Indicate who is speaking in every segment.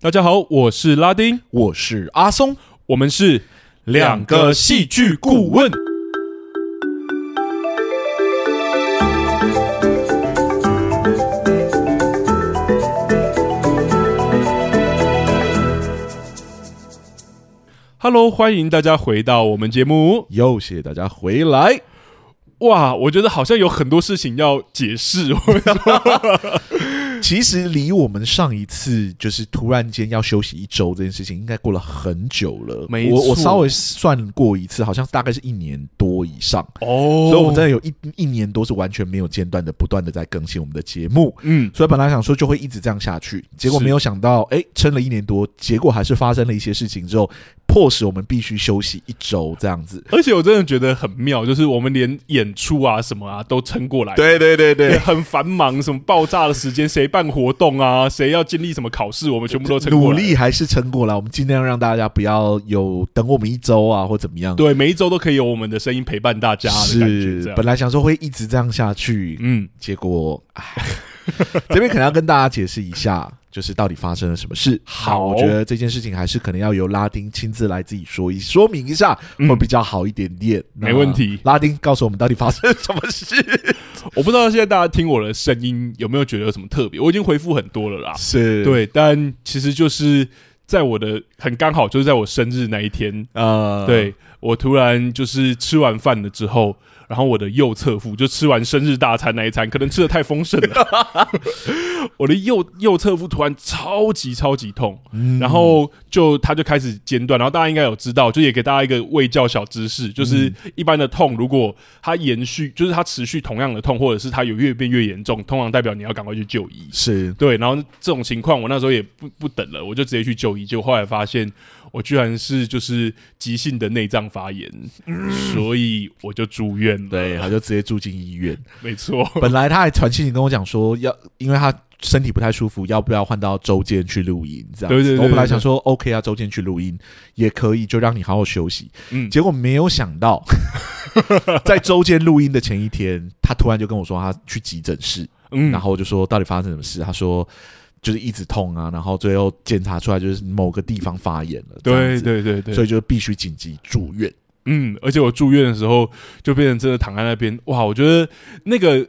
Speaker 1: 大家好，我是拉丁，
Speaker 2: 我是阿松，
Speaker 1: 我们是
Speaker 2: 两个戏剧顾问。
Speaker 1: Hello，欢迎大家回到我们节目。
Speaker 2: 又谢谢大家回来。
Speaker 1: 哇，我觉得好像有很多事情要解释。
Speaker 2: 其实离我们上一次就是突然间要休息一周这件事情，应该过了很久了。
Speaker 1: 没
Speaker 2: 我我
Speaker 1: 错
Speaker 2: 稍微算过一次，好像大概是一年多以上。
Speaker 1: 哦
Speaker 2: 所以我们真的有一一年多是完全没有间断的，不断的在更新我们的节目。
Speaker 1: 嗯，
Speaker 2: 所以本来想说就会一直这样下去，结果
Speaker 1: 是
Speaker 2: 没有想到，哎，撑了一年多，结果还是发生了一些事情之后，迫使我们必须休息一周这样子。
Speaker 1: 而且我真的觉得很妙，就是我们连演出啊什么啊都撑过来。。
Speaker 2: 对对对
Speaker 1: 很繁忙，什么爆炸的时间，谁办活动啊，谁要经历什么考试，我们全部都撑过
Speaker 2: 努
Speaker 1: 来。
Speaker 2: 力还是撑过来，我们尽量让大家不要有等我们一周啊，或怎么样。
Speaker 1: 对，每一周都可以有我们的声音陪伴大家的感觉。
Speaker 2: 是
Speaker 1: 这，样
Speaker 2: 本，来想说会一直这样下去，
Speaker 1: 嗯，
Speaker 2: 结果唉，这边可能要跟大家解释一下，就是到底发生了什么事。
Speaker 1: 好
Speaker 2: 那我觉得这件事情还是可能要由拉丁亲自来自己说一说明一下，会比较好一点点。
Speaker 1: 嗯
Speaker 2: 那
Speaker 1: 没问题
Speaker 2: 拉丁告诉我们到底发生了什么 事。
Speaker 1: 我不知道现在大家听我的声音有没有觉得有什么特别？我已经回复很多了啦，
Speaker 2: 是，
Speaker 1: 对，但其实就是在我的很刚好，就是在我生日那一天，
Speaker 2: 呃，
Speaker 1: 对我突然就是吃完饭了之后，然后我的右侧腹就吃完生日大餐那一餐，可能吃的太丰盛了，我的右右侧腹突然超级超级痛，
Speaker 2: 嗯，
Speaker 1: 然后就它就开始间断，然后大家应该有知道，就也给大家一个胃教小知识，就是一般的痛，如果它延续，就是它持续同样的痛，或者是它有越变越严重，通常代表你要赶快去就医。
Speaker 2: 是
Speaker 1: 对，然后这种情况我那时候也不不等了，我就直接去就医，结果后来发现我居然是就是急性的内脏发炎，所以我就住院了。
Speaker 2: 嗯对，他就直接住进医院。
Speaker 1: 没错，
Speaker 2: 本来他还传信息跟我讲说要，因为他身体不太舒服，要不要换到周间去录音？这样子
Speaker 1: 对对对对
Speaker 2: 我本来想说 OK 啊，周间去录音也可以，就让你好好休息。
Speaker 1: 嗯
Speaker 2: 结果没有想到， 在周间录音的前一天，他突然就跟我说他去急诊室，
Speaker 1: 嗯，
Speaker 2: 然后我就说到底发生什么事？他说就是一直痛啊，然后最后检查出来就是某个地方发炎了，这样
Speaker 1: 对
Speaker 2: 子，
Speaker 1: 对对对，
Speaker 2: 所以就必须紧急住院。
Speaker 1: 嗯，而且我住院的时候就变成真的躺在那边，哇，我觉得那个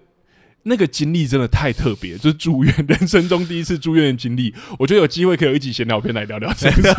Speaker 1: 那个经历真的太特别，就是住院人生中第一次住院的经历。我觉得有机会可以有一集闲聊片来聊聊这个，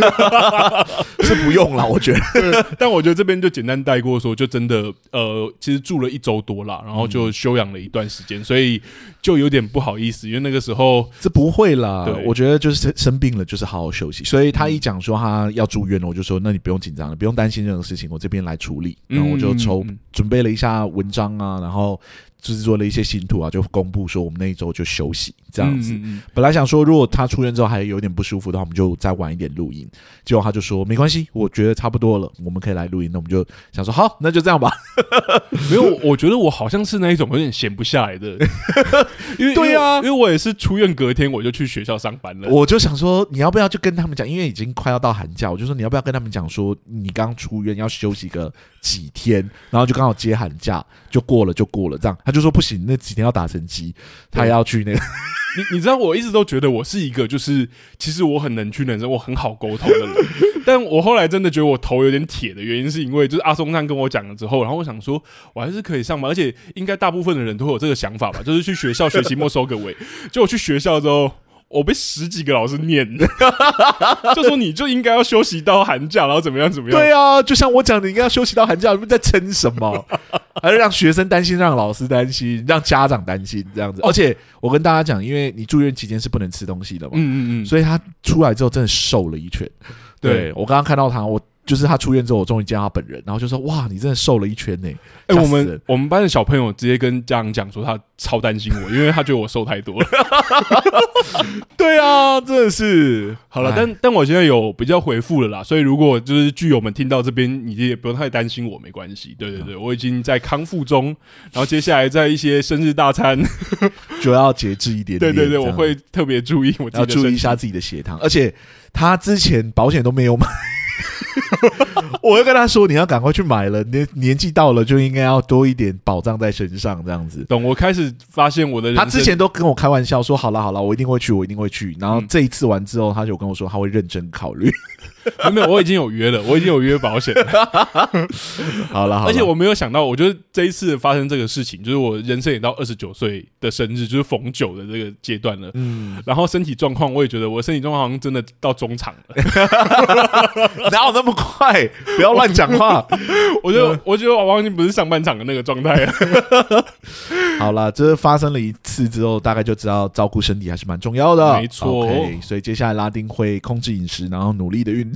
Speaker 2: 是不用了，我觉得。
Speaker 1: 但我觉得这边就简单带过说，就真的呃，其实住了一周多啦，然后
Speaker 2: 嗯
Speaker 1: 就休养了一段时间，所以就有点不好意思，因为那个时候
Speaker 2: 这不会啦
Speaker 1: 对，
Speaker 2: 我觉得就是生生病了，就是好好休息。所以他一讲说他要住院了，我就说那你不用紧张了，不用担心任何事情，我这边来处理。
Speaker 1: 嗯
Speaker 2: 然后我就筹、
Speaker 1: 嗯
Speaker 2: 准备了一下文章啊，然后制作了一些新图啊，就公布说我们那一周就休息这样子。
Speaker 1: 嗯嗯嗯
Speaker 2: 本来想说如果他出院之后还有点不舒服的话，我们就再晚一点录音。结果他就说没关系，我觉得差不多了，我们可以来录音。那我们就想说好，那就这样吧。
Speaker 1: 没有，我觉得我好像是那一种有点闲不下来的， 因为
Speaker 2: 对啊
Speaker 1: 因为因为我也是出院隔天我就去学校上班了，
Speaker 2: 我就想说，你要不要就跟他们讲，因为已经快要到寒假，我就说你要不要跟他们讲说，你刚出院要休息个几天，然后就刚好接寒假，就过了就过了这样。他就说不行，那几天要打成绩，他要去那个。
Speaker 1: 你你知道，我一直都觉得我是一个，就是其实我很能屈能伸，我很好沟通的人。 但我后来真的觉得我头有点铁的原因，是因为就是阿松上跟我讲了之后，然后我想说，我还是可以上班，而且应该大部分的人都会有这个想法吧，就是去学校学期末收个尾。就我去学校之后。我被十几个老师念， 就说你就应该要休息到寒假，然后怎么样怎么样。
Speaker 2: 对啊，就像我讲的，你应该要休息到寒假，你们在撑什么？还是让学生担心，让老师担心，让家长担心这样子。而且我跟大家讲，因为你住院期间是不能吃东西的嘛，
Speaker 1: 嗯嗯嗯，
Speaker 2: 所以他出来之后真的瘦了一圈。
Speaker 1: 对
Speaker 2: 对我刚刚看到他，我就是他出院之后，我终于见到他本人，然后就说：“哇，你真的瘦了一圈呢、
Speaker 1: 哎、
Speaker 2: 吓
Speaker 1: 我
Speaker 2: 死人
Speaker 1: 们我们班的小朋友直接跟家长讲说，他超担心我，因为他觉得我瘦太 多了。
Speaker 2: 对啊，真的是
Speaker 1: 好了，
Speaker 2: 哎
Speaker 1: 但但我现在有比较回复了啦，所以如果就是剧友们听到这边，你也不用太担心我，没关系。对对
Speaker 2: 嗯
Speaker 1: 对，我已经在康复中，然后接下来在一些生日大 餐，
Speaker 2: 就要节制一点
Speaker 1: 对对
Speaker 2: 点。
Speaker 1: 对，
Speaker 2: 这
Speaker 1: 我
Speaker 2: 样
Speaker 1: 会特别注意我自己
Speaker 2: 要
Speaker 1: 的身体
Speaker 2: 注意一下自己的血糖，而且他之前保险都没有买。 我就跟他说，你要赶快去买了，年年纪到了就应该要多一点保障在身上，这样子。
Speaker 1: 懂？我开始发现我的人
Speaker 2: 他
Speaker 1: 生
Speaker 2: 之前都跟我开玩笑说，好了好了，我一定会去，我一定会去。然
Speaker 1: 嗯
Speaker 2: 后这一次完之后，他就跟我说他会认真考虑。
Speaker 1: 没有，我已经有约了，我已经有约保险了，
Speaker 2: 好了好了，
Speaker 1: 而且我没有想到，我觉得这一次发生这个事情，就是我人生也到二十九岁的生日，就是逢九的这个阶段了。
Speaker 2: 嗯，
Speaker 1: 然后身体状况，我也觉得我身体状况好像真的到中场了。
Speaker 2: 哪有那么快？不要乱讲话。
Speaker 1: 我觉得，我觉得我完全不是上半场的那个状态 了。
Speaker 2: 好了，这发生了一次之后，大概就知道照顾身体还是蛮重要的。
Speaker 1: 没错
Speaker 2: OK，所以接下来拉丁会控制饮食，然后努力的 运动。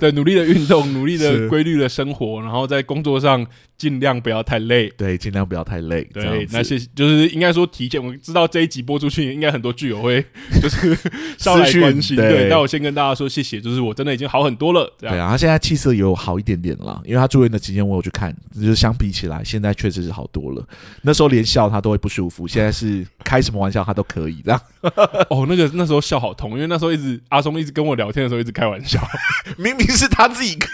Speaker 1: 对，努力的运动，努力
Speaker 2: 是
Speaker 1: 的规律的生活，然后在工作上尽量不要太累。
Speaker 2: 对，尽量不要太累。这样
Speaker 1: 对
Speaker 2: 子，
Speaker 1: 那些就是应该说提前，我知道这一集播出去，应该很多剧友会就是 捎来
Speaker 2: 私讯
Speaker 1: 关心。
Speaker 2: 对
Speaker 1: 对，那我先跟大家说谢谢，就是我真的已经好很多了。这
Speaker 2: 对
Speaker 1: 样，
Speaker 2: 啊，他现在气色有好一点点了，因为他住院的期间我有去看，就是相比起来，现在确实是好多了。那时候连笑他都会不舒服，现在是开什么玩笑他都可以，这 样
Speaker 1: 哦，那个那时候笑好痛，因为那时候一直阿松一直跟我聊天的时候一直开玩笑，
Speaker 2: 明明是他自己看，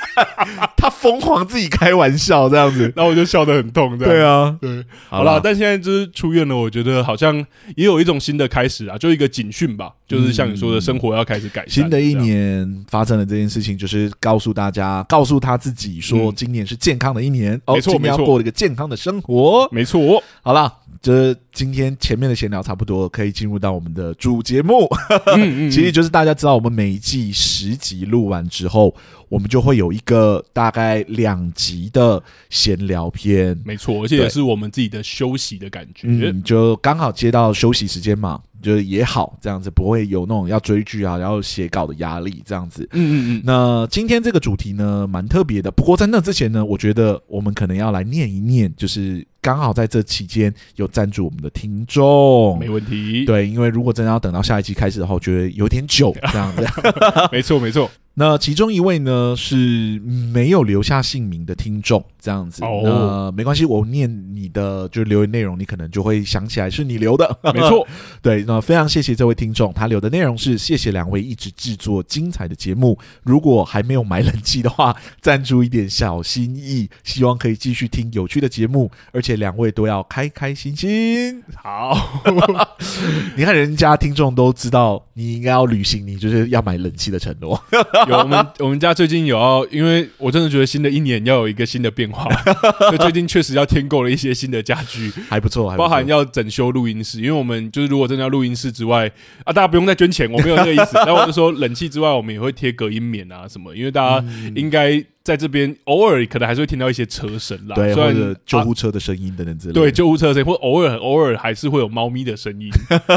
Speaker 2: 他疯狂自己开玩笑这样子。
Speaker 1: 然后我就笑得很痛。这样，
Speaker 2: 对啊，
Speaker 1: 对，
Speaker 2: 好
Speaker 1: 好
Speaker 2: 啦
Speaker 1: 啦，但现在就是出院了，我觉得好像也有一种新的开始啊，就一个警讯吧，就是像你说的，生活要开始改善。
Speaker 2: 嗯新的一
Speaker 1: 这样，
Speaker 2: 年发生了这件事情，就是告诉大家，告诉他自己说，
Speaker 1: 嗯
Speaker 2: 今年是健康的一年，哦，
Speaker 1: 没错
Speaker 2: 今年要
Speaker 1: 没错
Speaker 2: 过一个健康的生活。
Speaker 1: 没错，哦
Speaker 2: 好啦，这今天前面的闲聊差不多，可以进入到我们的主节目。
Speaker 1: 嗯嗯，
Speaker 2: 其实就是大家知道，我们每一季十集录完之后，我们就会有一个大概两集的闲聊篇。
Speaker 1: 没错，而且
Speaker 2: 对
Speaker 1: 也是我们自己的休息的感觉。
Speaker 2: 嗯，就刚好接到休息时间嘛，就是也好这样子，不会有那种要追剧啊，然后写稿的压力这样子。
Speaker 1: 嗯嗯嗯，
Speaker 2: 那今天这个主题呢，蛮特别的。不过在那之前呢，我觉得我们可能要来念一念，就是刚好在这期间有赞助我们的听 众
Speaker 1: 嗯没。问题。
Speaker 2: 对，因为如果真的要等到下一期开始的话，我觉得有点久这样子。
Speaker 1: 没错没 错，
Speaker 2: 那其中一位呢是没有留下姓名的听众，这样子。
Speaker 1: 哦
Speaker 2: 那没关系，我念你的就是留言内容，你可能就会想起来是你留的。
Speaker 1: 没错，
Speaker 2: 对，那非常谢谢这位听众，他留的内容是：谢谢两位一直制作精彩的节目。如果还没有买冷气的话，赞助一点小心意，希望可以继续听有趣的节目，而且两位都要开开心 心。
Speaker 1: 好，
Speaker 2: 你看人家听众都知道你应该要履行你就是要买冷气的承诺。
Speaker 1: 有我们我们家最近有要，因为我真的觉得新的一年要有一个新的变化， 所以最近确实要添购了一些新的家具，
Speaker 2: 还不错，还不错
Speaker 1: 包含要整修录音室，因为我们就是如果真的要录音室之外啊，大家不用再捐钱，我没有那个意 思。但我就说冷气之外，我们也会贴隔音棉啊什么，因为大家
Speaker 2: 嗯
Speaker 1: 应该在这边偶尔可能还是会听到一些车声啦，
Speaker 2: 对，
Speaker 1: 虽
Speaker 2: 或
Speaker 1: 然
Speaker 2: 者救
Speaker 1: 啊
Speaker 2: 护车的声音等等之类的。
Speaker 1: 对，救护车的声音，或偶尔很偶尔还是会有猫咪的声 音，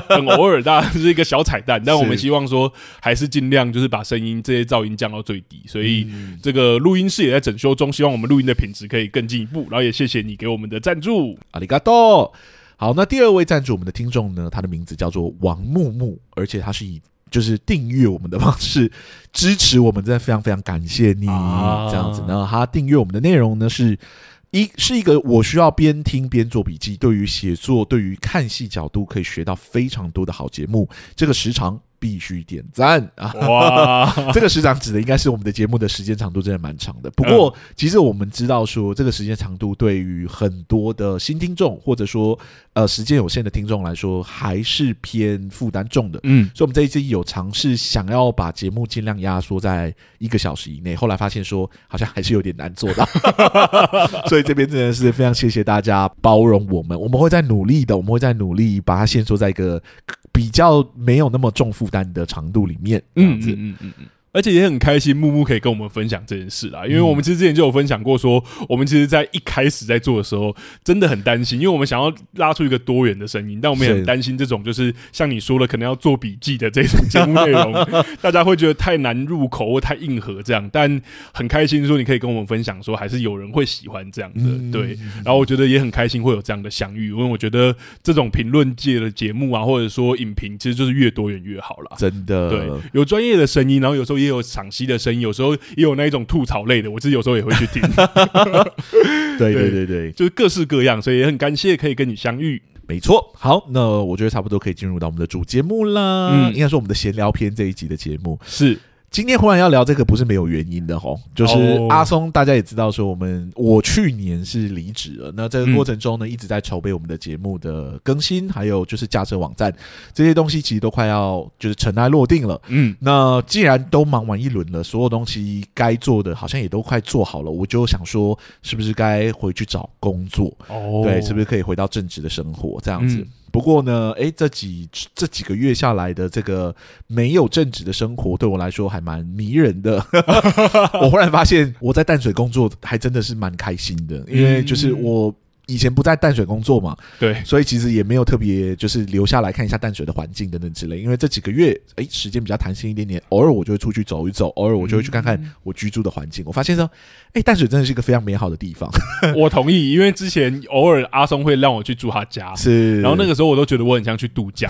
Speaker 1: 很偶尔，当然是一个小彩蛋。但我们
Speaker 2: 是
Speaker 1: 希望说，还是尽量就是把声音这些噪音降到最低。所以
Speaker 2: 嗯
Speaker 1: 这个录音室也在整修中，希望我们录音的品质可以更进一步。然后也谢谢你给我们的赞助，
Speaker 2: 阿里嘎多。好，那第二位赞助我们的听众呢，他的名字叫做王木木，而且他是以就是订阅我们的方式支持我们，真的非常非常感谢你、
Speaker 1: 啊
Speaker 2: 这样子。那他订阅我们的内容呢是。一是一个我需要边听边做笔记，对于写作、对于看戏角度可以学到非常多的好节目，这个时长必须点赞啊！
Speaker 1: 哇，
Speaker 2: 这个时长指的应该是我们的节目的时间长度真的蛮长的。不过，
Speaker 1: 嗯
Speaker 2: 其实我们知道说，这个时间长度对于很多的新听众，或者说呃时间有限的听众来说，还是偏负担重的。
Speaker 1: 嗯，
Speaker 2: 所以，我们这一季有尝试想要把节目尽量压缩在一个小时以内，后来发现说好像还是有点难 做到，所以这边真的是非常谢谢大家包容我们，我们会在努力的，我们会在努力把它限缩在一个比较没有那么重负担的长度里面，这样
Speaker 1: 嗯
Speaker 2: 子。
Speaker 1: 嗯嗯嗯嗯。而且也很开心，木木可以跟我们分享这件事啦，因为我们其实之前就有分享过说，我们其实，在一开始在做的时候，真的很担心，因为我们想要拉出一个多元的声音，但我们也
Speaker 2: 是
Speaker 1: 很担心这种就是像你说的，可能要做笔记的这种节目内 容，大家会觉得太难入口或太硬核这样。但很开心说，你可以跟我们分享说，还是有人会喜欢这样的，
Speaker 2: 嗯
Speaker 1: 对。然后我觉得也很开心会有这样的相遇，因为我觉得这种评论界的节目啊，或者说影评，其实就是越多元越好啦。
Speaker 2: 真的，
Speaker 1: 对，有专业的声音，然后有时候也有赏析的声音，有时候也有那一种吐槽类的，我自己有时候也会去听，
Speaker 2: 对对
Speaker 1: 对
Speaker 2: 对对，
Speaker 1: 就是各式各样，所以也很感谢可以跟你相遇。
Speaker 2: 没错。好，那我觉得差不不多可以进入到我们的主节目啦，
Speaker 1: 嗯
Speaker 2: 应该说我们的闲聊篇这一集的节目。
Speaker 1: 是
Speaker 2: 今天忽然要聊这个，不是没有原因的吼，就是
Speaker 1: 哦
Speaker 2: 阿松，大家也知道说，我们我去年是离职了。那这个过程中
Speaker 1: 嗯
Speaker 2: 呢，一直在筹备我们的节目的更新，还有就是架设网站这些东西，其实都快要就是尘埃落定了。
Speaker 1: 嗯，
Speaker 2: 那既然都忙完一轮了，所有东西该做的好像也都快做好了，我就想说，是不是该回去找工作？
Speaker 1: 哦，
Speaker 2: 对，是不
Speaker 1: 是？
Speaker 2: 是可以回到正职的生活这样子？
Speaker 1: 嗯
Speaker 2: 不过呢，诶，这几这几个月下来的这个没有正职的生活，对我来说还蛮迷 人的。 我忽然发现，我在淡水工作还真的是蛮开心的，因为就是
Speaker 1: 嗯
Speaker 2: 我。以前不在淡水工作嘛，
Speaker 1: 对，
Speaker 2: 所以其实也没有特别就是留下来看一下淡水的环境等等之类。因为这几个月，诶，时间比较弹性一点点，偶尔我就会出去走一走，偶尔我就会去看
Speaker 1: 嗯
Speaker 2: 看我居住的环境。我发现说，诶，淡水真的是一个非常美好的地方，
Speaker 1: 我同意，因为之前偶尔阿松会让我去住他家，
Speaker 2: 是。
Speaker 1: 然后那个时候我都觉得我很像去度 假，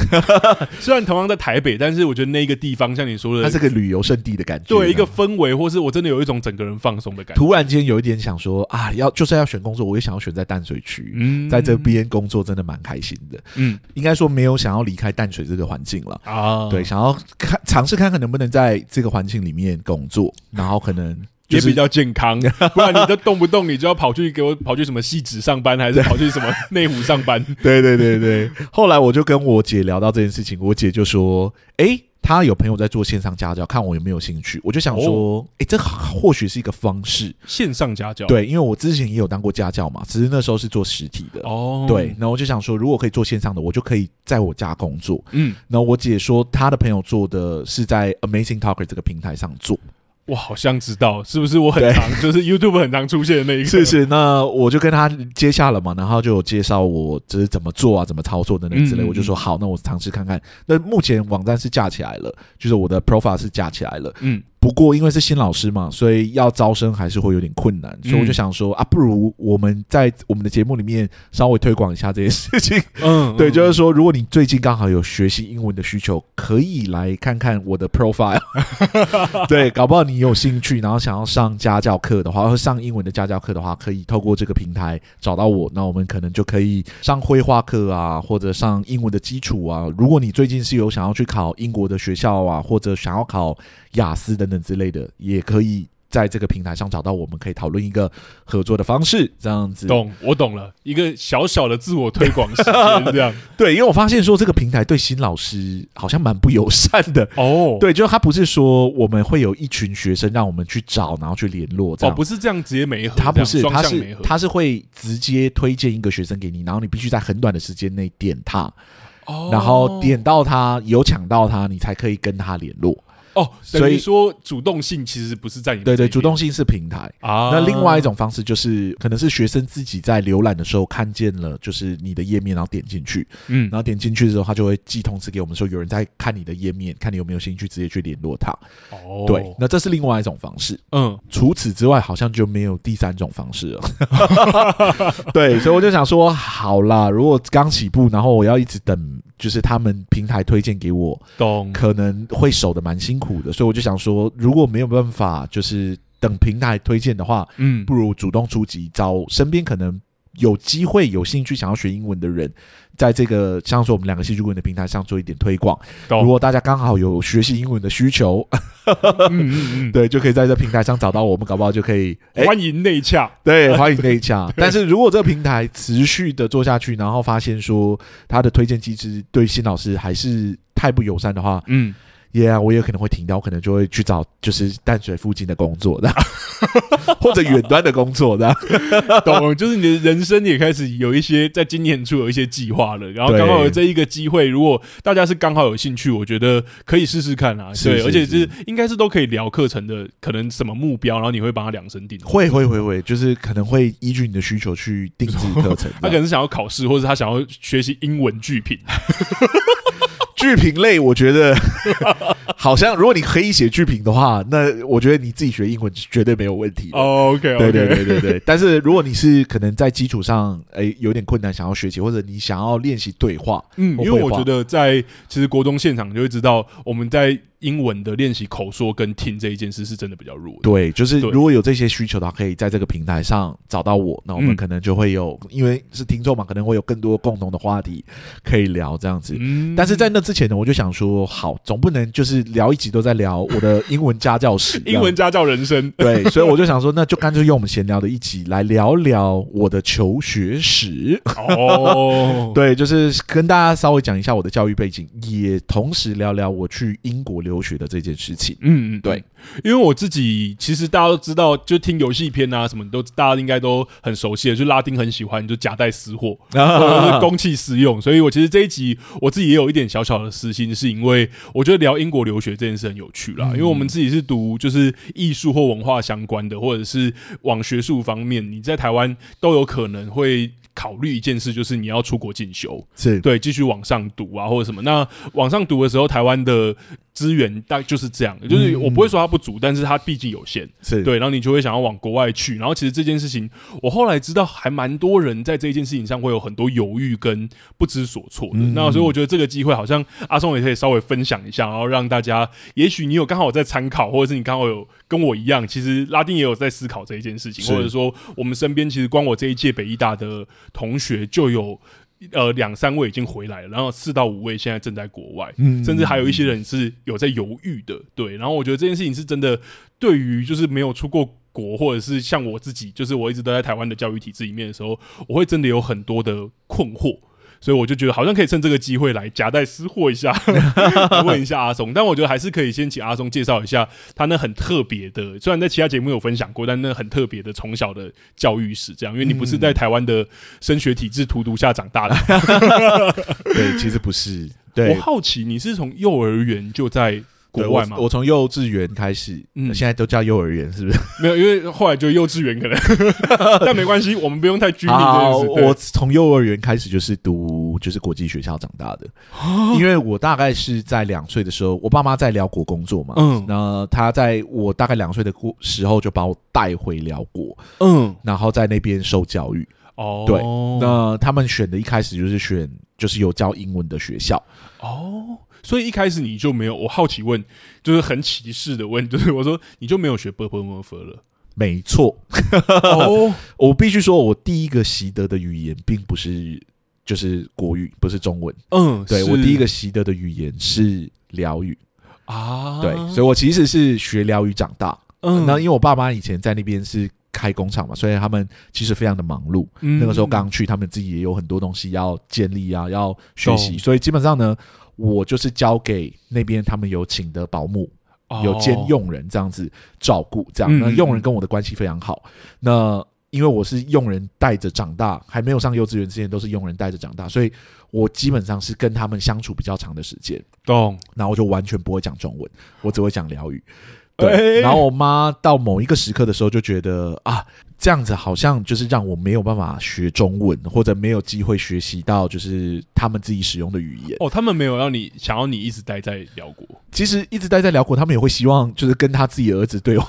Speaker 1: 虽然同样在台北，但是我觉得那个啊地方像你说
Speaker 2: 它
Speaker 1: 的，
Speaker 2: 是个旅游胜地的感觉。
Speaker 1: 对一个
Speaker 2: 这样
Speaker 1: 氛围，或是我真的有一种整个人放松的感觉。
Speaker 2: 突然间有一点想说啊，要就算要选工作，我也想要选在淡水区，
Speaker 1: 嗯
Speaker 2: 在这，边工作真的蛮开心的。
Speaker 1: 嗯
Speaker 2: 应该说没有想要离开淡水这个环境了。
Speaker 1: 啊，
Speaker 2: 对，，想要看尝试看看能不能在这个环境里面工作，然后可能 就
Speaker 1: 也
Speaker 2: 是
Speaker 1: 比较健 康，不然你就动不动你就要跑去给我跑去什么戏子上班，还是跑去什么内湖上 班？
Speaker 2: 对对对对。 后来我就跟我姐聊到这件事情，我姐就说：“诶，她有朋友在做线上家教，看我有没有兴趣。”我就想说：“诶，这或许是一个方式。
Speaker 1: 线上家教，，
Speaker 2: 对，因为我之前也有当过家教嘛，只是那时候是做实体的。
Speaker 1: 哦，
Speaker 2: 对，，然后我就想说，如果可以做线上的，我就可以在我家工作。
Speaker 1: 嗯，
Speaker 2: 然后我姐说，她的朋友做的是在 Amazing Talker 这个平台上做，
Speaker 1: 我好像知道，是不是我很常 就是 YouTube 很常出现的那一个？
Speaker 2: 是是。那我就跟她接下了嘛，然后就有介绍我就是怎么做啊，怎么操作等等之类。
Speaker 1: 嗯嗯
Speaker 2: 我就说好，那我尝试看看。那目前网站是架起来了，就是我的 profile 是架起来了。
Speaker 1: 嗯，
Speaker 2: 不过因为是新老师嘛，所以要招生还是会有点困难，所以我就
Speaker 1: 嗯
Speaker 2: 想说啊，不如我们在我们的节目里面稍微推广一下这件事情。
Speaker 1: 嗯，
Speaker 2: 对，
Speaker 1: 嗯
Speaker 2: 就是说，如果你最近刚好有学习英文的需求，可以来看看我的 profile。对，搞不好你有兴趣，然后想要上家教课的话，或上英文的家教课的话，可以透过这个平台找到我。那我们可能就可以上绘画课啊，或者上英文的基础啊。如果你最近是有想要去考英国的学校啊，或者想要考雅思等等之类的，也可以。在这个平台上找到我们可以讨论一个合作的方式，这样子。
Speaker 1: 懂，我懂了，一个小小的自我推广时间这样。
Speaker 2: 对，因为我发现说这个平台对新老师好像蛮不友善的。
Speaker 1: 哦，
Speaker 2: 对，就是他不是说我们会有一群学生让我们去找，然后去联络这
Speaker 1: 哦，
Speaker 2: 样。
Speaker 1: 不是这样直接媒合，
Speaker 2: 他不
Speaker 1: 这
Speaker 2: 是，
Speaker 1: 样
Speaker 2: 他
Speaker 1: 双向媒
Speaker 2: 是
Speaker 1: 合，
Speaker 2: 他是会直接推荐一个学生给你，然后你必须在很短的时间内点他，
Speaker 1: 哦
Speaker 2: 然后点到他有抢到他，你才可以跟他联络。
Speaker 1: 哦，
Speaker 2: 所
Speaker 1: 等
Speaker 2: 以
Speaker 1: 于说主动性其实不是在你们
Speaker 2: 对
Speaker 1: 这
Speaker 2: 对，
Speaker 1: 一边
Speaker 2: 主动性是平台。
Speaker 1: 啊。
Speaker 2: 那另外一种方式就是，可能是学生自己在浏览的时候看见了，就是你的页面，然后点进去，
Speaker 1: 嗯
Speaker 2: 然后点进去的时候，他就会寄通知给我们说有人在看你的页面，看你有没有兴趣直接去联络他。
Speaker 1: 哦，
Speaker 2: 对，那这是另外一种方式。
Speaker 1: 嗯
Speaker 2: 除此之外，好像就没有第三种方式了。 对，所以我就想说，好啦，如果刚起步，然后我要一直等，就是他们平台推荐给我，
Speaker 1: 懂
Speaker 2: 可能会守的蛮辛苦的。所以我就想说，如果没有办法，就是等平台推荐的话，
Speaker 1: 嗯
Speaker 2: 不如主动出击，找身边可能有机会、有兴趣想要学英文的人，在这个像说我们两个戏剧顾问的平台上做一点推广。如
Speaker 1: 懂
Speaker 2: 果大家刚好有学习英文的需求，
Speaker 1: 嗯嗯
Speaker 2: 对，就可以在这平台上找到我们，搞不好就可以哎、
Speaker 1: 嗯，欢迎内洽
Speaker 2: 对欢迎内洽。但是如果这个平台持续的做下去，然后发现说它的推荐机制对新老师还是太不友善的话，
Speaker 1: 嗯。
Speaker 2: 耶、yeah,，我也可能会停掉，我可能就会去找就是淡水附近的工作的， 或者远端的工作的。
Speaker 1: 懂，就是你的人生也开始有一些在今年初有一些计划了，然后
Speaker 2: 对
Speaker 1: 刚好有这一个机会，如果大家是刚好有兴趣，我觉得可以试试看啊。
Speaker 2: 是
Speaker 1: 对，
Speaker 2: 是
Speaker 1: 而且
Speaker 2: 是
Speaker 1: 是应该是都可以聊课程的，可能什么目标，然后你会帮他量 身定做。
Speaker 2: 会会会会，就是可能会依据你的需求去定制课 程。
Speaker 1: 他可能是想要考试，或者他想要学习英文句 品。
Speaker 2: 剧评类，我觉得 好像如果你可以写剧评的话，那我觉得你自己学英文是绝对没有问题的。
Speaker 1: 哦 OK，
Speaker 2: 对 对对对对，但是如果你是可能在基础上诶有点困难，想要学习，或者你想要练习对话，
Speaker 1: 嗯，
Speaker 2: 我
Speaker 1: 因为
Speaker 2: 会
Speaker 1: 我
Speaker 2: 画
Speaker 1: 觉得在其实国中现场就会知道，我们在英文的练习口说跟听这一件事是真的比较弱的。
Speaker 2: 对，就是
Speaker 1: 对
Speaker 2: 如果有这些需求的话，可以在这个平台上找到我，那我们
Speaker 1: 嗯
Speaker 2: 可能就会有，因为是听众嘛，可能会有更多共同的话题可以聊这样子。
Speaker 1: 嗯
Speaker 2: 但是在那之前呢，我就想说，好，总不能就是聊一集都在聊我的英文家教史
Speaker 1: ，英文家教人生，
Speaker 2: 对，所以我就想说，那就干脆用我们闲聊的一集来聊聊我的求学史。
Speaker 1: 哦，
Speaker 2: 对，就是跟大家稍微讲一下我的教育背景，也同时聊聊我去英国留学的这件事情。
Speaker 1: 嗯，嗯，
Speaker 2: 对，
Speaker 1: 因为我自己其实大家都知道，就听游戏片啊什么，都大家应该都很熟悉的，就拉丁很喜欢就夹带私货，或者是哦公器私用，所以我其实这一集我自己也有一点小小的私心，是因为我觉得聊英国留学这件事很有趣啦，因为我们自己是读就是艺术或文化相关的，或者是往学术方面，你在台湾都有可能会。考虑一件事，就是你要出国进修，
Speaker 2: 是，
Speaker 1: 对，继续往上读啊，或者什么。那往上读的时候，台湾的资源大概就是这样，就是我不会说它不足，但是它毕竟有限。
Speaker 2: 是，
Speaker 1: 对，然后你就会想要往国外去。然后其实这件事情，我后来知道还蛮多人在这一件事情上会有很多犹豫跟不知所措的。
Speaker 2: 嗯
Speaker 1: 那所以我觉得这个机会，好像阿松也可以稍微分享一下，然后让大家，也许你有刚好在参考，或者是你刚好有跟我一样，其实拉丁也有在思考这一件事情，
Speaker 2: 是
Speaker 1: 或者说我们身边其实光我这一届北医大的同学就有。呃，两三位已经回来了，然后四到五位现在正在国外，
Speaker 2: 嗯
Speaker 1: 甚至还有一些人是有在犹豫的，对。然后我觉得这件事情是真的，对于就是没有出过国，或者是像我自己，就是我一直都在台湾的教育体制里面的时候，我会真的有很多的困惑。所以我就觉得好像可以趁这个机会来夹带私货一下， 来问一下阿松。但我觉得还是可以先请阿松介绍一下他那很特别的，虽然在其他节目有分享过，但那很特别的从小的教育史，这样，因为你不是
Speaker 2: 嗯
Speaker 1: 在台湾的升学体制荼毒下长大的。
Speaker 2: 对，其实不是， 对，
Speaker 1: 我好奇你是从幼儿园就在国
Speaker 2: 对
Speaker 1: 外吗
Speaker 2: 我？我从幼稚园开始，
Speaker 1: 嗯
Speaker 2: 现在都叫幼儿园，是不是？
Speaker 1: 没有，因为后来就幼稚园可能， 但没关系，我们不用太拘泥
Speaker 2: 好，
Speaker 1: 这件事。对
Speaker 2: 我从幼儿园开始就是读就是国际学校长大 的，因为我大概是在两岁的时候，我爸妈在辽国工作嘛，
Speaker 1: 嗯
Speaker 2: 那他在我大概两岁的过时候就把我带回辽国，
Speaker 1: 嗯，
Speaker 2: 然后在那边受教育。
Speaker 1: 哦，
Speaker 2: 对那他们选的一开始就是选就是有教英文的学校，
Speaker 1: 哦，所以一开始你就没有，我好奇问，就是很歧视的问，就是我说你就没有学 b u r b e r m o f 了？
Speaker 2: 没错，
Speaker 1: 哦，
Speaker 2: 我必须说，我第一个习得的语言并不是就是国语，不是中文。
Speaker 1: 嗯，
Speaker 2: 对
Speaker 1: 是
Speaker 2: 我第一个习得的语言是辽语，
Speaker 1: 啊，
Speaker 2: 对，所以我其实是学辽语长大。
Speaker 1: 嗯
Speaker 2: 那因为我爸妈以前在那边是开工厂嘛，所以他们其实非常的忙碌。
Speaker 1: 嗯
Speaker 2: 那个时候刚去，他们自己也有很多东西要建立啊，要学习，
Speaker 1: 懂
Speaker 2: 所以基本上呢，我就是交给那边他们有请的保姆，有兼
Speaker 1: 用。
Speaker 2: 佣人这样子照顾，这样
Speaker 1: 哦嗯
Speaker 2: 那
Speaker 1: 嗯
Speaker 2: 佣
Speaker 1: 嗯
Speaker 2: 人跟我的关系非常好。那因为我是佣人带着长大，还没有上幼稚园之前都是佣人带着长大，所以我基本上是跟他们相处比较长的时间。
Speaker 1: 懂，
Speaker 2: 然后我就完全不会讲中文，我只会讲 辽语。
Speaker 1: 哎
Speaker 2: 对，然后我妈到某一个时刻的时候就觉得啊，这样子好像就是让我没有办法学中文，或者没有机会学习到就是他们自己使用的语言。
Speaker 1: 哦，他们没有让你想要你一直待在辽国，
Speaker 2: 其实一直待在辽国，他们也会希望就是跟他自己的儿子对 话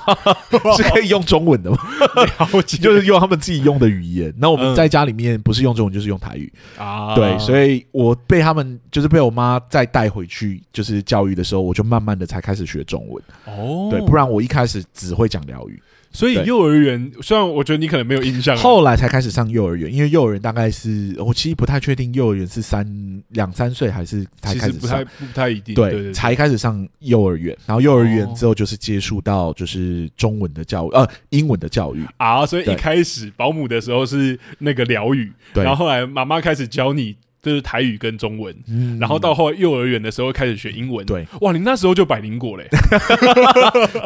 Speaker 2: 是可以用中文的嘛，
Speaker 1: 了解
Speaker 2: 就是用他们自己用的语言。那我
Speaker 1: 嗯
Speaker 2: 们在家里面不是用中文就是用台语，
Speaker 1: 啊，
Speaker 2: 对，所
Speaker 1: 以
Speaker 2: 以我被他们就是被我妈再带回去就是教育的时候，我就慢慢的才开始学中文。
Speaker 1: 哦，
Speaker 2: 对，不然我一开始只会讲疗愈，
Speaker 1: 所以
Speaker 2: 对
Speaker 1: 幼儿园虽然我觉得你可能没有印象啊，
Speaker 2: 后来才开始上幼儿园，因为幼儿园大概是我其实不太确定幼儿园是三两三岁还是才
Speaker 1: 其
Speaker 2: 开
Speaker 1: 实
Speaker 2: 始
Speaker 1: 不
Speaker 2: 上
Speaker 1: 太，不太一定，对对
Speaker 2: 对，
Speaker 1: 对
Speaker 2: 才开始上幼儿园，然后幼儿园
Speaker 1: 哦
Speaker 2: 之后就是接触到就是中文的教育，呃，英文的教育，
Speaker 1: 啊，所以一
Speaker 2: 对
Speaker 1: 开始保姆的时候是那个辽语，
Speaker 2: 对，
Speaker 1: 然后后来妈妈开始教你就是台语跟中文，
Speaker 2: 嗯
Speaker 1: 然后到后来幼儿园的时候开始学英文。
Speaker 2: 对，
Speaker 1: 哇，你那时候就百灵 果嘞，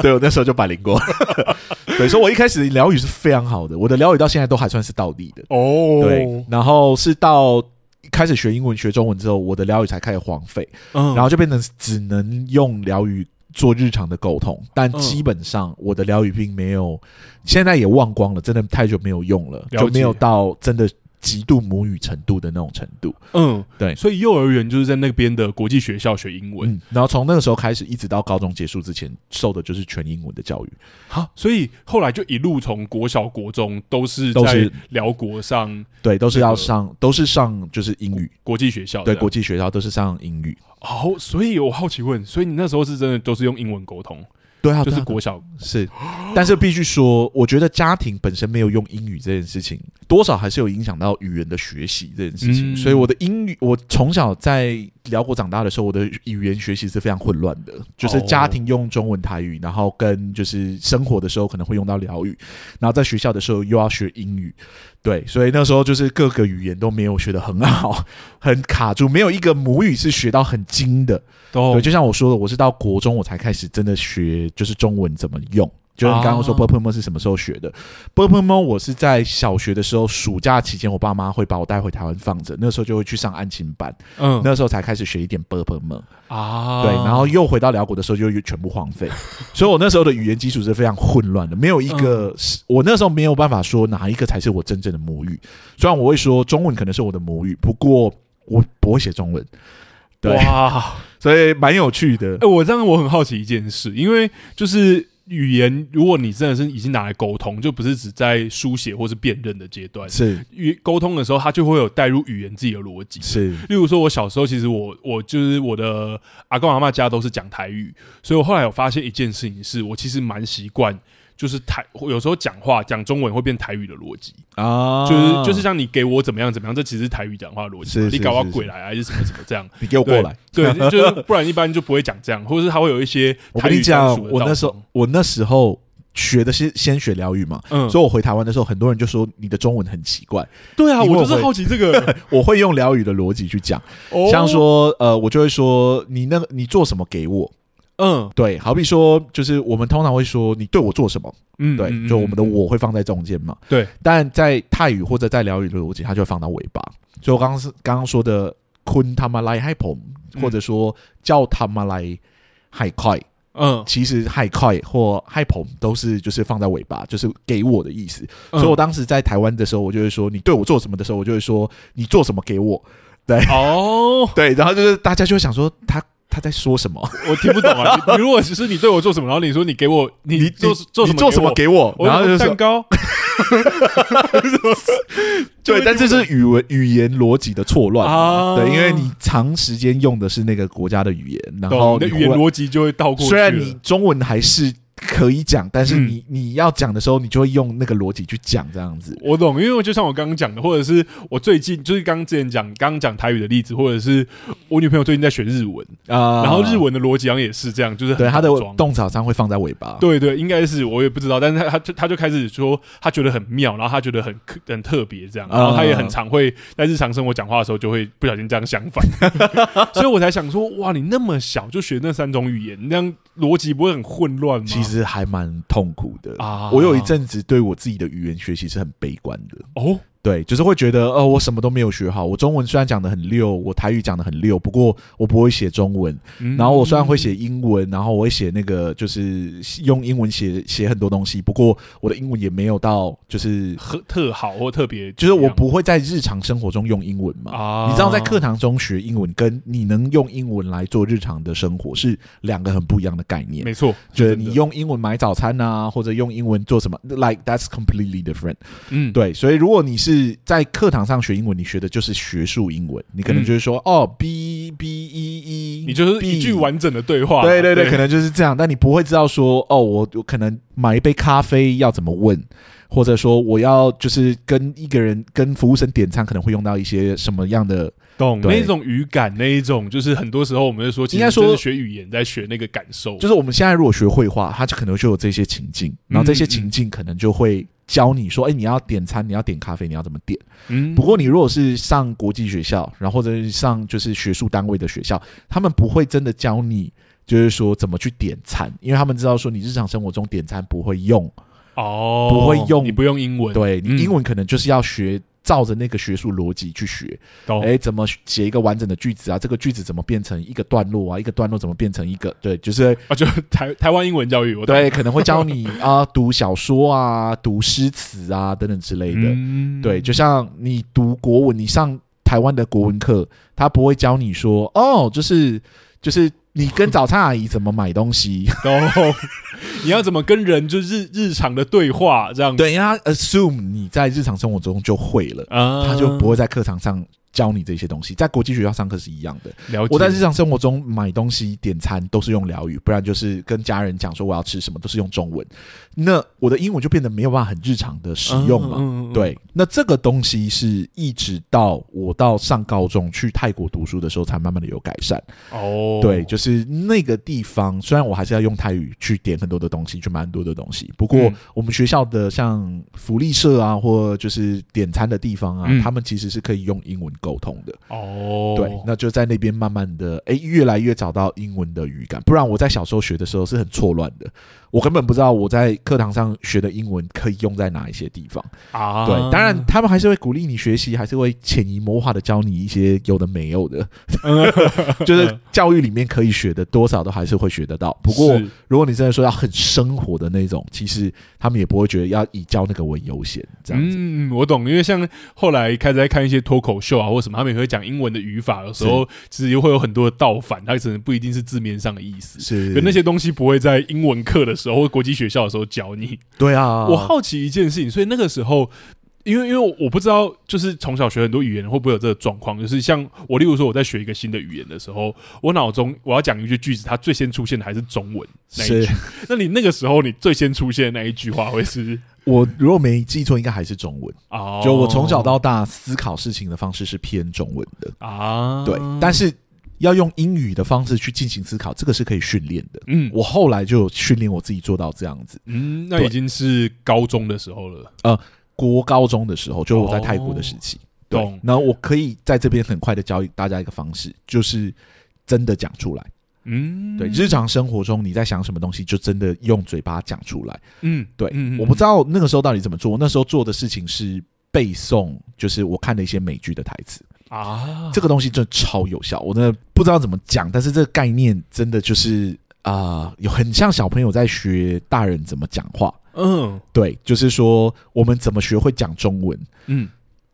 Speaker 2: 对我那时候就 百灵过，对，所以我一开始疗愈是非常好的，我的疗愈到现在都还算是到底的，
Speaker 1: 哦
Speaker 2: 对，，然后是到。开始学英文、学中文之后，我的疗愈才开始荒废。
Speaker 1: 嗯
Speaker 2: 然后就变成只能用疗愈做日常的沟通，但基本上我的疗愈并没有，现在也忘光了，真的太久没有用了，
Speaker 1: 了解
Speaker 2: 就没有到真的极度母语程度的那种程度。
Speaker 1: 嗯，
Speaker 2: 对
Speaker 1: 所以幼儿园就是在那边的国际学校学英文。
Speaker 2: 嗯，然后从那个时候开始，一直到高中结束之前，受的就是全英文的教育。
Speaker 1: 好，所以后来就一路从国小、国中都是
Speaker 2: 都是
Speaker 1: 在辽国上
Speaker 2: 对，都是
Speaker 1: 那
Speaker 2: 要
Speaker 1: 个
Speaker 2: 上，都是上就是英语，
Speaker 1: 国际学校这
Speaker 2: 对，
Speaker 1: 样。
Speaker 2: 国际学校都是上英语。
Speaker 1: 哦，所以我好奇问，所以你那时候是真的都是用英文沟通，
Speaker 2: 对啊，
Speaker 1: 就
Speaker 2: 对
Speaker 1: 是
Speaker 2: 啊
Speaker 1: 国小
Speaker 2: 是，但是必须说，我觉得家庭本身没有用英语这件事情，多少还是有影响到语言的学习这件事
Speaker 1: 嗯
Speaker 2: 情。所以我的英语，我从小在辽国长大的时候，我的语言学习是非常混乱的，就是
Speaker 1: 哦
Speaker 2: 家庭用中文台语，然后跟就是生活的时候可能会用到辽语，然后在学校的时候又要学英语，对，所以那时候就是各个语言都没有学得很好，很卡住，没有一个母语是学到很精的。
Speaker 1: 都
Speaker 2: 对，就像我说的，我是到国中我才开始真的学，就是中文怎么用。就是你刚刚说
Speaker 1: 啊
Speaker 2: b u r p m o 是什么时候学的 b u r p m o 我是在小学的时候，暑假期间，我爸妈会把我带回台湾放着，那时候就会去上安亲班，
Speaker 1: 嗯
Speaker 2: 那时候才开始学一点 b u r p m o
Speaker 1: 啊，
Speaker 2: 对，然后又回到辽国的时候就全部 荒废，所以我那时候的语言基础是非常混乱的，没有一
Speaker 1: 嗯
Speaker 2: 个是、我那时候没有办法说哪一个才是我真正的母语。虽然我会说中文可能是我的母语，不过我不会写中文，对，
Speaker 1: 哇，
Speaker 2: 所以蛮有 趣的
Speaker 1: 哎、。我这样我很好奇一件事，因为就是语言，如果你真的是已经拿来沟通，就不是只在书写或是辨认的阶段，
Speaker 2: 是，
Speaker 1: 语沟通的时候，它就会有带入语言自己的逻辑。
Speaker 2: 是
Speaker 1: 例如说，我小时候其实我我就是我的阿公阿妈家都是讲台语，所以我后来有发现一件事情是，我其实蛮习惯，就是台有时候讲话讲中文会变台语的逻辑，
Speaker 2: 啊
Speaker 1: 就是就是像你给我怎么样怎么样，这其实是台语讲话的逻辑嘛，
Speaker 2: 是是
Speaker 1: 你搞我
Speaker 2: 是是
Speaker 1: 鬼来还是什么什么这样，
Speaker 2: 你给我过来。
Speaker 1: 对，就是不然一般就不会讲这样，或者是他会有一些
Speaker 2: 我
Speaker 1: 台
Speaker 2: 跟你
Speaker 1: 语
Speaker 2: 讲
Speaker 1: 专，属的
Speaker 2: 我那时
Speaker 1: 造
Speaker 2: 候我那时候学的是先学疗愈嘛，
Speaker 1: 嗯，
Speaker 2: 所以我回台湾的时候，很多人就说你的中文很奇怪。
Speaker 1: 对啊，
Speaker 2: 因为
Speaker 1: 我
Speaker 2: 我
Speaker 1: 就是
Speaker 2: 会
Speaker 1: 好奇这个，
Speaker 2: 我会用疗愈的逻辑去讲，
Speaker 1: 哦
Speaker 2: 像，说呃，我就会说你那个你做什么给我？
Speaker 1: 嗯
Speaker 2: 对，好比说就是我们通常会说你对我做什么？
Speaker 1: 嗯，
Speaker 2: 对，
Speaker 1: 嗯
Speaker 2: 就我们的，
Speaker 1: 嗯
Speaker 2: 我会放在中间嘛。
Speaker 1: 对，
Speaker 2: 但在泰语或者在疗愈的逻辑，它就会放到尾巴。所以我刚刚是刚刚说的坤他妈来害ผม，或者说叫他妈来害快。
Speaker 1: 嗯，
Speaker 2: 其实害快或害捧都是就是放在尾巴，就是给我的意思。所以
Speaker 1: 嗯
Speaker 2: 我当时在台湾的时候，我就会说你对我做什么的时候，我就会说你做什么给我。
Speaker 1: 哦，
Speaker 2: 对，然后就是大家就会想说他他在说什么，
Speaker 1: 我听不懂 啊。你你如果只是你对我做什么，然后你说你给我，你做做什
Speaker 2: 你
Speaker 1: 么
Speaker 2: 做什么
Speaker 1: 给
Speaker 2: 给我，
Speaker 1: 我，
Speaker 2: 然后
Speaker 1: 我
Speaker 2: 就
Speaker 1: 有
Speaker 2: 是
Speaker 1: 蛋糕，就
Speaker 2: 对，
Speaker 1: 会
Speaker 2: 但这
Speaker 1: 听不
Speaker 2: 是语文语言逻辑的错乱
Speaker 1: 啊
Speaker 2: 嘛。对，因为你长时间用的是那个国家的语言，然
Speaker 1: 懂
Speaker 2: 后
Speaker 1: 你的
Speaker 2: 你
Speaker 1: 语言
Speaker 2: 忽然
Speaker 1: 逻辑就会倒过去了。
Speaker 2: 虽然你中文还是可以讲，但是
Speaker 1: 嗯
Speaker 2: 你你要讲的时候，你就会用那个逻辑去讲这样子。
Speaker 1: 我懂，因为我就像我刚刚讲的，或者是我最近就是刚刚之前讲刚刚讲台语的例子，或者是我女朋友最近在学日文，
Speaker 2: 啊
Speaker 1: 然后日文的逻辑好像也是这样，就是很
Speaker 2: 对他的
Speaker 1: 包装
Speaker 2: 动草上会放在尾巴，
Speaker 1: 对对，应该是我也不知道，但是他他就他就开始说他觉得很妙，然后他觉得很很特别这样，
Speaker 2: 啊
Speaker 1: 然后他也很常会在日常生活讲话的时候就会不小心这样相 反，所以我才想说，哇，你那么小就学那三种语言，那样逻辑不会很混乱吗？
Speaker 2: 其实还蛮痛苦的。
Speaker 1: 啊，
Speaker 2: 我有一阵子对我自己的语言学习是很悲观的，
Speaker 1: 哦，
Speaker 2: 对，就是会觉得，哦，我什么都没有学好。我中文虽然讲的很溜，我台语讲的很溜，不过我不会写中文。
Speaker 1: 嗯
Speaker 2: 然后我虽然会写英文，然后我会写那个，就是用英文写写很多东西，不过我的英文也没有到，就是
Speaker 1: 特嗯特好或特别怎
Speaker 2: 就是
Speaker 1: 么样，
Speaker 2: 我不会在日常生活中用英文嘛。
Speaker 1: 啊，
Speaker 2: 你知道，在课堂中学英文跟你能用英文来做日常的生活是两个很不一样的概念。
Speaker 1: 没错，
Speaker 2: 觉得
Speaker 1: 是真的
Speaker 2: 你用英文买早餐啊，或者用英文做什么，like that's completely different。
Speaker 1: 嗯
Speaker 2: 对，所以如果你是在课堂上学英文，你学的就是学术英文，你可能就是说、哦，b b e e，
Speaker 1: 嗯你就是一句
Speaker 2: B
Speaker 1: 完整的啊对话，
Speaker 2: 对对对，可能就是这样，但你不会知道说哦，我我可能买一杯咖啡要怎么问，或者说我要就是跟一个人跟服务生点餐可能会用到一些什么样的，
Speaker 1: 懂
Speaker 2: 对
Speaker 1: 那种语感，那一种就是很多时候我们就说，其
Speaker 2: 应
Speaker 1: 实
Speaker 2: 该说
Speaker 1: 真的学语言在学那个感受，
Speaker 2: 就是我们现在如果学绘画，它就可能就有这些情境，然后这些情境可能就会教你说，哎、你要点餐，你要点咖啡，你要怎么点。
Speaker 1: 嗯
Speaker 2: 不过你如果是上国际学校，然后或者是上就是学术单位的学校，他们不会真的教你。就是说怎么去点餐，因为他们知道说你日常生活中点餐不会用，
Speaker 1: 哦，
Speaker 2: 不会用
Speaker 1: 你不用英文，
Speaker 2: 对你
Speaker 1: 嗯
Speaker 2: 英文可能就是要学照着那个学术逻辑去学，
Speaker 1: 懂？
Speaker 2: 哎，怎么写一个完整的句子啊？这个句子怎么变成一个段落啊？一个段落怎么变成一个？对，就是
Speaker 1: 啊，就台台湾英文教育，我懂
Speaker 2: 对，可能会教你 啊，读小说啊，读诗词啊，等等之类的。
Speaker 1: 嗯
Speaker 2: 对，就像你读国文，你上台湾的国文课，他不会教你说哦，就是就是你跟早餐阿姨怎么买东西。
Speaker 1: 懂。 你要怎么跟人就日日常的对话这样
Speaker 2: 对，因为他 assume 你在日常生活中就会了，
Speaker 1: 啊
Speaker 2: 他就不会在课堂上教你这些东西。在国际学校上课是一样的。
Speaker 1: 了解。
Speaker 2: 我在日常生活中买东西、点餐都是用疗语，不然就是跟家人讲说我要吃什么，都是用中文。那我的英文就变得没有办法很日常的使用了。
Speaker 1: 嗯，
Speaker 2: 对，那这个东西是一直到我到上高中去泰国读书的时候，才慢慢的有改善。
Speaker 1: 嗯嗯哦，
Speaker 2: 对，就是那个地方，虽然我还是要用泰语去点很多的东西，去买很多的东西，不过
Speaker 1: 嗯
Speaker 2: 我们学校的像福利社啊，或就是点餐的地方啊，
Speaker 1: 嗯
Speaker 2: 他们其实是可以用英文沟通的。
Speaker 1: 哦，
Speaker 2: 对，那就在那边慢慢的，哎、越来越找到英文的语感。不然我在小时候学的时候是很错乱的，我根本不知道我在课堂上学的英文可以用在哪一些地方。
Speaker 1: 啊，
Speaker 2: 对，当然他们还是会鼓励你学习，还是会潜移默化的教你一些有的没有的，
Speaker 1: 嗯
Speaker 2: 就是教育里面可以学的，多少都还是会学得 到。不过
Speaker 1: 是
Speaker 2: 如果你真的说要很生活的那种，其实他们也不会觉得要以教那个为优先这样子。
Speaker 1: 嗯，我懂，因为像后来开始在看一些脱口秀啊或什么，他们也会讲英文的语法，有时候其实又会有很多的倒反，它可能不一定是字面上的意思。
Speaker 2: 是
Speaker 1: 可那些东西不会在英文课的时候或国际学校的时候教你。
Speaker 2: 对啊，
Speaker 1: 我好奇一件事情，所以那个时候。因为因为我我不知道，就是从小学很多语言会不会有这个状况，就是像我，例如说我在学一个新的语言的时候，我脑中我要讲一句句子，它最先出现的还是中文那一
Speaker 2: 是
Speaker 1: 句。那你那个时候你最先出现的那一句话会是
Speaker 2: 我如果没记错，应该还是中文。
Speaker 1: 哦，
Speaker 2: 就我从小到大思考事情的方式是偏中文的，
Speaker 1: 啊，
Speaker 2: 对，但是要用英语的方式去进行思考，这个是可以训练的。
Speaker 1: 嗯
Speaker 2: 我后来就有训练我自己做到这样子。
Speaker 1: 嗯，那
Speaker 2: 对
Speaker 1: 已经是高中的时候了，
Speaker 2: 国高中的时候，就我在泰国的时期，对
Speaker 1: 哦懂，
Speaker 2: 那我可以在这边很快的教大家一个方式，就是真的讲出来。
Speaker 1: 嗯，
Speaker 2: 对，日常生活中你在想什么东西，就真的用嘴巴讲出来。
Speaker 1: 嗯，
Speaker 2: 对
Speaker 1: 嗯，
Speaker 2: 我不
Speaker 1: 嗯
Speaker 2: 知道那个时候到底怎么做，那时候做的事情是背诵，就是我看的一些美剧的台词。
Speaker 1: 啊，
Speaker 2: 这个东西真的超有效，我真的不知道怎么讲，但是这个概念真的就是啊、有很像小朋友在学大人怎么讲话。
Speaker 1: 嗯
Speaker 2: 对，就是说我们怎么学会讲中文，
Speaker 1: 嗯，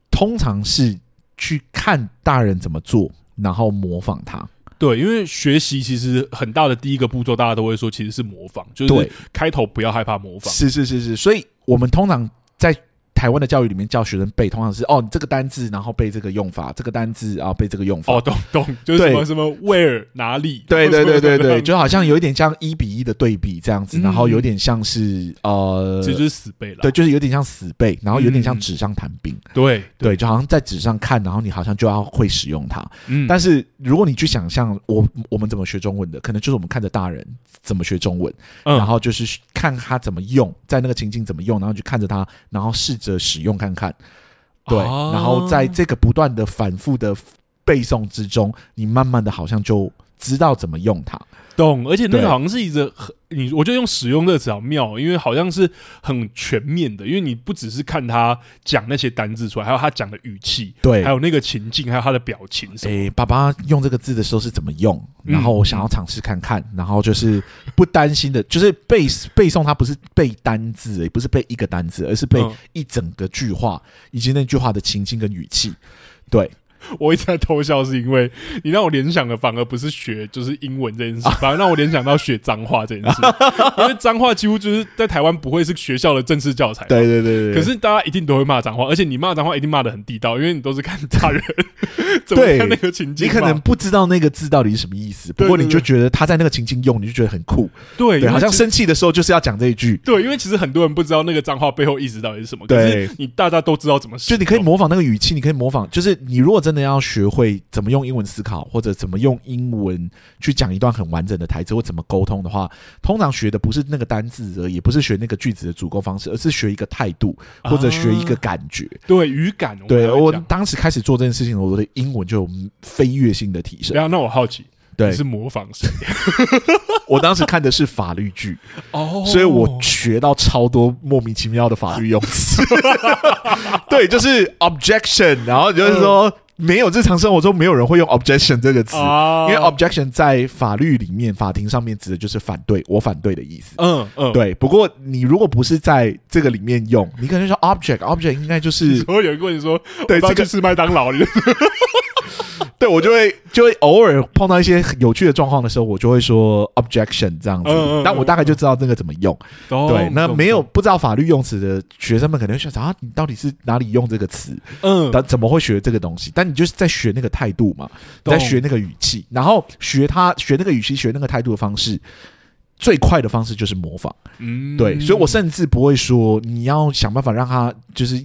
Speaker 2: 通常是去看大人怎么做，然后模仿他。
Speaker 1: 对，因为学习其实很大的第一个步骤，大家都会说其实是模仿，就是
Speaker 2: 对
Speaker 1: 开头不要害怕模仿，
Speaker 2: 是是是是，所以我们通常在台湾的教育里面教学生背，通常是哦，你这个单字，然后背这个用法，这个单字啊，背这个用法。
Speaker 1: 哦，懂懂，就是什么
Speaker 2: 对
Speaker 1: 什么 where 哪里，
Speaker 2: 对对 对对对，
Speaker 1: 就
Speaker 2: 就好像有一点像一比一的对比这样子，
Speaker 1: 嗯
Speaker 2: 然后有点像是呃，
Speaker 1: 其实就是死背了，
Speaker 2: 对，就是有点像死背，然后有点
Speaker 1: 嗯
Speaker 2: 像
Speaker 1: 嗯
Speaker 2: 纸上谈兵，
Speaker 1: 对，
Speaker 2: 对，就好像在纸上看，然后你好像就要会使用它。
Speaker 1: 嗯，
Speaker 2: 但是如果你去想象我我们怎么学中文的，可能就是我们看着大人怎么学中文，
Speaker 1: 嗯
Speaker 2: 然后就是看他怎么用，在那个情境怎么用，然后去看着他，然后试着使用看看。对，
Speaker 1: 哦
Speaker 2: 然后在这个不断的反复的背诵之中，你慢慢的好像就知道怎么用它。
Speaker 1: 懂，而且那
Speaker 2: 对
Speaker 1: 个好像是一个很，你我觉得用“使用”这个词好妙，因为好像是很全面的，因为你不只是看他讲那些单字出来，还有他讲的语气，
Speaker 2: 对
Speaker 1: 还有那个情境，还有他的表情什么。
Speaker 2: 诶，爸爸用这个字的时候是怎么用？
Speaker 1: 嗯
Speaker 2: 然后我想要尝试看看，然后就是不担心的，就是背背诵，它不是背单字，也不是背一个单字，而是背
Speaker 1: 嗯
Speaker 2: 一整个句话，以及那句话的情境跟语气。对，
Speaker 1: 我一直在偷笑，是因为你让我联想的反而不是学就是英文这 件事，反而让我联想到学脏话这件事，因为脏话几乎就是在台湾不会是学校的正式教材。。
Speaker 2: 对对
Speaker 1: 可是大家一定都会骂脏话，而且你骂脏话一定骂的很地道，因为你都是看大 人怎么
Speaker 2: 对
Speaker 1: 看那个情境
Speaker 2: 你
Speaker 1: 嘛。
Speaker 2: 可能不知道那个字到底是什么意思，不
Speaker 1: 对
Speaker 2: 过
Speaker 1: 对
Speaker 2: 你
Speaker 1: 对
Speaker 2: 就觉得他在那个情境用，你就觉得很酷。
Speaker 1: 对，因
Speaker 2: 对，
Speaker 1: 为
Speaker 2: 好像
Speaker 1: 其实
Speaker 2: 生气的时候就是要讲这一句，
Speaker 1: 对，因为其实很多人不知道那个脏话背后意思到底是什么，可
Speaker 2: 对
Speaker 1: 是你大家都知道怎么使
Speaker 2: 就
Speaker 1: 用，
Speaker 2: 你可以模仿那个语气，你可以模仿，就是你如果真的要学会怎么用英文思考，或者怎么用英文去讲一段很完整的台词，或怎么沟通的话，通常学的不是那个单字而已，也不是学那个句子的组构方式，而是学一个态度，或者学一个感觉。
Speaker 1: 对语感。
Speaker 2: 对
Speaker 1: 啊我
Speaker 2: 我
Speaker 1: 们来讲
Speaker 2: 当时开始做这件事情，我的英文就有飞跃性的提
Speaker 1: 啊
Speaker 2: 升
Speaker 1: 等一。下，那我好奇，
Speaker 2: 对
Speaker 1: 你是模仿 谁？
Speaker 2: 我当时看的是法律剧，
Speaker 1: 哦
Speaker 2: 所以我学到超多莫名其妙的法律用词。 对，就是 objection，然后就是说、没有日常生活中没有人会用 objection 这个词，
Speaker 1: 嗯啊
Speaker 2: 因为哦 objection 在法律里面法庭上面指的就是反对，我反对的意思。
Speaker 1: 嗯嗯，，
Speaker 2: 对，不过你如果不是在这个里面用，你可能说 object，object 应 该就是
Speaker 1: 然后有人跟你说，
Speaker 2: 对
Speaker 1: 我要
Speaker 2: 这个
Speaker 1: 去吃麦当 劳，你
Speaker 2: 对我就会就会偶尔碰到一些很有趣的状况的时候，我就会说 objection 这样子，
Speaker 1: 嗯嗯嗯
Speaker 2: 但我大概就知道这个怎么用。
Speaker 1: 哦
Speaker 2: 对，那没有，不知道法律用词的学生们可能会想啊，你到底是哪里用这个词？
Speaker 1: 嗯
Speaker 2: 他怎么会学这个东西？但你就是在学那个态度嘛，你在
Speaker 1: 懂
Speaker 2: 学那个语气，然后学他学那个语气、学那个态度的方式，最快的方式就是模仿。
Speaker 1: 嗯
Speaker 2: 对，所以我甚至不会说你要想办法让他就是，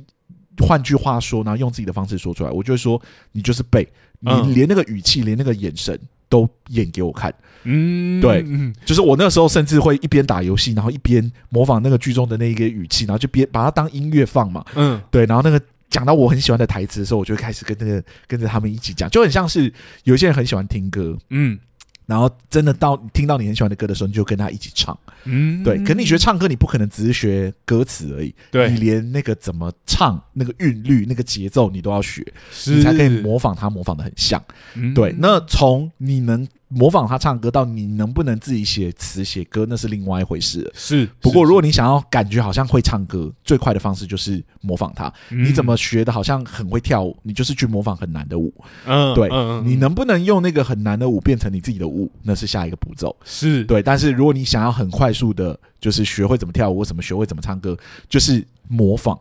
Speaker 2: 换句话说，然后用自己的方式说出来。我就会说你就是背，你
Speaker 1: 嗯
Speaker 2: 连那个语气、连那个眼神都演给我看。
Speaker 1: 嗯
Speaker 2: 对
Speaker 1: 嗯
Speaker 2: 就是我那时候甚至会一边打游戏，然后一边模仿那个剧中的那一个语气，然后就边把它当音乐放嘛。
Speaker 1: 嗯
Speaker 2: 对，然后那个讲到我很喜欢的台词的时候，我就会开始跟那个跟着他们一起讲，就很像是有一些人很喜欢听歌，
Speaker 1: 嗯
Speaker 2: 然后真的到听到你很喜欢的歌的时候，你就跟他一起唱。
Speaker 1: 嗯，
Speaker 2: 对，可你学唱歌，你不可能只是学歌词而已，你
Speaker 1: 对
Speaker 2: 连那个怎么唱、那个韵律、那个节奏你都要学，
Speaker 1: 是
Speaker 2: 你才可以模仿他，模仿的很像。
Speaker 1: 嗯
Speaker 2: 对，那从你能模仿他唱歌到你能不能自己写词写歌，那是另外一回事了。
Speaker 1: 是。
Speaker 2: 不过，
Speaker 1: 是
Speaker 2: 如果你想要感觉好像会唱歌，最快的方式就是模仿他。
Speaker 1: 嗯
Speaker 2: 你怎？么学的好像很会跳舞，你就是去模仿很难的舞。
Speaker 1: 是嗯，
Speaker 2: 对
Speaker 1: 嗯，嗯
Speaker 2: 你能不能用那个很难的舞变成你自己的舞，那是下一个步骤。
Speaker 1: 是
Speaker 2: 对，但是如果你想要很快速的，就是学会怎么跳舞，或怎么学会怎么唱歌，就是模仿。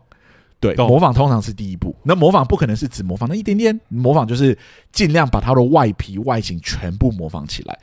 Speaker 2: 对，
Speaker 1: 懂
Speaker 2: 模仿通常是第一步。那模仿不可能是只模仿那一点点，模仿就是尽量把它的外皮、外形全部模仿起来。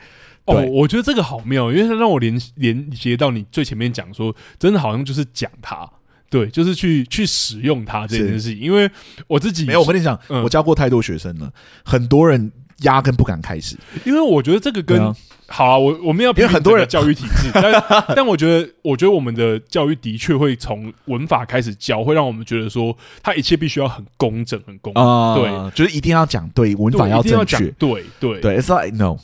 Speaker 1: 哦
Speaker 2: 对，
Speaker 1: 我觉得这个好妙，因为它让我连连接到你最前面讲说，真的好像就是讲它，对，就是去去使用它这件事情。因为我自己
Speaker 2: 没有，我跟你讲，
Speaker 1: 嗯
Speaker 2: 我教过太多学生了，很多人压根不敢开始。
Speaker 1: 因为我觉得这个
Speaker 2: 对
Speaker 1: 跟
Speaker 2: 啊
Speaker 1: 好啊，我我们要
Speaker 2: 因为很多人
Speaker 1: 批评整个教育体制， 但但我觉得，我觉得我们的教育的确会从文法开始教，会让我们觉得说，它一切必须要很工整，很工整，
Speaker 2: 啊、
Speaker 1: 对，
Speaker 2: 就是一定要讲对，文
Speaker 1: 对
Speaker 2: 法
Speaker 1: 一定要
Speaker 2: 正
Speaker 1: 讲
Speaker 2: 确。
Speaker 1: 对对
Speaker 2: 对，It's like no，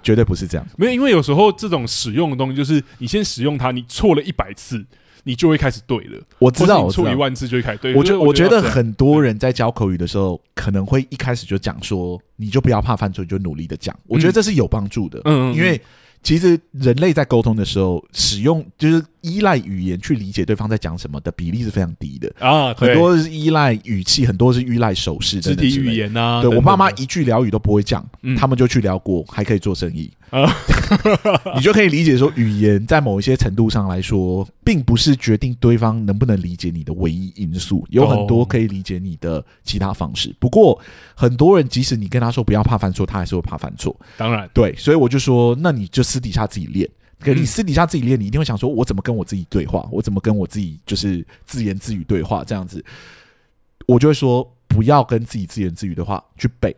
Speaker 2: 绝对不是这样。
Speaker 1: 没有，因为有时候这种使用的东西，就是你先使用它，你错了一百次，你就会开始对了；
Speaker 2: 我知道，
Speaker 1: 或
Speaker 2: 我
Speaker 1: 是你
Speaker 2: 知
Speaker 1: 错一
Speaker 2: 道。
Speaker 1: 万次就会开始对。
Speaker 2: 我
Speaker 1: 就
Speaker 2: 觉
Speaker 1: 是
Speaker 2: 我觉得
Speaker 1: 要这样
Speaker 2: 很多人在教口语的时候，可能会一开始就讲说，你就不要怕犯错，你就努力的讲。我觉得这是有帮助的，
Speaker 1: 嗯，嗯嗯
Speaker 2: 因为其实人类在沟通的时候，使用就是依赖语言去理解对方在讲什么的比例是非常低的，
Speaker 1: 啊，
Speaker 2: 很
Speaker 1: 对
Speaker 2: 多是依赖语气，很多是依赖手势、
Speaker 1: 肢体语。言啊，
Speaker 2: 对我
Speaker 1: 等等
Speaker 2: 爸妈
Speaker 1: 的
Speaker 2: 一句聊语都不会讲，
Speaker 1: 嗯
Speaker 2: 他们就去聊国，还可以做生意
Speaker 1: 啊
Speaker 2: 你就可以理解说，语言在某一些程度上来说，并不是决定对方能不能理解你的唯一因素，有很多
Speaker 1: 懂
Speaker 2: 可以理解你的其他方式。不过，很多人即使你跟他说不要怕犯错，他还是会怕犯错。
Speaker 1: 当然
Speaker 2: 对，所以我就说，那你就私底下自己练。可你
Speaker 1: 嗯
Speaker 2: 私底下自己练，你一定会想说，我怎么跟我自己对话？我怎么跟我自己就是自言自语对话？这样子，我就会说，不要跟自己自言自语的话去背，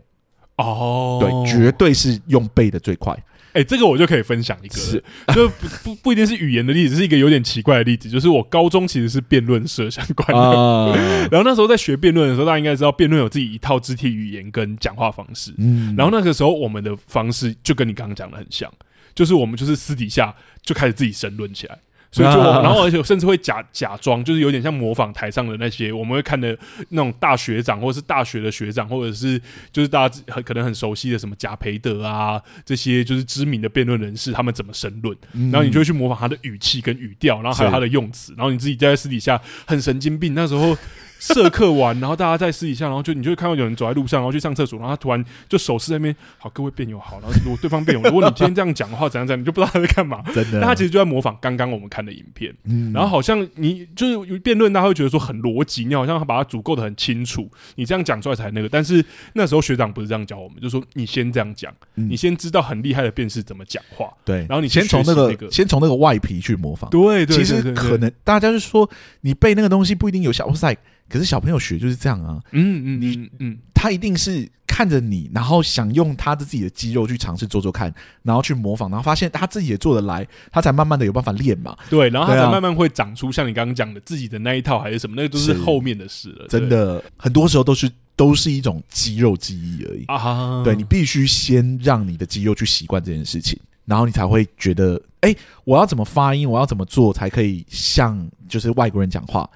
Speaker 1: 哦，
Speaker 2: 对，绝对是用背的最快。
Speaker 1: 哎、这个我就可以分享一个了，
Speaker 2: 是
Speaker 1: 就不不不一定是语言的例子，是一个有点奇怪的例子，就是我高中其实是辩论社相关的。
Speaker 2: 啊，
Speaker 1: 嗯然后那时候在学辩论的时候，大家应该知道辩论有自己一套肢体语言跟讲话方式。
Speaker 2: 嗯
Speaker 1: 然后那个时候我们的方式就跟你刚刚讲的很像，就是我们就是私底下就开始自己申论起来。所以就，
Speaker 2: 啊
Speaker 1: 然后而且我甚至会假假装，就是有点像模仿台上的那些我们会看的那种大学长，或者是大学的学长，或者是就是大家自很可能很熟悉的什么贾培德啊，这些就是知名的辩论人士，他们怎么申论，然后你就会去模仿他的语气跟语调，然后还有
Speaker 2: 是
Speaker 1: 他的用词，然后你自己在私底下很神经病。那时候社课完，然后大家在私底下，然后就你就会看到有人走在路上，然后去上厕所，然后他突然就手势在那边，好，各位辩友好，然后如果对方辩友，如果你今天这样讲的话，怎样怎样，你就不知道他在干嘛。
Speaker 2: 真的，
Speaker 1: 那他其实就在模仿刚刚我们看的影片，
Speaker 2: 嗯
Speaker 1: 然后好像你就是有辩论，大家会觉得说很逻辑，你好像把它组构的很清楚，你这样讲出来才那个。但是那时候学长不是这样教我们，就说你先这样讲，
Speaker 2: 嗯
Speaker 1: 你先知道很厉害的辩士怎么讲话。
Speaker 2: 对，
Speaker 1: 然后你去
Speaker 2: 先从
Speaker 1: 学
Speaker 2: 那
Speaker 1: 习
Speaker 2: 个、
Speaker 1: 那个
Speaker 2: 先从那个外皮去模仿。
Speaker 1: 对对，
Speaker 2: 其实
Speaker 1: 对对对
Speaker 2: 可能大家就说你背那个东西不一定有效，哇塞！可是小朋友学就是这样啊，
Speaker 1: 嗯嗯嗯嗯，
Speaker 2: 他一定是看着你，然后想用他的自己的肌肉去尝试做做看，然后去模仿，然后发现他自己也做得来，他才慢慢的有办法练嘛。
Speaker 1: 对，然后
Speaker 2: 对
Speaker 1: 他
Speaker 2: 啊
Speaker 1: 才慢慢会长出像你刚刚讲的自己的那一套还是什么，那个都是
Speaker 2: 是
Speaker 1: 后面的事了。
Speaker 2: 真
Speaker 1: 对，
Speaker 2: 的，很多时候都是都是一种肌肉记忆而已。
Speaker 1: 啊，
Speaker 2: 对你必须先让你的肌肉去习惯这件事情，然后你才会觉得，哎、我要怎么发音，我要怎么做才可以像就是外国人讲话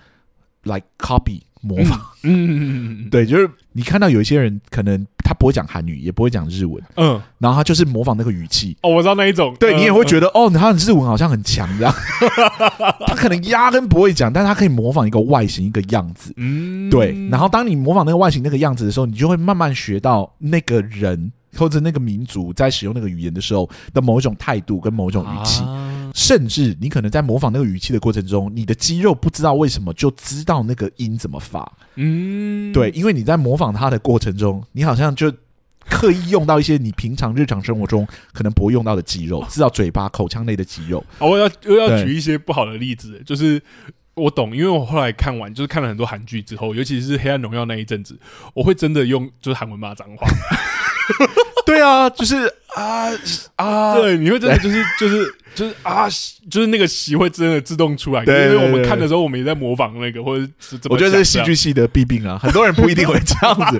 Speaker 2: ，like copy 模仿。
Speaker 1: 嗯，嗯，嗯
Speaker 2: 对，就是你看到有一些人可能他不会讲韩语，也不会讲日文，
Speaker 1: 嗯，
Speaker 2: 然后他就是模仿那个语气。
Speaker 1: 哦，我知道那一种，
Speaker 2: 对你也会
Speaker 1: 得，
Speaker 2: 觉得、哦，他的日文好像很强这样， 他可能压根不会讲，但他可以模仿一个外形一个样子，
Speaker 1: 嗯，
Speaker 2: 对，然后当你模仿那个外形那个样子的时候，你就会慢慢学到那个人或者那个民族在使用那个语言的时候的某一种态度跟某一种语气，
Speaker 1: 啊
Speaker 2: 甚至你可能在模仿那个语气的过程中，你的肌肉不知道为什么就知道那个音怎么发。
Speaker 1: 嗯，
Speaker 2: 对，，因为你在模仿他的过程中，你好像就。刻意用到一些你平常日常生活中可能不会用到的肌肉，至少嘴巴、口腔内的肌肉。
Speaker 1: 啊我要又要
Speaker 2: 对
Speaker 1: 举一些不好的例子，就是我懂，因为我后来看完，就是看了很多韩剧之后，尤其是《黑暗荣耀》那一阵子，我会真的用就是韩文骂脏话，
Speaker 2: 对啊，就是啊 啊，
Speaker 1: 对，你会真的就是就是。就是啊，就是那个习会真的自动出来，因
Speaker 2: 对
Speaker 1: 为我们
Speaker 2: 对对
Speaker 1: 看的时候，我们也在模仿那个，或者是怎么
Speaker 2: 我觉得这是戏
Speaker 1: 想
Speaker 2: 剧系的弊病啊， 很多人不一定会这 样子，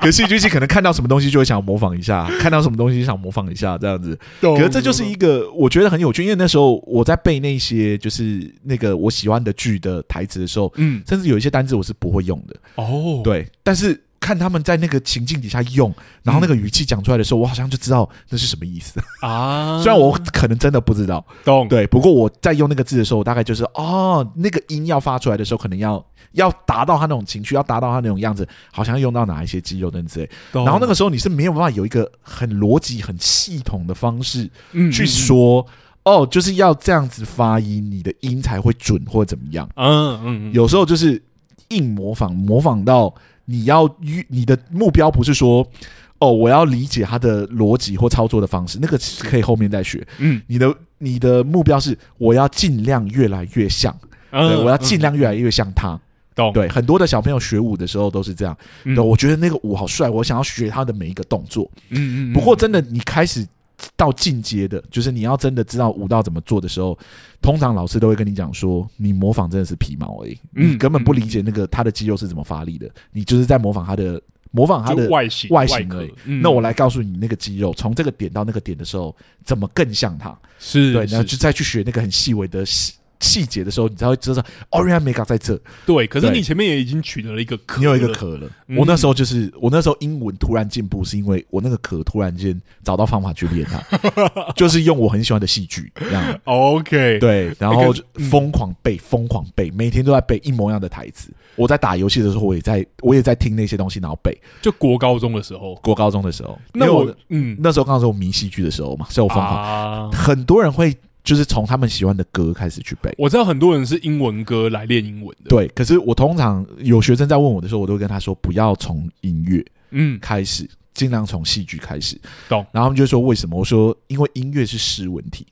Speaker 2: 可戏剧系可能看到什么东西就会想模仿一下，看到什么东西想模仿一下这样子。
Speaker 1: 样，
Speaker 2: 可
Speaker 1: 可
Speaker 2: 是这就是一个我觉得很有趣，因为那时候我在背那些就是那个我喜欢的剧的台词的时候，
Speaker 1: 嗯
Speaker 2: 甚至有一些单字我是不会用的，
Speaker 1: 哦，
Speaker 2: 对，但是。看他们在那个情境底下用，然后那个
Speaker 1: 嗯
Speaker 2: 语气讲出来的时候，我好像就知道那是什么意思。
Speaker 1: 啊，
Speaker 2: 虽然我可能真的不知道，
Speaker 1: 懂，
Speaker 2: 对，不过我在用那个字的时候，我大概就是哦，那个音要发出来的时候，可能要要达到他那种情绪，要达到他那种样子，好像要用到哪一些肌肉等等之类。
Speaker 1: 懂，
Speaker 2: 然后那个时候你是没有办法有一个很逻辑、很系统的方式
Speaker 1: 嗯
Speaker 2: 去，说，哦，就是要这样子发音，你的音才会准或怎么样。
Speaker 1: 嗯嗯嗯嗯，
Speaker 2: 有时候就是硬模仿，模仿到你要预你的目标不是说。哦，我要理解他的逻辑或操作的方式，那个是可以后面再学。
Speaker 1: 嗯，
Speaker 2: 你的你的目标是我要尽量越来越像，对，
Speaker 1: 嗯
Speaker 2: 我要尽量越来越像他。
Speaker 1: 懂，
Speaker 2: 对，很多的小朋友学舞的时候都是这样。
Speaker 1: 嗯
Speaker 2: 对，我觉得那个舞好帅，我想要学他的每一个动作。
Speaker 1: 嗯嗯，
Speaker 2: 不过真的，你开始到进阶的，就是你要真的知道舞蹈怎么做的时候，通常老师都会跟你讲说，你模仿真的是皮毛而已，
Speaker 1: 嗯
Speaker 2: 你根本不理解那个他的肌肉是怎么发力的，你就是在模仿他的模仿他
Speaker 1: 就
Speaker 2: 的
Speaker 1: 外形
Speaker 2: 外形
Speaker 1: 壳
Speaker 2: 而已，
Speaker 1: 嗯
Speaker 2: 那我来告诉你，那个肌肉从这个点到那个点的时候，怎么更像他。
Speaker 1: 是
Speaker 2: 对，然后
Speaker 1: 是
Speaker 2: 就再去学那个很细微的细细节的时候，你才会知道哦，原来 mega 在这，
Speaker 1: 对，可是
Speaker 2: 对
Speaker 1: 你前面也已经取得了一个壳了，
Speaker 2: 你有一个壳了。
Speaker 1: 嗯
Speaker 2: 我那时候就是，我那时候英文突然进步，是因为我那个壳突然间找到方法去练它， 就是用我很喜欢的戏剧这样。
Speaker 1: 哦，OK，，
Speaker 2: 对，然后就
Speaker 1: 嗯
Speaker 2: 疯狂背，疯狂背，每天都在背一模一样的台词。我在打游戏的时候，我也在，我也在听那些东西，然后背。
Speaker 1: 就国高中的时候，
Speaker 2: 国高中的时候，因
Speaker 1: 那
Speaker 2: 为
Speaker 1: 我嗯，
Speaker 2: 那时候刚好是我迷戏剧的时候嘛，所以我疯狂。
Speaker 1: 啊，
Speaker 2: 很多人会就是从他们喜欢的歌开始去背。
Speaker 1: 我知道很多人是英文歌来练英文的，，
Speaker 2: 对，可是我通常有学生在问我的时候，我都会跟他说不要从音乐
Speaker 1: 嗯，
Speaker 2: 开始，尽量从戏剧开始。
Speaker 1: 懂
Speaker 2: 然后他们就说为什么？我说因为音乐是诗文体，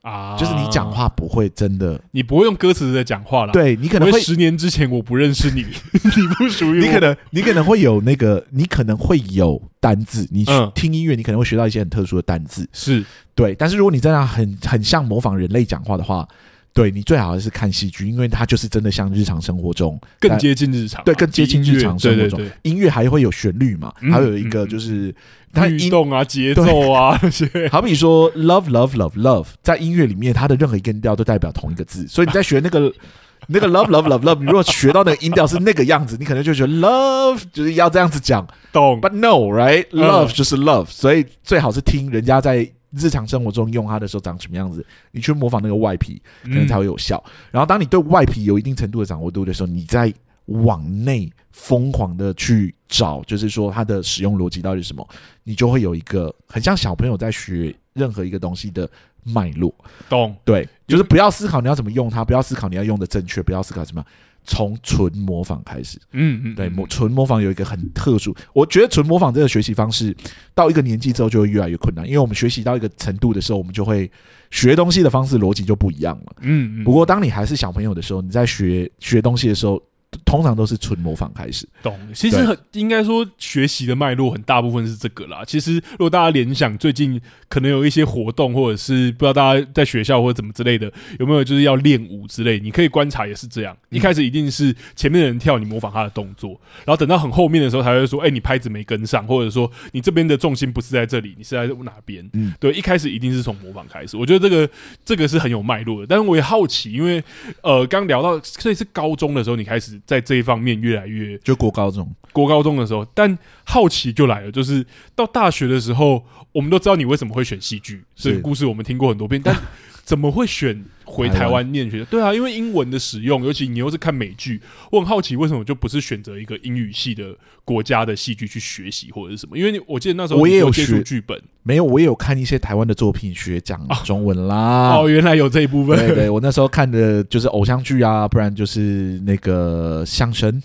Speaker 1: 啊，
Speaker 2: 就是你讲，话不会真的，
Speaker 1: 你不会用歌词在讲话啦。
Speaker 2: 对你可
Speaker 1: 因
Speaker 2: 能
Speaker 1: 为
Speaker 2: 会，
Speaker 1: 十年之前我不认识你， 你不属于我
Speaker 2: 你可能你可能会有那个，你可能会有单字，你去
Speaker 1: 嗯
Speaker 2: 听音乐你可能会学到一些很特殊的单字，
Speaker 1: 是
Speaker 2: 对。但是如果你真的很很像模仿人类讲话的话。对你最好还是看戏剧，因为它就是真的像日常生活中
Speaker 1: 更
Speaker 2: 但
Speaker 1: 接近日常啊，
Speaker 2: 对更接近
Speaker 1: 音乐
Speaker 2: 日常生活
Speaker 1: 对
Speaker 2: 中
Speaker 1: 对
Speaker 2: 音乐还会有旋律嘛，
Speaker 1: 嗯
Speaker 2: 还有一
Speaker 1: 嗯
Speaker 2: 个
Speaker 1: 嗯
Speaker 2: 就是它
Speaker 1: 对，律
Speaker 2: 音
Speaker 1: 动啊、节奏啊那些，
Speaker 2: 好比说 love love love love，在音乐里面，它的任何一根调都代表同一个字，所以你在学那个 那个 love love love love，你如果学到那个音调是那个样子，你可能就觉得 love 就是要这样子讲
Speaker 1: 懂
Speaker 2: ，but no right
Speaker 1: 嗯
Speaker 2: love 就是 love，所以最好是听人家在日常生活中用它的时候长什么样子，你去模仿那个外皮，
Speaker 1: 嗯
Speaker 2: 可能才会有效。然后当你对外皮有一定程度的掌握度的时候，你再往内疯狂的去找，就是说它的使用逻辑到底是什么，你就会有一个很像小朋友在学任何一个东西的脉络。
Speaker 1: 懂
Speaker 2: 对，就是不要思考你要怎么用它，不要思考你要用的正确，不要思考怎么样。从纯模仿开始，
Speaker 1: 嗯嗯，
Speaker 2: 对，
Speaker 1: 嗯
Speaker 2: 模纯模仿有一个很特殊，我觉得纯模仿这个学习方式，到一个年纪之后就会越来越困难，因为我们学习到一个程度的时候，我们就会学东西的方式逻辑就不一样了。
Speaker 1: 嗯嗯，
Speaker 2: 不过，当你还是小朋友的时候，你在学学东西的时候，通常都是纯模仿开始。
Speaker 1: 懂。其实很应该说，学习的脉络很大部分是这个啦。其实如果大家联想最近可能有一些活动，或者是不知道大家在学校或者怎么之类的，有没有就是要练舞之类，你可以观察也是这样。一开始一定是前面的人跳，你模仿他的动作，然后等到很后面的时候才会说，哎、你拍子没跟上，或者说你这边的重心不是在这里，你是在哪边？
Speaker 2: 嗯
Speaker 1: 对，一开始一定是从模仿开始。我觉得这个这个是很有脉络的，但是我也好奇，因为呃，刚聊到所以是高中的时候，你开始在这一方面越来越
Speaker 2: 就国高中，
Speaker 1: 国高中的时候，但好奇就来了，就是到大学的时候，我们都知道你为什么会选戏剧，
Speaker 2: 是
Speaker 1: 这个故事我们听过很多 遍，但怎么会选回台
Speaker 2: 台
Speaker 1: 湾念学？对啊，因为英文的使用，尤其你又是看美剧，我很好奇为什么就不是选择一个英语系的国家的戏剧去学习或者是什么？因为你我记得那时候
Speaker 2: 我也
Speaker 1: 你说
Speaker 2: 有
Speaker 1: 接触
Speaker 2: 学
Speaker 1: 剧本，
Speaker 2: 没有我也有看一些台湾的作品学讲中文啦。
Speaker 1: 哦，原来有这一部
Speaker 2: 啊对
Speaker 1: 分，
Speaker 2: 对，我那时候看的就是偶像剧啊，不然就是那个相声，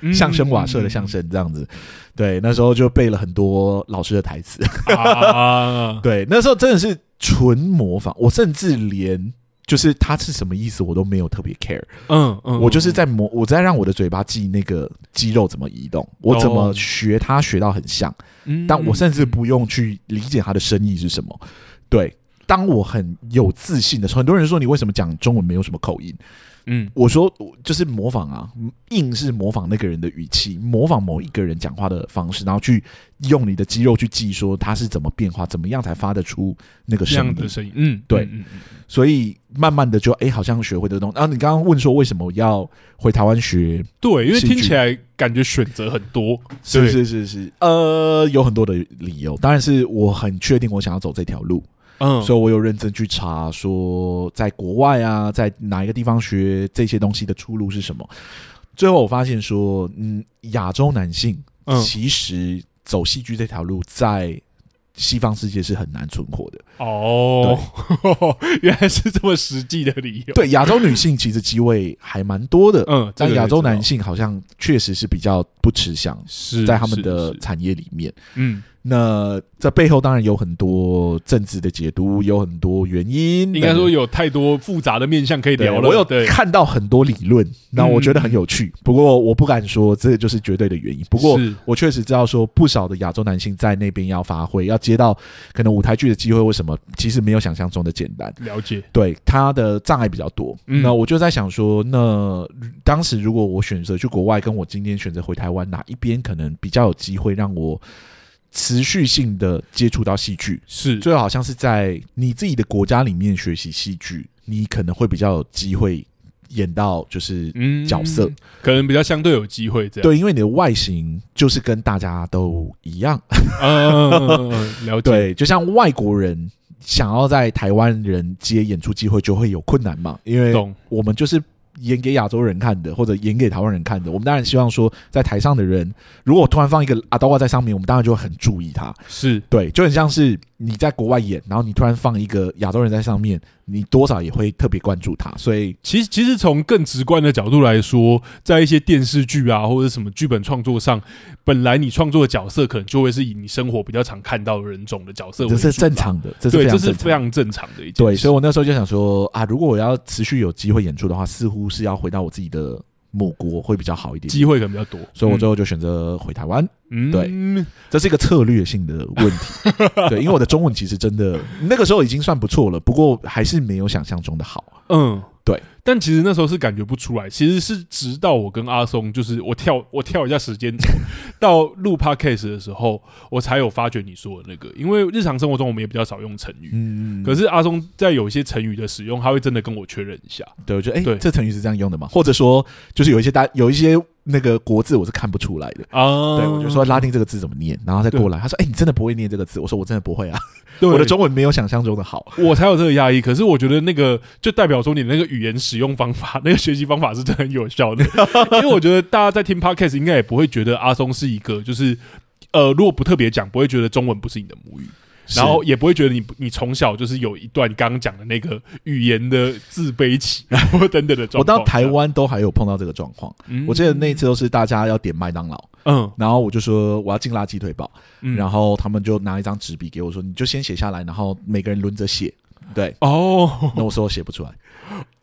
Speaker 1: 嗯
Speaker 2: 相声瓦舍的 相声这样子。对，那时候就背了很多老师的台词。
Speaker 1: 啊，
Speaker 2: 对，那时候真的是纯模仿，我甚至连就是他是什么意思我都没有特别 care，、
Speaker 1: 嗯嗯，
Speaker 2: 我就是在模，我在让我的嘴巴记那个肌肉怎么移动，我怎么
Speaker 1: 哦
Speaker 2: 学它学到很像，
Speaker 1: 嗯，
Speaker 2: 但我甚至不用去理解它的深意是什么。对，当我很有自信的时候，很多人说你为什么讲中文没有什么口音？
Speaker 1: 嗯
Speaker 2: 我说我就是模仿啊，硬是模仿那个人的语气，模仿某一个人讲话的方式，然后去用你的肌肉去记，说他是怎么变化，怎么样才发得出那个
Speaker 1: 这
Speaker 2: 声
Speaker 1: 样
Speaker 2: 音。
Speaker 1: 的声音，嗯，
Speaker 2: 对
Speaker 1: 嗯，嗯嗯
Speaker 2: 所以慢慢的就哎、好像学会这东西。然后你刚刚问说为什么要回台湾学？
Speaker 1: 对，因为
Speaker 2: 戏
Speaker 1: 听
Speaker 2: 剧
Speaker 1: 起来感觉选择很多，
Speaker 2: 是
Speaker 1: 对
Speaker 2: 是是是，呃，有很多的理由，当然是我很确定我想要走这条路，
Speaker 1: 嗯，
Speaker 2: 所以我有认真去查说在国外啊，在哪一个地方学这些东西的出路是什么。最后我发现说，嗯，亚洲男性
Speaker 1: 嗯
Speaker 2: 其实走戏剧这条路在西方世界是很难存活的。
Speaker 1: 哦， 原来是这么实际的理由。，
Speaker 2: 对，亚洲女性其实机会还蛮多的，
Speaker 1: 嗯，这
Speaker 2: 但
Speaker 1: 个
Speaker 2: 亚洲
Speaker 1: 也知道
Speaker 2: 男性好像确实是比较不吃香，
Speaker 1: 是
Speaker 2: 在他们
Speaker 1: 是
Speaker 2: 的
Speaker 1: 是
Speaker 2: 产业里面。
Speaker 1: 嗯，
Speaker 2: 那这背后当然有很多政治的解读，有很多原因。
Speaker 1: 应该说有太多复杂的面向可以
Speaker 2: 对
Speaker 1: 聊了。
Speaker 2: 我有
Speaker 1: 对，
Speaker 2: 看到很多理论，那我觉得很有趣。不过我不敢说这就是绝对的原因。不过
Speaker 1: 是
Speaker 2: 我确实知道说不少的亚洲男性在那边要发挥，要接到可能舞台剧的机会，为什么其实没有想象中的简单。
Speaker 1: 了解，
Speaker 2: 对他的障碍比较多。
Speaker 1: 嗯
Speaker 2: 那我就在想说，那当时如果我选择去国外，跟我今天选择回台湾，哪一边可能比较有机会让我持续性的接触到戏剧？
Speaker 1: 是
Speaker 2: 最好像是在你自己的国家里面学习戏剧，你可能会比较有机会演到就是。
Speaker 1: 嗯
Speaker 2: 角色
Speaker 1: 可能比较相对有机会这样。
Speaker 2: 对，因为你的外形就是跟大家都一样，
Speaker 1: 嗯，嗯，嗯嗯嗯了解。
Speaker 2: 对，就像外国人想要在台湾人接演出机会就会有困难嘛，因为
Speaker 1: 懂
Speaker 2: 我们就是演给亚洲人看的，或者演给台湾人看的。我们当然希望说，在台上的人，如果突然放一个阿啊刀挂在上面，我们当然就会很注意他。
Speaker 1: 是
Speaker 2: 对，就很像是你在国外演，然后你突然放一个亚洲人在上面，你多少也会特别关注他。所以，
Speaker 1: 其实，其实从更直观的角度来说，在一些电视剧啊，或者什么剧本创作上，本来你创作的角色可能就会是以你生活比较常看到的人种的角色为
Speaker 2: 这
Speaker 1: 主，
Speaker 2: 是正。常的，这是
Speaker 1: 对，
Speaker 2: 非
Speaker 1: 这
Speaker 2: 常
Speaker 1: 是
Speaker 2: 正
Speaker 1: 非
Speaker 2: 常
Speaker 1: 常
Speaker 2: 的。
Speaker 1: 正常的一件事。
Speaker 2: 对，所以我那时候就想说啊，如果我要持续有机会演出的话，似乎是要回到我自己的母国会比较好一点。
Speaker 1: 机会可能比较多，
Speaker 2: 所以我最后就选择回台湾。
Speaker 1: 嗯
Speaker 2: 对
Speaker 1: 嗯
Speaker 2: 这是一个策略性的问题， 对，因为我的中文其实真的那个时候已经算不错了，不过还是没有想象中的好。啊
Speaker 1: 嗯，
Speaker 2: 对。
Speaker 1: 但其实那时候是感觉不出来，其实是直到我跟阿松，就是我跳我跳一下时间轴，到录 podcast 的时候，我才有发觉你说的那个。因为日常生活中我们也比较少用成语，
Speaker 2: 嗯，
Speaker 1: 可
Speaker 2: 是
Speaker 1: 是阿松在有一些成语的使用，他会真的跟我确认一下。
Speaker 2: 对，我觉得哎、
Speaker 1: 对
Speaker 2: 这成语是这样用的吗？或者说，就是有一些单有一些那个国字我是看不出来的。
Speaker 1: 啊，
Speaker 2: 对，我就说拉丁这个字怎么念，然后再过来。他说：“哎、你真的不会念这个字？”我说：“我真的不会啊，
Speaker 1: 对，
Speaker 2: 我的中文没有想象中的好。
Speaker 1: 我才有这个压抑。可是我觉得那个就代表说你那个语言使用方法，那个学习方法是真的很有效 的。因为我觉得大家在听 podcast 应该也不会觉得阿松是一个就是呃，如果不特别讲，不会觉得中文不是你的母语，
Speaker 2: 是”
Speaker 1: 然后也不会觉得你你从小就是有一段刚刚讲的那个语言的自卑 期或等等的状况。
Speaker 2: 我到台，湾都还有碰到这个状况。
Speaker 1: 嗯
Speaker 2: 我记得那一次都是大家要点麦当劳，
Speaker 1: 嗯
Speaker 2: 然后我就说我要进辣鸡腿堡。
Speaker 1: 嗯，
Speaker 2: 然后他们就拿一张纸笔给我说，你就先写下来，然后每个人轮着写。对，
Speaker 1: 哦
Speaker 2: 那我说我写不出来，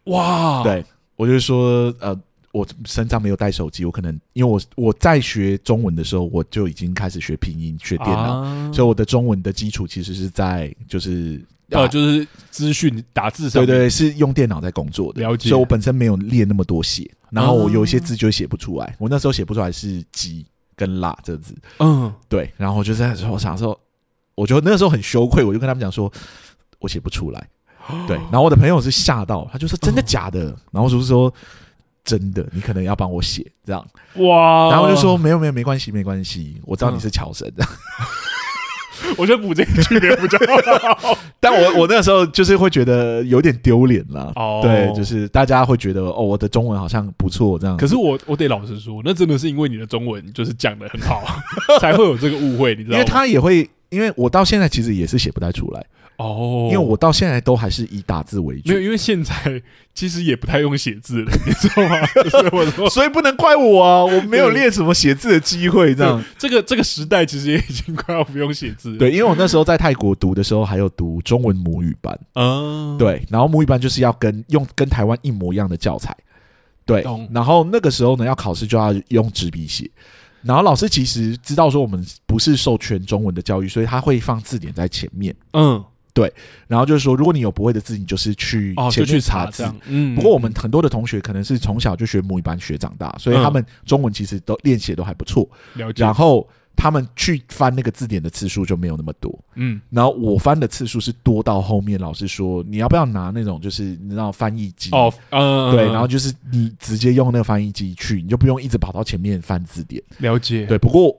Speaker 1: 哇，啊
Speaker 2: 对我就说呃，我身上没有带手机，我可能因为我我在学中文的时候，我就已经开始学拼音、学电脑，
Speaker 1: 啊
Speaker 2: 所以我的中文的基础其实是在就是
Speaker 1: 呃，就是资讯打字上
Speaker 2: 对
Speaker 1: 面，
Speaker 2: 啊对，是用电脑在工作的，
Speaker 1: 了解啊
Speaker 2: 所以我本身没有练那么多写，然后我有一些字就写不出来，我那时候写不出来是“鸡”跟“啦”这字，
Speaker 1: 嗯，
Speaker 2: 对，然后我就在时候想说，我就那时候很羞愧，我就跟他们讲说，我写不 出来，对，然后我的朋友是吓到，他就说真的假的，
Speaker 1: 嗯
Speaker 2: 然后我就说。真的，你可能要帮我写这样，
Speaker 1: 哇，
Speaker 2: 然后我就说没有没有没关系没关系，我
Speaker 1: 嗯
Speaker 2: 知道你是乔神，
Speaker 1: 我觉得补这个句点比较好。
Speaker 2: 但我我那时候就是会觉得有点丢脸啦，
Speaker 1: 哦
Speaker 2: 对，就是大家会觉得哦我的中文好像不错这样，
Speaker 1: 可是我我得老实说，那真的是因为你的中文就是讲的很好， 才会有这个误会，你知
Speaker 2: 因
Speaker 1: 道
Speaker 2: 为
Speaker 1: 吗？
Speaker 2: 他也会，因为我到现在其实也是写不太出来，
Speaker 1: 哦
Speaker 2: 因为我到现在都还是以打字为主
Speaker 1: 没有，，因为现在其实也不太用写字了， 你知道吗？就是我说
Speaker 2: 所以不能怪我啊，我没有练什么写字的机会， 这样
Speaker 1: 对这个这个时代其实也已经快要不用写字了。，
Speaker 2: 对，因为我那时候在泰国读的时候，还有读中文母语班，
Speaker 1: 嗯，
Speaker 2: 对，然后母语班就是要跟用跟台湾一模一样的教材，对
Speaker 1: 懂，
Speaker 2: 然后那个时候呢，要考试就要用纸笔写。然后老师其实知道说我们不是授权中文的教育，所以他会放字典在前面。
Speaker 1: 嗯，
Speaker 2: 然后就是说，如果你有不会的字，你就是去
Speaker 1: 哦，
Speaker 2: 前
Speaker 1: 就去
Speaker 2: 面查
Speaker 1: 查
Speaker 2: 字
Speaker 1: 这。样，嗯。
Speaker 2: 不过我们很多的同学可能是从小就学母语班学长大，所以他们中文其实都练写都还不错，
Speaker 1: 了解
Speaker 2: 然，后他们去翻那个字典的次数就没有那么多。
Speaker 1: 嗯，
Speaker 2: 然后我翻的次数是多到后面老师说你要不要拿那种就是你知道翻译机
Speaker 1: 哦，嗯，
Speaker 2: 对，然后就是你直接用那个翻译机去，你就不用一直跑到前面翻字典。
Speaker 1: 了解，
Speaker 2: 对，不过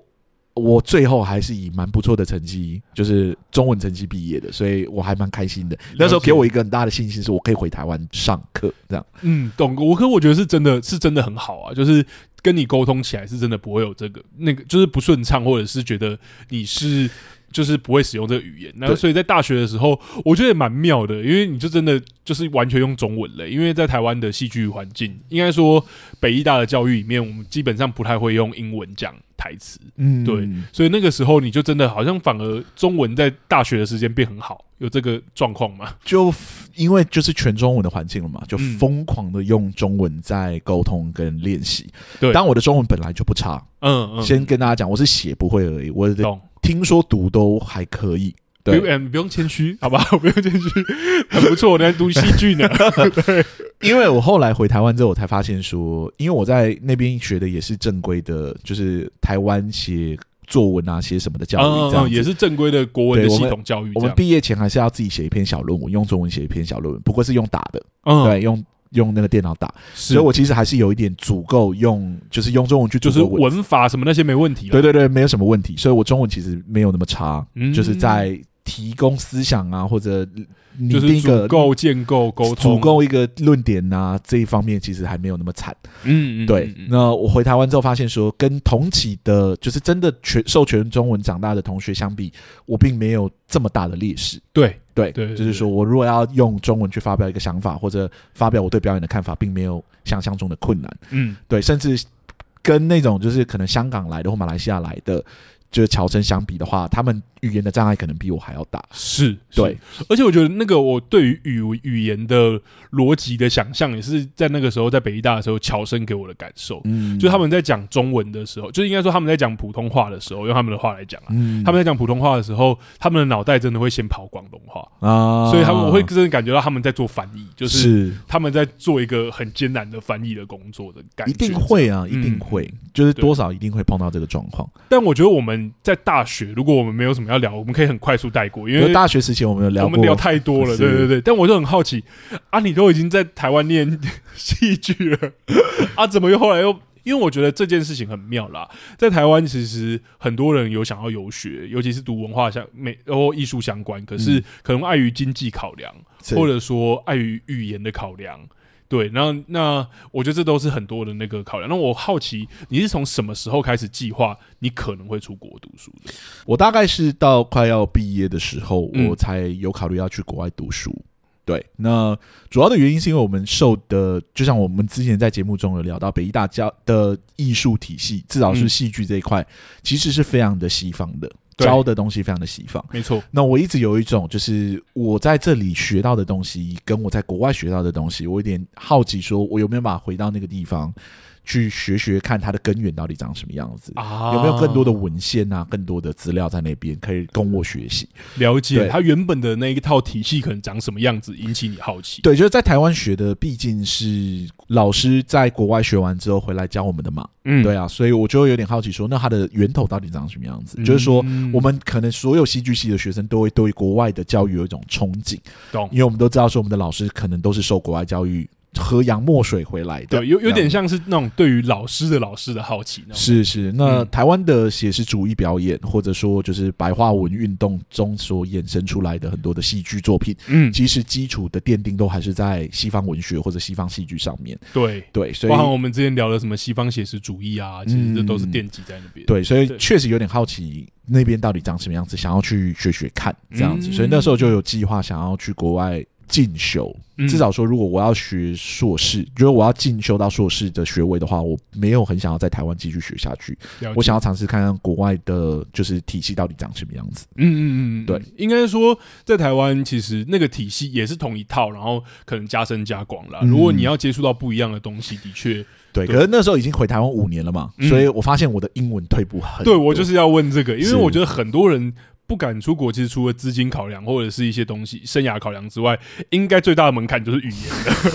Speaker 2: 我最后还是以蛮不错的成绩，就是中文成绩毕业的，所以我还蛮开心的。那时候给我一个很大的信心，是我可以回台湾上课这样。
Speaker 1: 嗯，懂。我可我觉得是真的是真的很好啊，就是跟你沟通起来是真的不会有这个那个，就是不顺畅，或者是觉得你是就是不会使用这个语言。那
Speaker 2: 对
Speaker 1: 所以在大学的时候，我觉得也蛮妙的，因为你就真的就是完全用中文了。因为在台湾的戏剧环境，应该说北医大的教育里面，我们基本上不太会用英文讲台词，
Speaker 2: 嗯
Speaker 1: 对所以那个时候你就真的好像反而中文在大学的时间变很好，有这个状况吗？
Speaker 2: 就 f- 因为就是全中文的环境了嘛，就
Speaker 1: 嗯
Speaker 2: 疯狂的用中文在沟通跟练习。
Speaker 1: 对
Speaker 2: 但我的中文本来就不差，
Speaker 1: 嗯嗯，
Speaker 2: 先跟大家讲，我是写不会而已，我的
Speaker 1: 懂。
Speaker 2: 听说读都还可以。
Speaker 1: 不
Speaker 2: 对，
Speaker 1: 用，嗯不用谦虚，好吧， 不用谦虚，很不错，我在读戏剧呢。
Speaker 2: 因为我后来回台湾之后，我才发现说，因为我在那边学的也是正规的，就是台湾写作文啊、写什么的 教育这样
Speaker 1: 嗯
Speaker 2: 子。
Speaker 1: 也是正规的国文的系统教育这
Speaker 2: 我们
Speaker 1: 样。
Speaker 2: 毕业前还是要自己写一篇小论文，用中文写一篇小论文，不过是用打的，
Speaker 1: 嗯，
Speaker 2: 对，用用那个电脑打，
Speaker 1: 是，
Speaker 2: 所以我其实还是有一点足够用，就是用中文去
Speaker 1: 就
Speaker 2: 做
Speaker 1: 是
Speaker 2: 文
Speaker 1: 文法什么那些没问题
Speaker 2: 对
Speaker 1: 了。
Speaker 2: 对对，没有什么问题，所以我中文其实没有那么差，
Speaker 1: 嗯
Speaker 2: 就是在提供思想啊，或者拟
Speaker 1: 就
Speaker 2: 定
Speaker 1: 是
Speaker 2: 一个
Speaker 1: 足够建构沟通，
Speaker 2: 足够一个论点啊这一方面，其实还没有那么惨。
Speaker 1: 嗯，嗯嗯，
Speaker 2: 对，
Speaker 1: 嗯
Speaker 2: 那我回台湾之后发现说，跟同期的，就是真的全授权中文长大的同学相比，我并没有这么大的劣势。
Speaker 1: 对，
Speaker 2: 对，
Speaker 1: 对对
Speaker 2: 就是说我如果要用中文去发表一个想法，或者发表我对表演的看法，并没有想象中的困难。
Speaker 1: 嗯，
Speaker 2: 对，甚至跟那种就是可能香港来的或马来西亚来的，就是侨生相比的话，他们语言的障碍可能比我还要大。
Speaker 1: 是，
Speaker 2: 对，
Speaker 1: 是而且我觉得那个我对于语语言的逻辑的想象，也是在那个时候在北医大的时候，乔生给我的感受，
Speaker 2: 嗯
Speaker 1: 就他，们在讲中文的时候，就应该说他们在讲普通话的时候，用他们的话来讲啊，
Speaker 2: 嗯
Speaker 1: 他们在讲普通话的时候，他们的脑袋真的会先跑广东话，
Speaker 2: 啊，
Speaker 1: 所以他们我会真的感觉到他们在做翻译，就是
Speaker 2: 是
Speaker 1: 他们在做一个很艰难的翻译的工作的感觉。嗯
Speaker 2: 一定会啊，一定会，就是
Speaker 1: 对
Speaker 2: 多少一定会碰到这个状况。
Speaker 1: 但我觉得我们在大学，如果我们没有什么要聊，我们可以很快速带过，因
Speaker 2: 因为
Speaker 1: 为
Speaker 2: 大学时期我们有聊
Speaker 1: 我
Speaker 2: 过
Speaker 1: 们，聊太多了。
Speaker 2: 是
Speaker 1: 对对对，但我就很好奇，啊，你都已经在台湾念 戏剧了，啊，怎么又后来又？因为我觉得这件事情很妙啦，在台湾其实很多人有想要游学，尤其是读文化相美或艺术相关，可是
Speaker 2: 嗯
Speaker 1: 可能碍于经济考量，
Speaker 2: 是
Speaker 1: 或者说碍于语言的考量。对，然后那我觉得这都是很多的那个考量。那我好奇，你是从什么时候开始计划你可能会出国读书的？
Speaker 2: 我大概是到快要毕业的时候，
Speaker 1: 嗯
Speaker 2: 我才有考虑要去国外读书。对，那主要的原因是因为我们受的，就像我们之前在节目中有聊到，北医大教的艺术体系，至少是
Speaker 1: 嗯
Speaker 2: 戏剧这一块，其实是非常的西方的。
Speaker 1: 对
Speaker 2: 教的东西非常的西方。
Speaker 1: 没错，
Speaker 2: 那我一直有一种，就是我在这里学到的东西，跟我在国外学到的东西，我有点好奇，说我有没有办法回到那个地方去学学看它的根源到底长什么样子。
Speaker 1: 啊
Speaker 2: 有没有更多的文献啊，更多的资料在那边可以供我学习？
Speaker 1: 了解
Speaker 2: 对
Speaker 1: 它原本的那一套体系可能长什么样子，引起你好奇？
Speaker 2: 对，就是在台湾学的，毕竟是老师在国外学完之后回来教我们的嘛。
Speaker 1: 嗯
Speaker 2: 对啊，所以我就会有点好奇说，那它的源头到底长什么样子？就是说，
Speaker 1: 嗯
Speaker 2: 我们可能所有戏剧系的学生都会对国外的教育有一种憧憬，
Speaker 1: 懂
Speaker 2: 因为我们都知道说，我们的老师可能都是受国外教育喝洋墨水回来的。
Speaker 1: 对，有有点
Speaker 2: 这样。
Speaker 1: 像是那种对于老师的老师的好奇那种。
Speaker 2: 是是，那
Speaker 1: 嗯
Speaker 2: 台湾的写实主义表演，或者说就是白话文运动中所衍生出来的很多的戏剧作品，
Speaker 1: 嗯，
Speaker 2: 其实基础的奠定都还是在西方文学或者西方戏剧上面。
Speaker 1: 对，
Speaker 2: 对，所以
Speaker 1: 包含我们之前聊的什么西方写实主义啊，其实这都是奠基在那边。，
Speaker 2: 嗯对，所以
Speaker 1: 对
Speaker 2: 确实有点好奇那边到底长什么样子，想要去学学看这样子。
Speaker 1: 嗯
Speaker 2: 所以那时候就有计划想要去国外进修，
Speaker 1: 嗯
Speaker 2: 至少说如果我要学硕士，如果我要进修到硕士的学位的话，我没有很想要在台湾继续学下去，
Speaker 1: 了解
Speaker 2: 我想要尝试看看国外的就是体系到底长什么样子。
Speaker 1: 嗯嗯嗯，嗯
Speaker 2: 对，
Speaker 1: 应该说在台湾其实那个体系也是同一套，然后可能加深加广啦。
Speaker 2: 嗯
Speaker 1: 如果你要接触到不一样的东西，的确，
Speaker 2: 对，
Speaker 1: 对
Speaker 2: 可是那时候已经回台湾五年了嘛，
Speaker 1: 嗯
Speaker 2: 所以我发现我的英文退步很多。
Speaker 1: 对我就是要问这个，因为
Speaker 2: 是
Speaker 1: 我觉得很多人。不敢出国，其实除了资金考量或者是一些东西生涯考量之外，应该最大的门槛就是语言。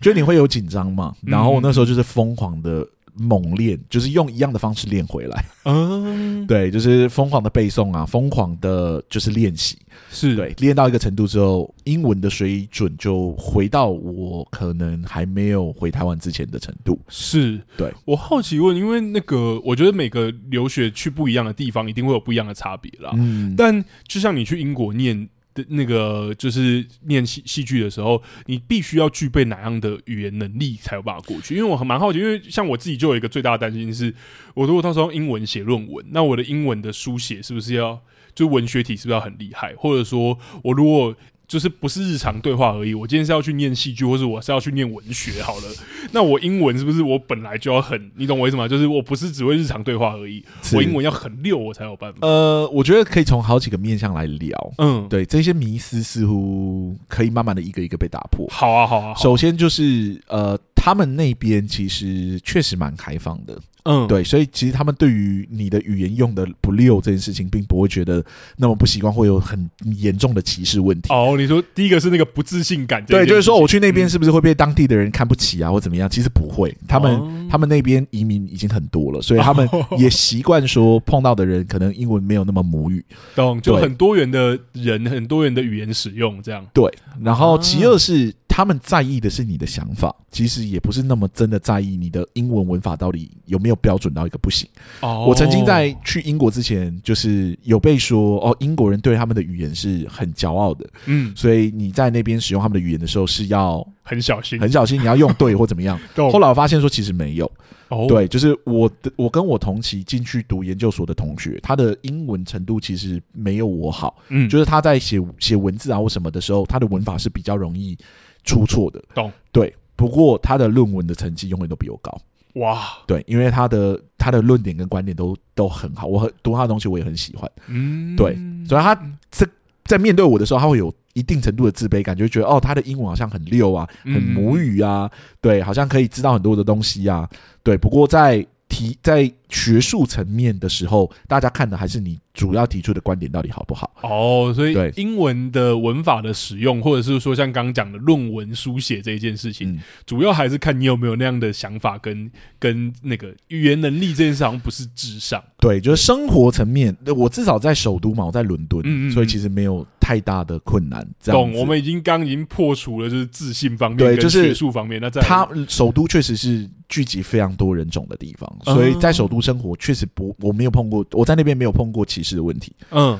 Speaker 2: 就你会有紧张嘛，
Speaker 1: 嗯
Speaker 2: 然后我那时候就是疯狂的猛练，就是用一样的方式练回来。
Speaker 1: 嗯，
Speaker 2: 对，就是疯狂的背诵啊，疯狂的就是练习。
Speaker 1: 是，
Speaker 2: 对，练到一个程度之后，英文的水准就回到我可能还没有回台湾之前的程度。
Speaker 1: 是，
Speaker 2: 对
Speaker 1: 我好奇问，因为那个我觉得每个留学去不一样的地方，一定会有不一样的差别啦。
Speaker 2: 嗯，
Speaker 1: 但就像你去英国念的那个，就是念戏戏剧的时候，你必须要具备哪样的语言能力才有办法过去？因为我很蛮好奇，因为像我自己就有一个最大的担心是，我如果到时候用英文写论文，那我的英文的书写是不是要就文学体是不是要很厉害？或者说，我如果就是不是日常对话而已，我今天是要去念戏剧，或是我是要去念文学好了， 那我英文是不是我本来就要很，你懂我意思吗？就是我不是只会日常对话而已，
Speaker 2: 是
Speaker 1: 我英文要很溜，我才有办法。
Speaker 2: 呃，我觉得可以从好几个面向来聊。
Speaker 1: 嗯，
Speaker 2: 对，这些迷思似乎可以慢慢的一个一个被打破。
Speaker 1: 好啊，好啊，好啊，
Speaker 2: 首先就是呃，他们那边其实确实蛮开放的，
Speaker 1: 嗯，
Speaker 2: 对，所以其实他们对于你的语言用的不溜这件事情，并不会觉得那么不习惯，会有很严重的歧视问题。
Speaker 1: 哦，你说第一个是那个不自信感这
Speaker 2: 对，
Speaker 1: 件事情，
Speaker 2: 就是说我去那
Speaker 1: 嗯
Speaker 2: 边是不是会被当地的人看不起啊，或怎么样？其实不会，他们、
Speaker 1: 哦
Speaker 2: 他们那边移民已经很多了，所以他们也习惯说碰到的人可能英文没有那么母语。
Speaker 1: 懂，就
Speaker 2: 对
Speaker 1: 很多元的人，很多元的语言使用，这样
Speaker 2: 对，然后
Speaker 1: 啊
Speaker 2: 其二是他们在意的是你的想法，其实也不是那么真的在意你的英文文法到底有没有标准到一个不行。
Speaker 1: 哦
Speaker 2: 我曾经在去英国之前，就是有被说哦，英国人对他们的语言是很骄傲的，
Speaker 1: 嗯
Speaker 2: 所以你在那边使用他们的语言的时候是要
Speaker 1: 很小心，
Speaker 2: 很小心，你要用对或怎 么样。
Speaker 1: 懂
Speaker 2: 后来我发现说其实没有。
Speaker 1: 哦，
Speaker 2: 对，就是我的，我跟我同期进去读研究所的同学，他的英文程度其实没有我好，
Speaker 1: 嗯，
Speaker 2: 就是他在写写文字啊或什么的时候，他的文法是比较容易出错的。
Speaker 1: 懂？
Speaker 2: 对，不过他的论文的成绩永远都比我高。
Speaker 1: 哇，
Speaker 2: 对，因为他的他的论点跟观点都都很好，我很读他的东西我也很喜欢，
Speaker 1: 嗯，
Speaker 2: 对所以他这在面对我的时候，他会有。一定程度的自卑感，就会觉得哦，他的英文好像很溜啊，很
Speaker 1: 嗯
Speaker 2: 母语啊，对，好像可以知道很多的东西啊，对。不过在提在学术层面的时候，大家看的还是你主要提出的观点到底好不好？
Speaker 1: 哦，所以
Speaker 2: 对
Speaker 1: 英文的文法的使用，或者是说像刚刚讲的论文书写这一件事情，
Speaker 2: 嗯
Speaker 1: 主要还是看你有没有那样的想法跟跟那个语言能力这件事，好像不是至上，
Speaker 2: 对，就是生活层面，对我至少在首都嘛，我在伦敦，
Speaker 1: 嗯嗯嗯
Speaker 2: 所以其实没有太大的困难。这样
Speaker 1: 懂？
Speaker 2: 子
Speaker 1: 我们已经刚刚已经破除了就是自信方面，
Speaker 2: 对就是
Speaker 1: 学术方面，那在
Speaker 2: 它首都确实是聚集非常多人种的地方，所以
Speaker 1: 嗯
Speaker 2: 在首都生活确实不，我没有碰过，我在那边没有碰过歧视的问题，
Speaker 1: 嗯，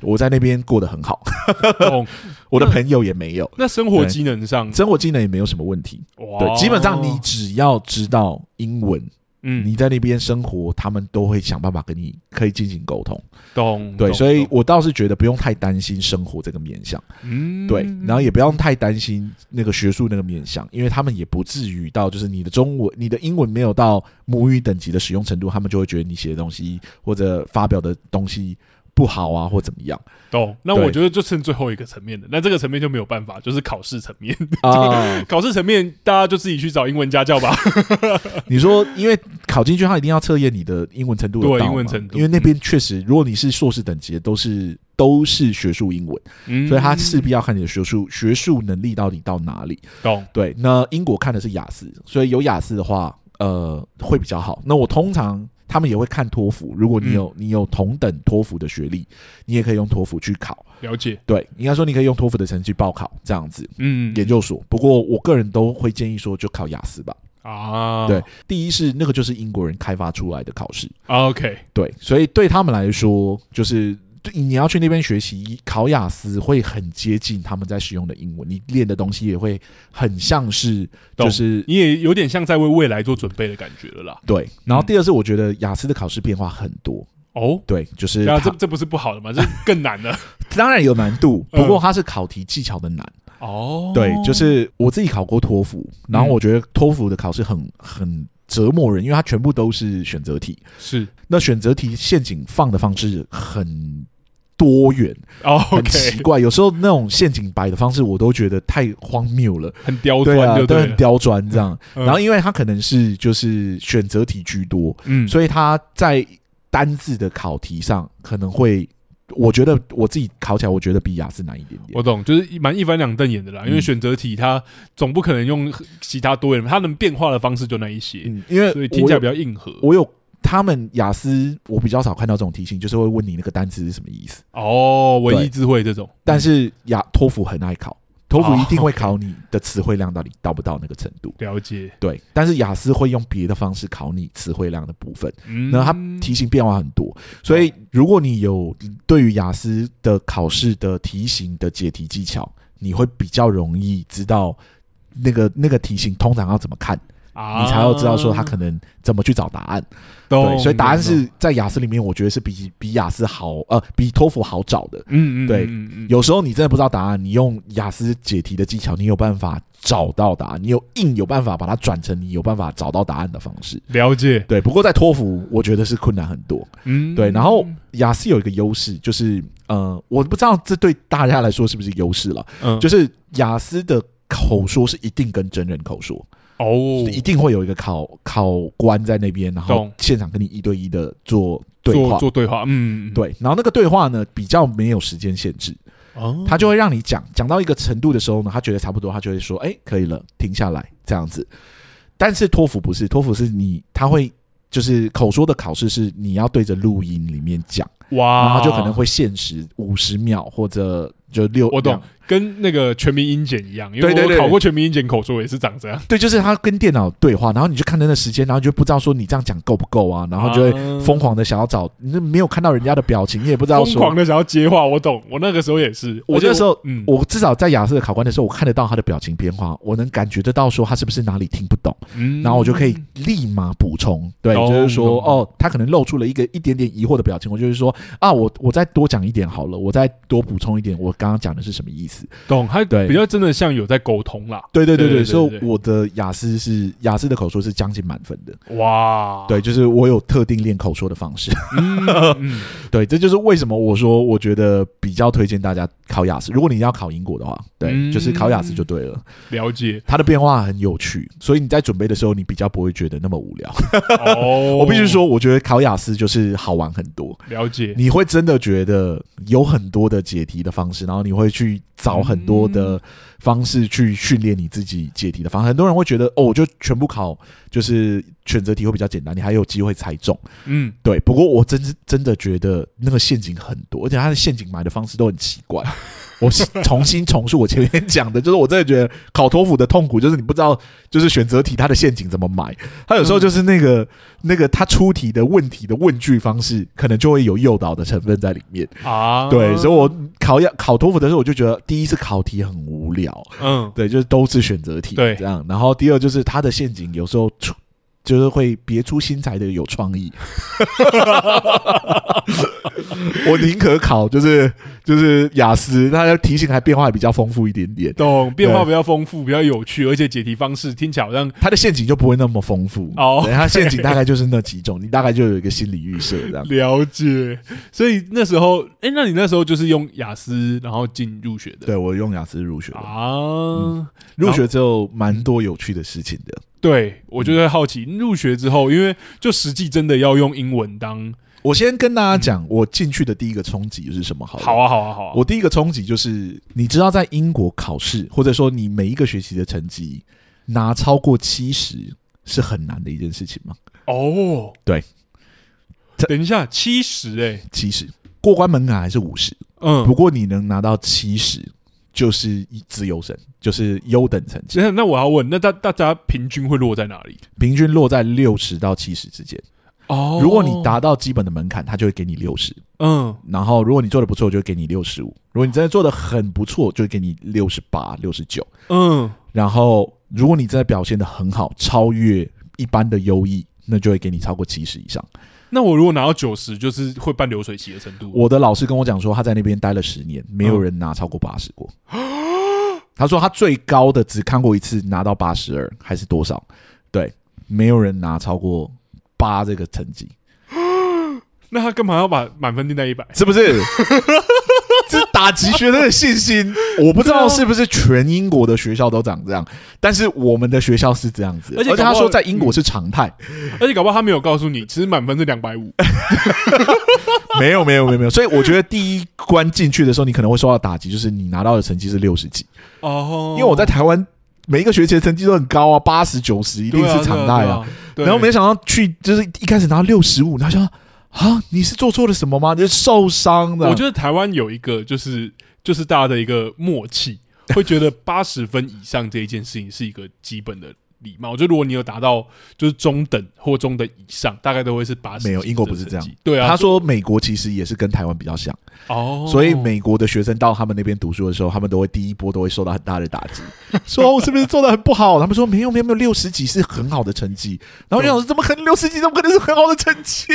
Speaker 2: 我在那边过得很好，
Speaker 1: 懂。
Speaker 2: 我的
Speaker 1: 那
Speaker 2: 朋友也没有，
Speaker 1: 那生活机能上，
Speaker 2: 生活技能也没有什么问题。
Speaker 1: 哇
Speaker 2: 对，基本上你只要知道英文，
Speaker 1: 嗯
Speaker 2: 你在那边生活，他们都会想办法跟你可以进行沟通。
Speaker 1: 嗯懂
Speaker 2: 对，
Speaker 1: 懂
Speaker 2: 所以
Speaker 1: 懂
Speaker 2: 我倒是觉得不用太担心生活这个面向，
Speaker 1: 嗯
Speaker 2: 对，然后也不用太担心那个学术那个面向，因为他们也不至于到就是你的中文、你的英文没有到母语等级的使用程度，他们就会觉得你写的东西或者发表的东西不好啊，或怎 么样
Speaker 1: 懂？那
Speaker 2: 对
Speaker 1: 我觉得就剩最后一个层面的，那这个层面就没有办法，就是考试层面。
Speaker 2: 啊？
Speaker 1: 考试层面大家就自己去找英文家教吧。
Speaker 2: 你说，因为考进去，他一定要测验你的英文程度得
Speaker 1: 对
Speaker 2: 到嘛
Speaker 1: 英文程度
Speaker 2: 因为那边确实，如果你是硕士等级的，都是都是学术英文，
Speaker 1: 嗯
Speaker 2: 所以他势必要看你的学术学术能力到底到哪里。
Speaker 1: 嗯懂
Speaker 2: 对，那英国看的是雅思，所以有雅思的话，呃，会比较好。那我通常他们也会看托福，如果
Speaker 1: 嗯
Speaker 2: 你有、你有同等托福的学历，你也可以用托福去考。
Speaker 1: 了解。
Speaker 2: 对，应该说你可以用托福的成绩报考这样子
Speaker 1: 嗯
Speaker 2: 研究所。不过我个人都会建议说，就考雅思吧。
Speaker 1: 啊，
Speaker 2: 对，第一是那个就是英国人开发出来的考试，
Speaker 1: 啊，OK，
Speaker 2: 对，所以对他们来说，就是对你要去那边学习考雅思，会很接近他们在使用的英文，你练的东西也会很像是
Speaker 1: 懂
Speaker 2: 就是。
Speaker 1: 你也有点像在为未来做准备的感觉了啦。
Speaker 2: 对，然后第二是我觉得雅思的考试变化很多，
Speaker 1: 哦，
Speaker 2: 对，就是
Speaker 1: 对啊，这
Speaker 2: 它
Speaker 1: 这不是不好的吗？这更难了。
Speaker 2: 当然有难度，
Speaker 1: 嗯
Speaker 2: 不过它是考题技巧的难。
Speaker 1: 哦，
Speaker 2: 对，就是我自己考过托福，然后
Speaker 1: 嗯
Speaker 2: 我觉得托福的考试很很折磨人，因为它全部都是选择题，
Speaker 1: 是
Speaker 2: 那选择题陷阱放的方式很多元，
Speaker 1: 哦
Speaker 2: 很奇
Speaker 1: ，OK，
Speaker 2: 怪。有时候那种陷阱摆的方式，我都觉得太荒谬了。
Speaker 1: 很刁
Speaker 2: 对
Speaker 1: 钻，
Speaker 2: 啊
Speaker 1: 就，
Speaker 2: 都
Speaker 1: 对
Speaker 2: 很
Speaker 1: 了。
Speaker 2: 刁钻这样。
Speaker 1: 嗯
Speaker 2: 然后，因为它可能是就是选择题居多，
Speaker 1: 嗯，
Speaker 2: 所以它在单字的考题上可能会，我觉得我自己考起来，我觉得比雅思难一点点。
Speaker 1: 我懂，就是蛮一翻两瞪眼的啦。因为
Speaker 2: 嗯
Speaker 1: 选择题它总不可能用其他多元，它能变化的方式就那一些，
Speaker 2: 嗯，因为
Speaker 1: 所以听起来
Speaker 2: 我
Speaker 1: 比
Speaker 2: 有
Speaker 1: 较硬核。
Speaker 2: 我有他们雅思，我比较少看到这种题型，就是会问你那个单词是什么意思。
Speaker 1: 哦，文
Speaker 2: 对
Speaker 1: 艺智慧这种，
Speaker 2: 但是雅托福很爱考，托福
Speaker 1: 哦
Speaker 2: 一定会考你的词汇量到底到不到那个程度。
Speaker 1: 了解。
Speaker 2: 对，但是雅思会用别的方式考你词汇量的部分，
Speaker 1: 嗯，
Speaker 2: 然后它题型变化很多，所以如果你有对于雅思的考试的题型的解题技巧，你会比较容易知道那个那个题型通常要怎么看，
Speaker 1: 啊
Speaker 2: 你才要知道说它可能怎么去找答案。
Speaker 1: 懂
Speaker 2: 对，，所以答案
Speaker 1: 啊懂
Speaker 2: 是在雅思里面，我觉得是比比雅思好，呃，比托福好找的。
Speaker 1: 嗯嗯，
Speaker 2: 对
Speaker 1: 嗯嗯嗯
Speaker 2: 有时候你真的不知道答案，你用雅思解题的技巧，你有办法找到答案，你有硬有办法把它转成你有办法找到答案的方式。
Speaker 1: 了解，
Speaker 2: 对，不过在托福，我觉得是困难很多。
Speaker 1: 嗯，
Speaker 2: 对，然后雅思有一个优势，就是呃，我不知道这对大家来说是不是优势了，
Speaker 1: 嗯，
Speaker 2: 就是雅思的口说是一定跟真人口说，
Speaker 1: 哦，
Speaker 2: 一定会有一个考考官在那边，然后
Speaker 1: 懂
Speaker 2: 现场跟你一对一的做对
Speaker 1: 做
Speaker 2: 话。
Speaker 1: 做对话，嗯，，
Speaker 2: 对，然后那个对话呢比较没有时间限制，
Speaker 1: 哦，
Speaker 2: 他就会让你讲，讲到一个程度的时候呢，他觉得差不多，他就会说：“哎、可以了，停下来。”这样子。但是托福不是，托福是你他会就是口说的考试是你要对着录音里面讲，
Speaker 1: 哇，
Speaker 2: 然后他就可能会限时五十秒或者就六。
Speaker 1: 我懂，跟那个全民英检一样，因
Speaker 2: 对
Speaker 1: 为
Speaker 2: 对
Speaker 1: 我
Speaker 2: 对
Speaker 1: 考过全民英检口说也是长这样，
Speaker 2: 对，就是他跟电脑对话，然后你就看着那时间，然后你就不知道说你这样讲够不够啊，然后就会
Speaker 1: 啊
Speaker 2: 疯狂的想要找，你没有看到人家的表情，你也不知道
Speaker 1: 疯
Speaker 2: 说
Speaker 1: 狂。的想要接话，我懂，我那个时候也是，
Speaker 2: 我
Speaker 1: 而且
Speaker 2: 那时候
Speaker 1: 嗯，
Speaker 2: 我至少在雅思的考官的时候，我看得到他的表情变化，我能感觉得到说他是不是哪里听不懂。
Speaker 1: 嗯
Speaker 2: 然后我就可以立马补充，对，
Speaker 1: 懂
Speaker 2: 就是说，
Speaker 1: 懂
Speaker 2: 哦，他可能露出了一个一点点疑惑的表情，我就是说，啊，我我再多讲一点好了，我再多补充一点，我刚刚讲的是什么意思？
Speaker 1: 懂，他
Speaker 2: 对
Speaker 1: 比较真的像有在沟通啦，
Speaker 2: 对对对
Speaker 1: 对
Speaker 2: 对，
Speaker 1: 对
Speaker 2: 所
Speaker 1: 对
Speaker 2: 以我的雅思是雅思的口说是将近满分的，
Speaker 1: 哇，
Speaker 2: 对，就是我有特定练口说的方式，
Speaker 1: 嗯，嗯
Speaker 2: 对，这就是为什么我说我觉得比较推荐大家考雅思，如果你要考英国的话，对，
Speaker 1: 嗯
Speaker 2: 就是考雅思就对了，
Speaker 1: 了 解
Speaker 2: 它的变化很有趣，所以你在准备的时候，你比较不会觉得那么无聊。
Speaker 1: 哦，
Speaker 2: 我必须说，我觉得考雅思就是好玩很多，
Speaker 1: 了解，
Speaker 2: 你会真的觉得有很多的解题的方式，然后你会去找很多的方式去训练你自己解题的方式。很多人会觉得，哦，我就全部考就是选择题会比较简单，你还有机会猜中。
Speaker 1: 嗯，
Speaker 2: 对，不过我真真的觉得那个陷阱很多，而且它的陷阱买的方式都很奇怪。我是重新重述我前面讲的，就是我真的觉得考托福的痛苦就是你不知道，就是选择题它的陷阱怎么买，它有时候就是那个、那个它出题的问题的问句方式，可能就会有诱导的成分在里面。
Speaker 1: 啊，
Speaker 2: 对，所以我考要考托福的时候，我就觉得第一是考题很无聊，
Speaker 1: 嗯，
Speaker 2: 对，就是都是选择题，
Speaker 1: 对
Speaker 2: 这样。然后第二就是它的陷阱有时候出就是会别出心裁的有创意。 我宁可考就是就是雅思，它的题型还变化还比较丰富一点点，
Speaker 1: 懂变化比较丰富，比较有趣，而且解题方式听起来好像
Speaker 2: 它的陷阱就不会那么丰富。
Speaker 1: 哦
Speaker 2: 对，它陷阱大概就是那几种，你大概就有一个心理预设这样。
Speaker 1: 了解。所以那时候，哎、那你那时候就是用雅思然后进入学的
Speaker 2: 对嗯我用雅思入学的，
Speaker 1: 啊？
Speaker 2: 入学之后蛮多有趣的事情的。
Speaker 1: 对，我就会好奇，入学之后，因为就实际真的要用英文当
Speaker 2: 我先跟大家讲，我进去的第一个冲击是什嗯么好了？
Speaker 1: 好啊，好啊，好啊，
Speaker 2: 我第一个冲击就是，你知道在英国考试，或者说你每一个学期的成绩拿超过七十是很难的一件事情吗？
Speaker 1: 哦，
Speaker 2: 对，
Speaker 1: 等一下，七十哎，
Speaker 2: 七十过关门槛还是五十，不
Speaker 1: 嗯，
Speaker 2: 过你能拿到七十就是一自由生，就是优等成绩，
Speaker 1: 那那我要问，那大大家平均会落在哪里？
Speaker 2: 平均落在六十到七十之间。
Speaker 1: 哦
Speaker 2: 如果你达到基本的门槛，他就会给你六十。
Speaker 1: 嗯
Speaker 2: 然后，如果你做的不错，就会给你六十五；如果你真的做的很不错，就会给你六十八、六十九。
Speaker 1: 嗯
Speaker 2: 然后，如果你真的表现的很好，超越一般的优异，那就会给你超过七十以上。
Speaker 1: 那我如果拿到九十，就是会办流水席的程度。
Speaker 2: 我的老师跟我讲说，他在那边待了十年，没有人拿超过八十 过。他说他最高的只看过一次拿到八十二，还是多少？对，没有人拿超过八这个成绩，
Speaker 1: 那他干嘛要把满分定在一 百？
Speaker 2: 是不 是？这是打击学生的信心。我不知道是不是全英国的学校都长这样，但是我们的学校是这样子。
Speaker 1: 而且
Speaker 2: 而且他
Speaker 1: 搞不好
Speaker 2: 说在英国是常态。
Speaker 1: 而且搞不好他没有告诉你，其实满分是两百五。
Speaker 2: 没有没有没有没有，所以我觉得第一关进去的时候，你可能会受到打击，就是你拿到的成绩是六十几，
Speaker 1: 哦
Speaker 2: 因为我在台湾每一个学期的成绩都很高啊，八十九十一定是常
Speaker 1: 对啊对
Speaker 2: 态啊。。
Speaker 1: 啊对啊对
Speaker 2: 然后没想到去就是一开始拿六十五，然后想啊，你是做错了什么吗？你是受伤的。
Speaker 1: 我觉得台湾有一个就是就是大家的一个默 契，会觉得八十分以上这一件事情是一个基本的礼貌。就如果你有达到就是中等或中等以上，大概都会是八十。
Speaker 2: 没有英国不是这样，
Speaker 1: 对啊，
Speaker 2: 他说美国其实也是跟台湾比较像，
Speaker 1: 哦，
Speaker 2: 所以美国的学生到他们那边读书的时候，他们都会第一波都会受到很大的打 击，说哦我是不是做的很不好？他们说没有没有没有，六十几是很好的成绩。然后我就想说，怎么可能六十几？怎么可能是很好的成 绩？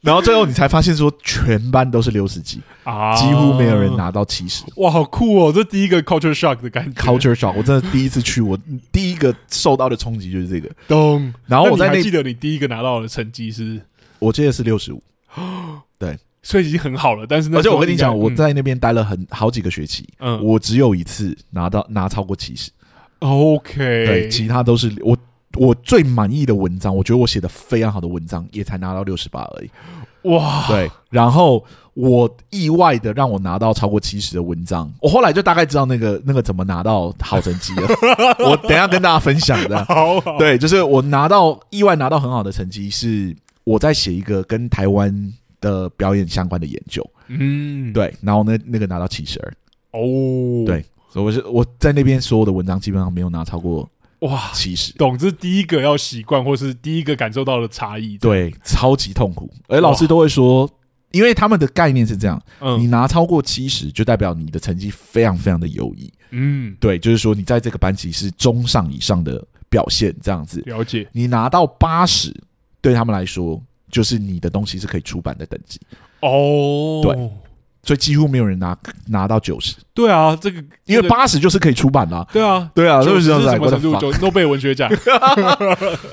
Speaker 2: 然后最后你才发现说，全班都是六十几，
Speaker 1: 啊
Speaker 2: 几乎没有人。拿到七十。
Speaker 1: 哇，好酷哦！这第一个 culture shock 的感觉。
Speaker 2: Culture shock，我真的第一次去，我第一个受到的冲击就是这个。
Speaker 1: 咚。
Speaker 2: 然后我
Speaker 1: 那
Speaker 2: 在
Speaker 1: 你还
Speaker 2: 那
Speaker 1: 记，得你第一个拿到的成绩是，
Speaker 2: 我记得是六十五，
Speaker 1: 所以已经很好了。但是那
Speaker 2: 而且
Speaker 1: 时候
Speaker 2: 我跟你
Speaker 1: 应该
Speaker 2: 讲，我
Speaker 1: 嗯
Speaker 2: 在那边待了很好几个学期，
Speaker 1: 嗯
Speaker 2: 我只有一次拿到拿超过七十。
Speaker 1: OK，
Speaker 2: 对，其他都是我我最满意的文章，我觉得我写的非常好的文章也才拿到六十八而已。
Speaker 1: 哇，
Speaker 2: 对，然后我意外的让我拿到超过七十的文章，我后来就大概知道那个那个怎么拿到好成绩了。我等一下跟大家分享的。
Speaker 1: 好好，
Speaker 2: 对，就是我拿到意外拿到很好的成绩，是我在写一个跟台湾的表演相关的研究。
Speaker 1: 嗯，
Speaker 2: 对，然后那那个拿到七十二，
Speaker 1: 哦，
Speaker 2: 对，所以我是我在那边所有的文章基本上没有拿超过
Speaker 1: 哇，
Speaker 2: 七十。
Speaker 1: 懂，这是第一个要习惯，或是第一个感受到的差异。，
Speaker 2: 对，超级痛苦。而老师都会说，因为他们的概念是这样：你
Speaker 1: 嗯
Speaker 2: 拿超过七十，就代表你的成绩非常非常的优异。
Speaker 1: 嗯，
Speaker 2: 对，就是说你在这个班级是中上以上的表现，这样子。
Speaker 1: 了解
Speaker 2: 你拿到八十，对他们来说就是你的东西是可以出版的等级，
Speaker 1: 哦，
Speaker 2: 对所以几乎没有人拿拿到九十，
Speaker 1: 对啊，这个
Speaker 2: 因
Speaker 1: 这
Speaker 2: 为
Speaker 1: 个
Speaker 2: 八十就是可以出版啦、
Speaker 1: 对啊，
Speaker 2: 对啊，
Speaker 1: 九
Speaker 2: 就是这样子
Speaker 1: 什
Speaker 2: 来
Speaker 1: 么
Speaker 2: 我的
Speaker 1: 程度？
Speaker 2: fuck
Speaker 1: 就诺贝尔文学 奖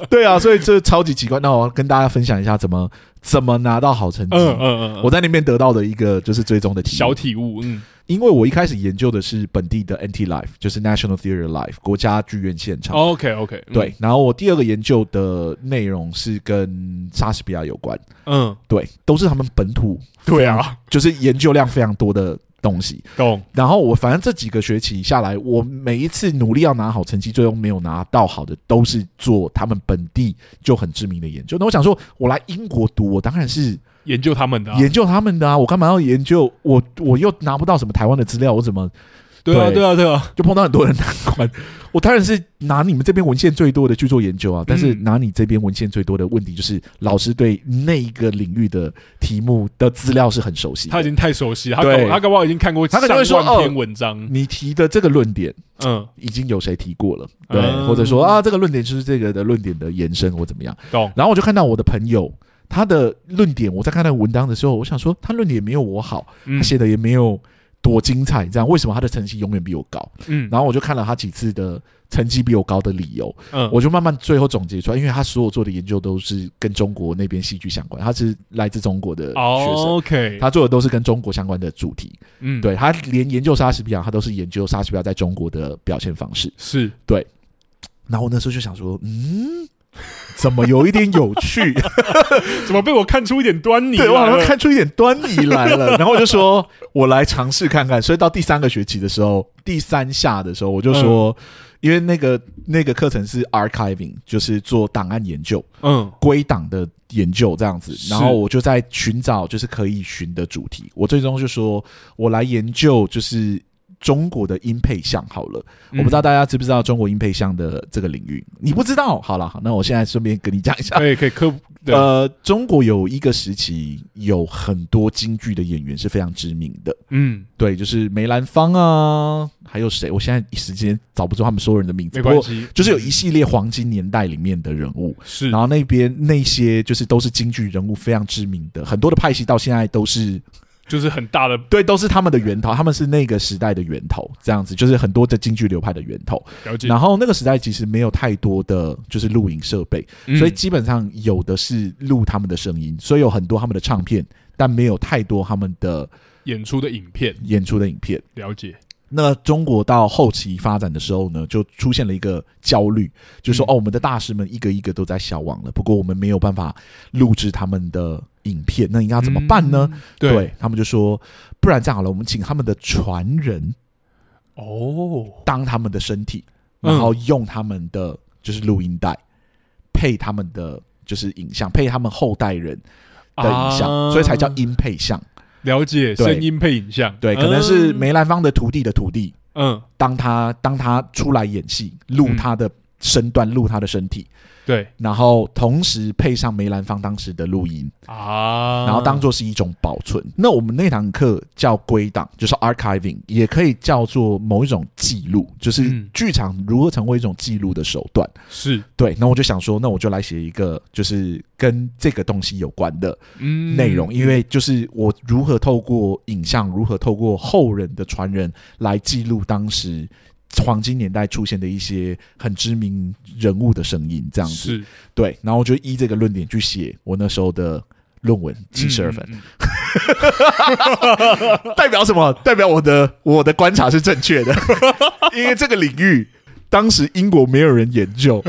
Speaker 2: 对啊，所以这超级奇怪。那我要跟大家分享一下怎么怎么拿到好成绩。
Speaker 1: 嗯嗯嗯，
Speaker 2: 我在那边得到的一个就是追踪的题目
Speaker 1: 小体悟，嗯
Speaker 2: 因为我一开始研究的是本地的 NT Life，就是 National Theatre Life 国家剧院现场。
Speaker 1: ，OK OK，
Speaker 2: 对，，然后我第二个研究的内容是跟莎士比亚有关，
Speaker 1: 嗯，
Speaker 2: 对，都是他们本土，
Speaker 1: 对啊，
Speaker 2: 就是研究量非常多的东西。
Speaker 1: 懂，
Speaker 2: 然后我反正这几个学期下来，我每一次努力要拿好成绩，最终没有拿到好的，都是做他们本地就很知名的研究。那我想说，我来英国读，我当然是
Speaker 1: 研究他们的啊，
Speaker 2: 研究他们的啊，我干嘛要研究？我我又拿不到什么台湾的资料，我怎么
Speaker 1: 对啊，
Speaker 2: 对
Speaker 1: 对啊，对啊，
Speaker 2: 就碰到很多人难关。 我当然是拿你们这边文献最多的去做研究啊，但是
Speaker 1: 嗯
Speaker 2: 拿你这边文献最多的问题就是，老师对那一个领域的题目的资料是很熟悉的。
Speaker 1: 他已经太熟悉，他
Speaker 2: 对
Speaker 1: 搞他搞不好已经看过
Speaker 2: 他
Speaker 1: 上
Speaker 2: 可能会说
Speaker 1: 万
Speaker 2: 哦
Speaker 1: 篇文章，
Speaker 2: 你提的这个论点
Speaker 1: 嗯，
Speaker 2: 已经有谁提过了，对，
Speaker 1: 嗯
Speaker 2: 或者说啊，这个论点就是这个的论点的延伸或怎么样。
Speaker 1: 懂，
Speaker 2: 然后我就看到我的朋友他的论点，我在看他的文章的时候，我想说他论点也没有我好，
Speaker 1: 嗯
Speaker 2: 他写的也没有多精彩，这样为什么他的成绩永远比我高？
Speaker 1: 嗯
Speaker 2: 然后我就看了他几次的成绩比我高的理由，
Speaker 1: 嗯，
Speaker 2: 我就慢慢最后总结出来，因为他所有做的研究都是跟中国那边戏剧相关，他是来自中国的学生。
Speaker 1: 哦 OK，
Speaker 2: 他做的都是跟中国相关的主题，
Speaker 1: 嗯，
Speaker 2: 对他连研究莎士比亚，他都是研究莎士比亚在中国的表现方式。
Speaker 1: 是，
Speaker 2: 然后我那时候就想说，嗯， 怎么有一点有 趣？
Speaker 1: 怎么被我看出一点端倪来了？
Speaker 2: 对我好像看出一点端倪来了。 然后我就说，我来尝试看看。所以到第三个学期的时候，第三下的时候，我就说，
Speaker 1: 嗯
Speaker 2: 因为那个那个课程是 archiving，就是做档案研究。
Speaker 1: 嗯，
Speaker 2: 归档的研究这样子，
Speaker 1: 是
Speaker 2: 然后我就在寻找就是可以寻的主题。我最终就说，我来研究就是中国的音配项好了。
Speaker 1: 嗯
Speaker 2: 我不知道大家知不知道中国音配项的这个领域，你不知道，好了，好，那我现在顺便跟你讲一下。
Speaker 1: 可以可以科普，对
Speaker 2: 呃，中国有一个时期有很多京剧的演员是非常知名的，
Speaker 1: 嗯，
Speaker 2: 对，就是梅兰芳啊，还有谁？我现在一时间找不出他们所有人的名字，
Speaker 1: 没
Speaker 2: 不
Speaker 1: 关
Speaker 2: 过
Speaker 1: 系，嗯
Speaker 2: 就是有一系列黄金年代里面的人物。
Speaker 1: 是
Speaker 2: 然后那边那些就是都是京剧人物非常知名的，很多的派系到现在都是
Speaker 1: 就是很大的
Speaker 2: 对，都是他们的源头，他们是那个时代的源头，这样子就是很多的京剧流派的源头。
Speaker 1: 了解，
Speaker 2: 然后那个时代其实没有太多的就是录影设备，
Speaker 1: 嗯
Speaker 2: 所以基本上有的是录他们的声音，所以有很多他们的唱片，但没有太多他们的
Speaker 1: 演出的影片
Speaker 2: 演出的影片。
Speaker 1: 了解，
Speaker 2: 那中国到后期发展的时候呢，就出现了一个焦虑，就是说、
Speaker 1: 嗯
Speaker 2: 哦，我们的大师们一个一个都在消亡了，不过我们没有办法录制他们的影片，那应该要怎么办呢？
Speaker 1: 嗯？
Speaker 2: 对，他们就说，不然这样好了，我们请他们的传人
Speaker 1: 哦，
Speaker 2: 当他们的身体，
Speaker 1: 嗯
Speaker 2: 然后用他们的就是录音带配他们的就是影像，配他们后代人的影像，
Speaker 1: 啊
Speaker 2: 所以才叫音配像。
Speaker 1: 了解，
Speaker 2: 对
Speaker 1: 声音配影像，
Speaker 2: 对，可能是
Speaker 1: 嗯
Speaker 2: 梅兰芳的徒弟的徒弟，
Speaker 1: 嗯，
Speaker 2: 当他当他出来演戏，录
Speaker 1: 嗯
Speaker 2: 他的身段，录他的身体，
Speaker 1: 对
Speaker 2: 然后同时配上梅兰芳当时的录音，
Speaker 1: 啊，
Speaker 2: 然后当做是一种保存。那我们那堂课叫归档，就是 archiving，也可以叫做某一种记录，就是
Speaker 1: 嗯
Speaker 2: 剧场如何成为一种记录的手段。
Speaker 1: 是
Speaker 2: 对，那我就想说，那我就来写一个就是跟这个东西有关的
Speaker 1: 嗯
Speaker 2: 内容，因为就是我如何透过影像，如何透过后人的传人来记录当时黄金年代出现的一些很知名人物的声音，这样子。
Speaker 1: 是嗯
Speaker 2: 对，然后我就依这个论点去写我那时候的论文，七十二分，，
Speaker 1: 嗯嗯
Speaker 2: 代表什么？代表我的我的观察是正确的，因为这个领域。当时英国没有人研究，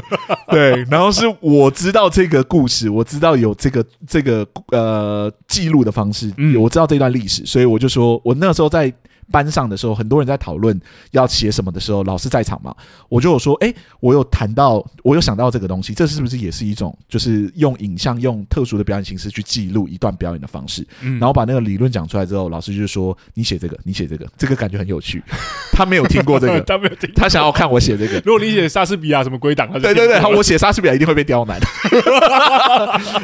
Speaker 2: 对，然后是我知道这个故事，我知道有这个这个呃记录的方式，
Speaker 1: 嗯
Speaker 2: 我知道这段历史，所以我就说，我那时候在班上的时候，很多人在讨论要写什么的时候，老师在场嘛，我就有说，哎、我有谈到，我有想到这个东西，这是不是也是一种就是用影像、用特殊的表演形式去记录一段表演的方式？
Speaker 1: 嗯
Speaker 2: 然后把那个理论讲出来之后，老师就说：“你写这个，你写这个，这个感觉很有趣。” 他没有听过这个，
Speaker 1: 他没有听。
Speaker 2: 他想要看我写这个。
Speaker 1: 如果你写莎士比亚什么归 档，他就
Speaker 2: 对对对，
Speaker 1: 听
Speaker 2: 好
Speaker 1: 过了
Speaker 2: 我写莎士比亚一定会被刁难。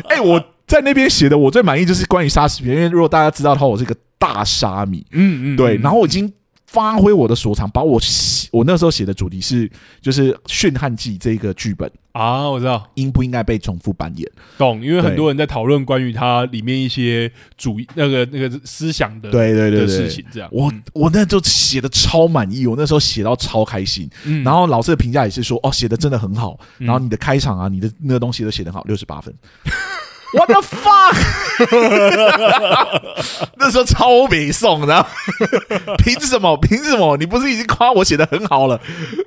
Speaker 2: 哎、我在那边写的，我最满意就是关于莎士比亚，因为如果大家知道的话，我是一个大沙迷。
Speaker 1: 嗯嗯，
Speaker 2: 对，
Speaker 1: 嗯
Speaker 2: 然后我已经发挥我的所长，把我写我那时候写的主题是就是《驯悍记》这个剧本
Speaker 1: 啊，我知道，
Speaker 2: 应不应该被重复扮演。
Speaker 1: 懂，因为
Speaker 2: 对
Speaker 1: 很多人在讨论关于它里面一些主义那个那个思想的
Speaker 2: 对对对
Speaker 1: 的事
Speaker 2: 对。
Speaker 1: 呃情，这啊样。嗯
Speaker 2: 我我那时候写的超满意，我那时候写到超开心，
Speaker 1: 嗯
Speaker 2: 然后老师的评价也是说，哦，写的真的很好，
Speaker 1: 嗯
Speaker 2: 然后你的开场啊，你的那个东西都写得很好，六十八分。What the fuck！那时候超没送的， 凭什么？凭什么？你不是已经夸我写的很好了？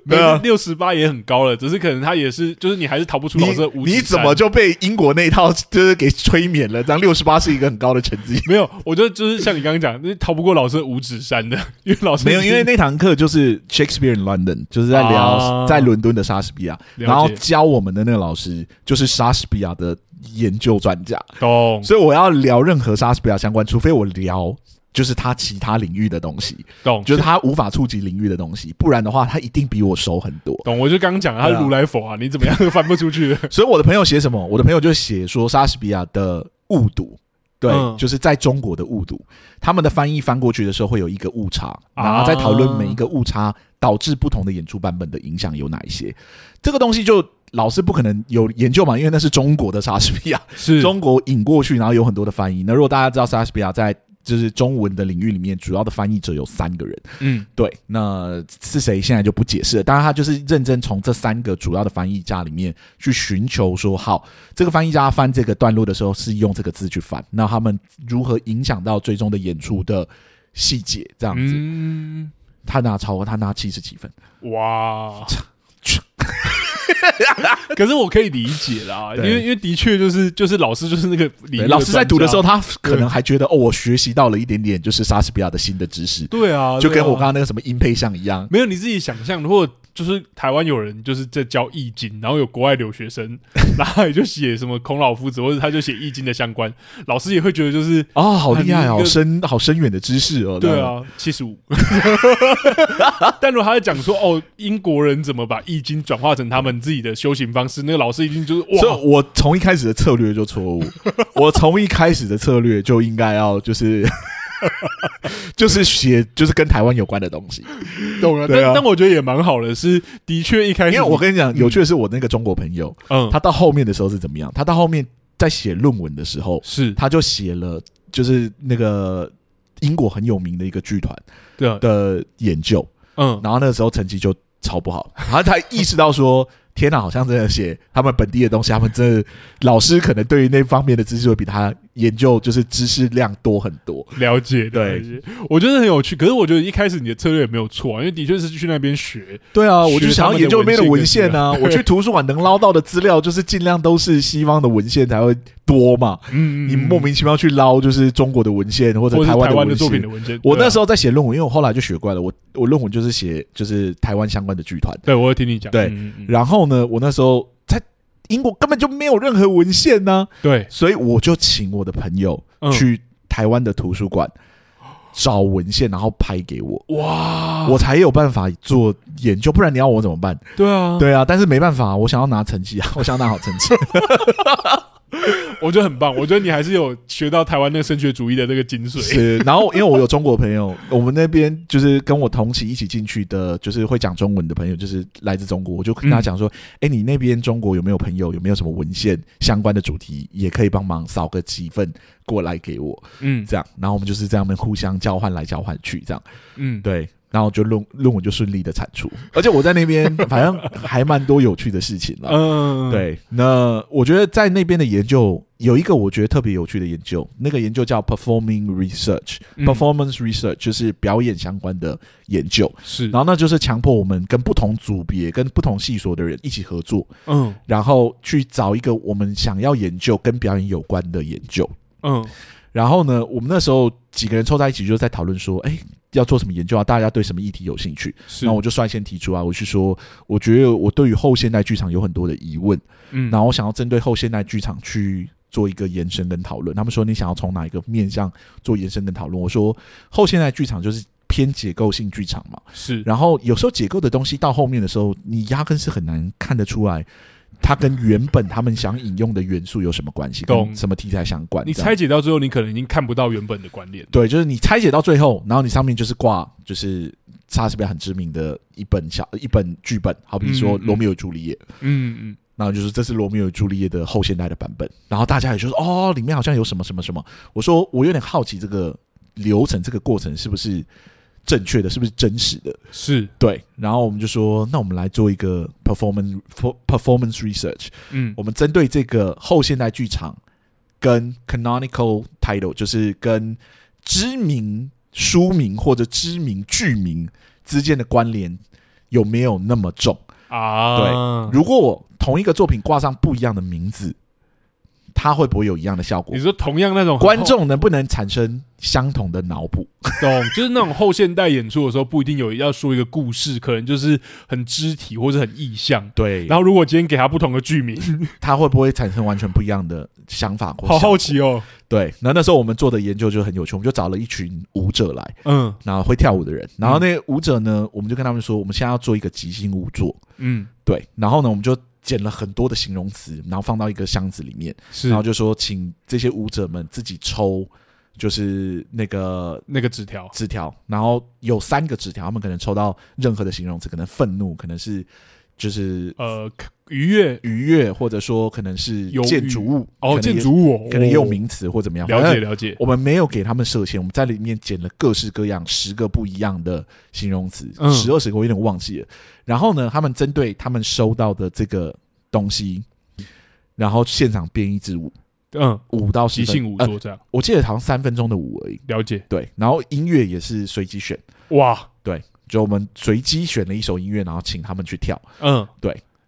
Speaker 2: 对啊
Speaker 1: 六十八也很高了，只是可能他也是，就是你还是逃不出
Speaker 2: 你
Speaker 1: 老师的五指
Speaker 2: 你怎
Speaker 1: 山。
Speaker 2: 么就被英国那一套就是给催眠了？这样六十八是一个很高的成绩
Speaker 1: 没有？我觉得就是像你刚刚讲，那逃不过老师的五指山的， 因为老师
Speaker 2: 没有，因为那堂课就是 Shakespeare in London，就是在聊、
Speaker 1: 啊
Speaker 2: 在伦敦的莎士比亚，
Speaker 1: 了解
Speaker 2: 然后教我们的那个老师就是莎士比亚的研究专家，
Speaker 1: 懂
Speaker 2: 所以我要聊任何莎士比亚相关，除非我聊就是他其他领域的东西，
Speaker 1: 懂
Speaker 2: 就是他无法触及领域的东西，不然的话，他一定比我熟很多。
Speaker 1: 懂，我就刚讲了他
Speaker 2: 对啊
Speaker 1: 是如来佛啊，你怎么样都翻不出 去的
Speaker 2: 所以我的朋友写什么？我的朋友就写说莎士比亚的误读。对，
Speaker 1: 嗯
Speaker 2: 就是在中国的误读，他们的翻译翻过去的时候会有一个误差，
Speaker 1: 啊
Speaker 2: 然后再讨论每一个误差导致不同的演出版本的影响有哪一些。这个东西就老师不可能有研究嘛，因为那是中国的莎士比亚，
Speaker 1: 是
Speaker 2: 中国引过去，然后有很多的翻译。那如果大家知道莎士比亚在就是中文的领域里面，主要的翻译者有三个人，
Speaker 1: 嗯
Speaker 2: 对，那是谁现在就不解释了。当然，他就是认真从这三个主要的翻译家里面去寻求说，好，这个翻译家翻这个段落的时候是用这个字去翻，那他们如何影响到最终的演出的细节？这样子，
Speaker 1: 嗯，
Speaker 2: 他拿超过，他拿七十几分，
Speaker 1: 哇。可是我可以理解啦，因
Speaker 2: 对
Speaker 1: 为因为的确就是就是老师就是那个理
Speaker 2: 对，老师在读的时候，，他可
Speaker 1: 对
Speaker 2: 能还觉得哦，我学习到了一点点，就是莎士比亚的新的知识，
Speaker 1: 对啊，
Speaker 2: 就跟我
Speaker 1: 对啊
Speaker 2: 刚刚那个什么音配像一 样。
Speaker 1: 没有你自己想象，如果就是台湾有人就是在教易经，然后有国外留学生， 然后也就写什么孔老夫子，或者他就写易经的相关，老师也会觉得就是
Speaker 2: 哦，好厉害，
Speaker 1: 很一
Speaker 2: 好
Speaker 1: 个
Speaker 2: 深，好深远的知识哦。
Speaker 1: 对，啊，七十五。 但如果他在讲说哦，英国人怎么把易经转化成他们自己的修行方式，那个老师一定就是
Speaker 2: 所
Speaker 1: 哇，
Speaker 2: 以我从一开始的策略就 错误，我从一开始的策略就应该要就是 就是写就是跟台湾有关的东西，
Speaker 1: 懂了。
Speaker 2: 对啊
Speaker 1: 但但我觉得也蛮好的，是的确一开
Speaker 2: 因
Speaker 1: 始
Speaker 2: 为我跟你讲，
Speaker 1: 嗯
Speaker 2: 有趣的是我那个中国朋友，
Speaker 1: 嗯
Speaker 2: 他到后面的时候是怎么样？他到后面在写论文的时候，
Speaker 1: 是
Speaker 2: 他就写了就是那个英国很有名的一个剧团
Speaker 1: 对啊
Speaker 2: 的研究，
Speaker 1: 嗯
Speaker 2: 然后那个时候成绩就超不好，然后他意识到说。天呐，好像真的写他们本地的东西，他们真的老师可能对于那方面的知识会比他研究就是知识量多很多。
Speaker 1: 了解，了
Speaker 2: 对
Speaker 1: 解，我觉得很有趣。可是我觉得一开始你的策略也没有错啊，因为的确是去那边学，
Speaker 2: 对啊，
Speaker 1: 学
Speaker 2: 我就想要研究那边的文献啊，
Speaker 1: 他们的文献
Speaker 2: 我去图书馆能捞到的资料就是尽量都是西方的文献才会多嘛。
Speaker 1: 嗯，
Speaker 2: 你莫名其妙去捞就是中国的文献或者
Speaker 1: 或者是
Speaker 2: 台
Speaker 1: 台湾
Speaker 2: 的
Speaker 1: 的
Speaker 2: 文啊
Speaker 1: 作品
Speaker 2: 献
Speaker 1: 的。文件，啊
Speaker 2: 我那时
Speaker 1: 候
Speaker 2: 候在写论文，因为我后来就学乖了，我我论文就是写就是台湾相关的剧团。
Speaker 1: 对我有听你讲，
Speaker 2: 对
Speaker 1: 嗯嗯嗯
Speaker 2: 然后呢，我那时候在英国根本就没有任何文献呢、
Speaker 1: 对，
Speaker 2: 所以我就请我的朋友
Speaker 1: 嗯
Speaker 2: 去台湾的图书馆找文献，然后拍给我，
Speaker 1: 哇，
Speaker 2: 我才有办法做研究，不然你要我怎么办？
Speaker 1: 对啊，
Speaker 2: 对啊，但是没办法，我想要拿成绩啊，我 想要拿好成绩。
Speaker 1: 我觉得很棒，我觉得你还是有学到台湾那个升学主义的那个精髓，
Speaker 2: 是，然后因为我有中国朋友，我们那边就是跟我同期一起进去的，就是会讲中文的朋友，就是来自中国，我就跟他讲说，哎、你那边中国有没有朋友，有没有什么文献相关的主题，也可以帮忙扫个几份过来给我，
Speaker 1: 嗯
Speaker 2: 这样，然后我们就是这样互相交换来交换去，这样。
Speaker 1: 嗯，
Speaker 2: 对，然后就论论文就顺利的产出，而且我在那边反正还蛮多有趣的事情了。
Speaker 1: 嗯，
Speaker 2: 对，那我觉得在那边的研究有一个我觉得特别有趣的研究，那个研究叫 performing research、
Speaker 1: 嗯
Speaker 2: performance research 就是表演相关的研究，
Speaker 1: 是，
Speaker 2: 然后那就是强迫我们跟不同组别、跟不同系所的人一起合作，
Speaker 1: 嗯
Speaker 2: 然后去找一个我们想要研究跟表演有关的研究。
Speaker 1: 嗯
Speaker 2: 然后呢，我们那时候几个人凑在一起，就在讨论说，哎，要做什么研究啊？大家对什么议题有兴趣？
Speaker 1: 是，
Speaker 2: 那我就率先提出啊，我是说，我觉得我对于后现代剧场有很多的疑问，
Speaker 1: 嗯
Speaker 2: 然后我想要针对后现代剧场去做一个延伸跟讨论。他们说你想要从哪一个面向做延伸跟讨论？我说后现代剧场就是偏结构性剧场嘛，
Speaker 1: 是，
Speaker 2: 然后有时候解构的东西到后面的时候，你压根是很难看得出来。它跟原本他们想引用的元素有什么关系？
Speaker 1: 懂
Speaker 2: 跟什么题材相关？
Speaker 1: 你
Speaker 2: 这样
Speaker 1: 拆解到最后，你可能已经看不到原本的关联，
Speaker 2: 对，就是你拆解到最后，然后你上面就是挂就是莎士比亚很知名的一本小一本剧本，好比说
Speaker 1: 嗯嗯
Speaker 2: 《
Speaker 1: 嗯
Speaker 2: 罗密欧与朱丽叶》，
Speaker 1: 嗯嗯，
Speaker 2: 然后就是这是《罗密欧与朱丽叶》的后现代的版本，然后大家也就说哦，里面好像有什么什么什么。我说我有点好奇这个流程这个过程是不是正确的，是不是真实的？
Speaker 1: 是，
Speaker 2: 对，然后我们就说，那我们来做一个 performance performance research，
Speaker 1: 嗯
Speaker 2: 我们针对这个后现代剧场跟 canonical title，就是跟知名书名或者知名剧名之间的关联有没有那么重？
Speaker 1: 啊，
Speaker 2: 如果我同一个作品挂上不一样的名字，它会不会有一样的效果
Speaker 1: 你？说哦同样那种很
Speaker 2: 观
Speaker 1: 厚
Speaker 2: 众能不能产生相同的脑补？
Speaker 1: 懂，就是那种后现代演出的时候，不一定有要说一个故事，可能就是很肢体或者很意象。
Speaker 2: 对然
Speaker 1: 然后如果今天给他不同的剧 名，
Speaker 2: 后它会不会产生完全不一样的想法或
Speaker 1: 好
Speaker 2: 效
Speaker 1: 好
Speaker 2: 果
Speaker 1: 奇哦。
Speaker 2: 对，那那时候我们做的研究就很有趣，我们就找了一群舞者来，
Speaker 1: 嗯
Speaker 2: 然后会跳舞的人，然后那舞者呢，我们就跟他们说，我们现在要做一个即兴舞作，
Speaker 1: 嗯，
Speaker 2: 对，然后呢，我们就捡了很多的形容词，然后放到一个箱子里面，
Speaker 1: 是
Speaker 2: 然后就说请这些舞者们自己抽，就是那个
Speaker 1: 那个纸条，
Speaker 2: 纸条，然后有三个纸条，他们可能抽到任何的形容词，可能愤怒，可能是就是
Speaker 1: 呃，愉悦
Speaker 2: 愉悦，或者说可能是
Speaker 1: 忧郁
Speaker 2: 建筑物，
Speaker 1: 哦，
Speaker 2: 可能也
Speaker 1: 建筑物哦哦
Speaker 2: 可能也有，名哎词或怎么样，
Speaker 1: 了
Speaker 2: 反
Speaker 1: 解
Speaker 2: 正
Speaker 1: 了解，
Speaker 2: 我们没有给他们设限，我们在里面捡了各式各样十个不一样的形容词，
Speaker 1: 嗯
Speaker 2: 十二十个我有点忘记了。然后呢，他们针对他们收到的这个东西，然后现场编一支舞，
Speaker 1: 嗯，
Speaker 2: 舞到十
Speaker 1: 即
Speaker 2: 分
Speaker 1: 兴舞
Speaker 2: 呃
Speaker 1: 作这样，
Speaker 2: 我记得好像三分钟的舞而已。
Speaker 1: 了解。
Speaker 2: 对，然后音乐也是随机选，
Speaker 1: 哇，
Speaker 2: 就我们随机选了一首音乐，然后请他们去跳。
Speaker 1: 嗯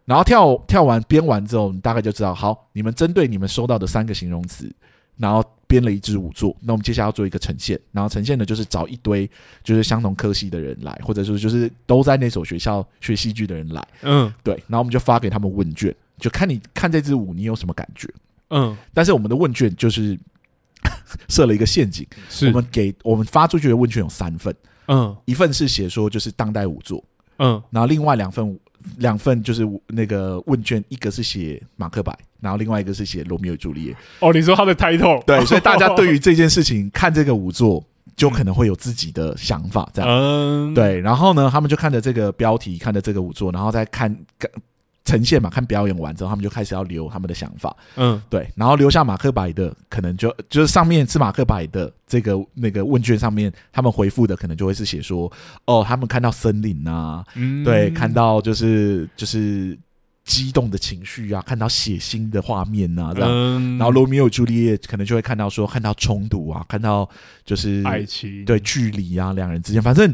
Speaker 2: 然后跳跳完编完之后，你大概就知道，好，你们针对你们收到的三个形容词，然后编了一支舞作。那我们接下来要做一个呈现，然后呈现的就是找一堆就是相同科系的人来，或者说就是都在那所学校学戏剧的人来，
Speaker 1: 嗯
Speaker 2: 对。然后我们就发给他们问卷，就看你看这支舞你有什么感觉。
Speaker 1: 嗯，
Speaker 2: 但是我们的问卷就是 设了一个陷阱，我
Speaker 1: 是，
Speaker 2: 们给我们发出去的问卷有三份，
Speaker 1: 嗯
Speaker 2: 一份是写说就是当代舞作，
Speaker 1: 嗯，
Speaker 2: 然后另外两份两份就是那个问卷，一个是写马克白，然后另外一个是写罗密欧与朱丽叶。
Speaker 1: 哦，你说他的 title，
Speaker 2: 对，所以大家对于这件事情看这个舞作，就可能会有自己的想法，这样。
Speaker 1: 嗯，
Speaker 2: 对，然后呢，他们就看着这个标题，看着这个舞作，然后再看看呈现嘛，看表演完之后，他们就开始要留他们的想法。
Speaker 1: 嗯
Speaker 2: 对，然后留下马克白的，可能就就是上面是马克白的这个那个问卷上面，他们回复的可能就会是写说，哦，他们看到森林啊，
Speaker 1: 嗯，
Speaker 2: 对，看到就是就是激动的情绪啊，看到血腥的画面啊，这样。
Speaker 1: 嗯，
Speaker 2: 然后罗密欧与朱丽叶可能就会看到说，看到冲突啊，看到就是
Speaker 1: 爱情，
Speaker 2: 对距离啊，两人之间，反正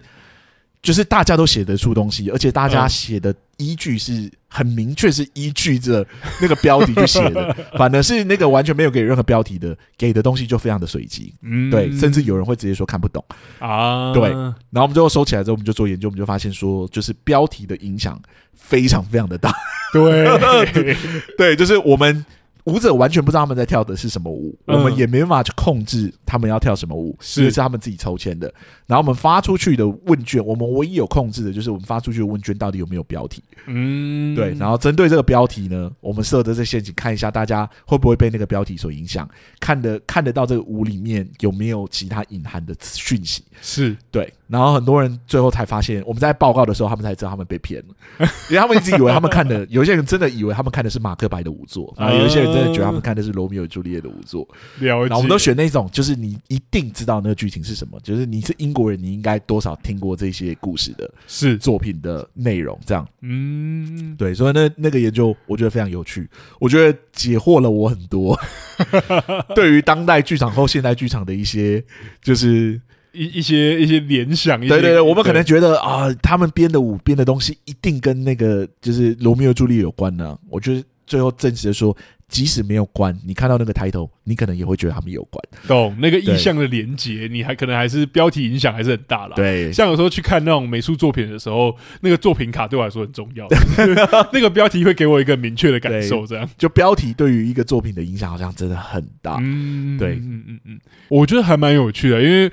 Speaker 2: 就是大家都写得出东西，而且大家
Speaker 1: 嗯
Speaker 2: 写的依据是很明确，是依据着那个标题去写 的，反而是那个完全没有给任何标题的，给的东西就非常的随机，
Speaker 1: 嗯，
Speaker 2: 对，甚至有人会直接说看不懂。
Speaker 1: 啊，
Speaker 2: 对然后我们最后收起来之后，我们就做研究，我们就发现说，就是标题的影响非常非常的大。
Speaker 1: 对，
Speaker 2: 对，就是我们舞者完全不知道他们在跳的是什么舞，
Speaker 1: 嗯
Speaker 2: 我们也没办法去控制他们要跳什么舞，
Speaker 1: 是
Speaker 2: 因为是他们自己抽签的。然后我们发出去的问卷，我们唯一有控制的就是我们发出去的问卷到底有没有标题。
Speaker 1: 嗯，
Speaker 2: 对，然后针对这个标题呢，我们设的这陷阱，看一下大家会不会被那个标题所影响，看得看得到这个舞里面有没有其他隐含的讯息。
Speaker 1: 是
Speaker 2: 对，然后很多人最后才发现，我们在报告的时候，他们才知道他们被骗了，因为他们一直以为他们看的，有一些人真的以为他们看的是马克白的舞作，然后有一些人真的觉得他们看的是罗密欧与朱丽叶的舞作，
Speaker 1: 了
Speaker 2: 然
Speaker 1: 解，
Speaker 2: 后我们都选那种就是你一定知道那个剧情是什么，就是你是英国人，你应该多少听过这些故事的
Speaker 1: 是，
Speaker 2: 作品的内容，这样
Speaker 1: 嗯，
Speaker 2: 对，所以那那个研究我觉得非常有趣，我觉得解惑了我很多， 对于当代剧场后现代剧场的一些就是
Speaker 1: 一一些一些联想，一些
Speaker 2: 对对对，我们可能觉得啊，他们编的舞编的东西一定跟那个就是罗密欧朱丽叶有关呢、我觉得最后证实的说，即使没有关，你看到那个抬头，你可能也会觉得他们有关。
Speaker 1: 懂那个意
Speaker 2: 对
Speaker 1: 象的连接，你还可能还是标题影响还是很大啦。
Speaker 2: 对
Speaker 1: 像有时候去看那种美术作品的时候，那个作品卡对我来说很重 要， 就是那个标题会给我一个明确的感受，这样。
Speaker 2: 就标题对于一个作品的影响好像真的很大。
Speaker 1: 嗯，
Speaker 2: 啊对
Speaker 1: 嗯嗯嗯，我觉得还蛮有趣的，因为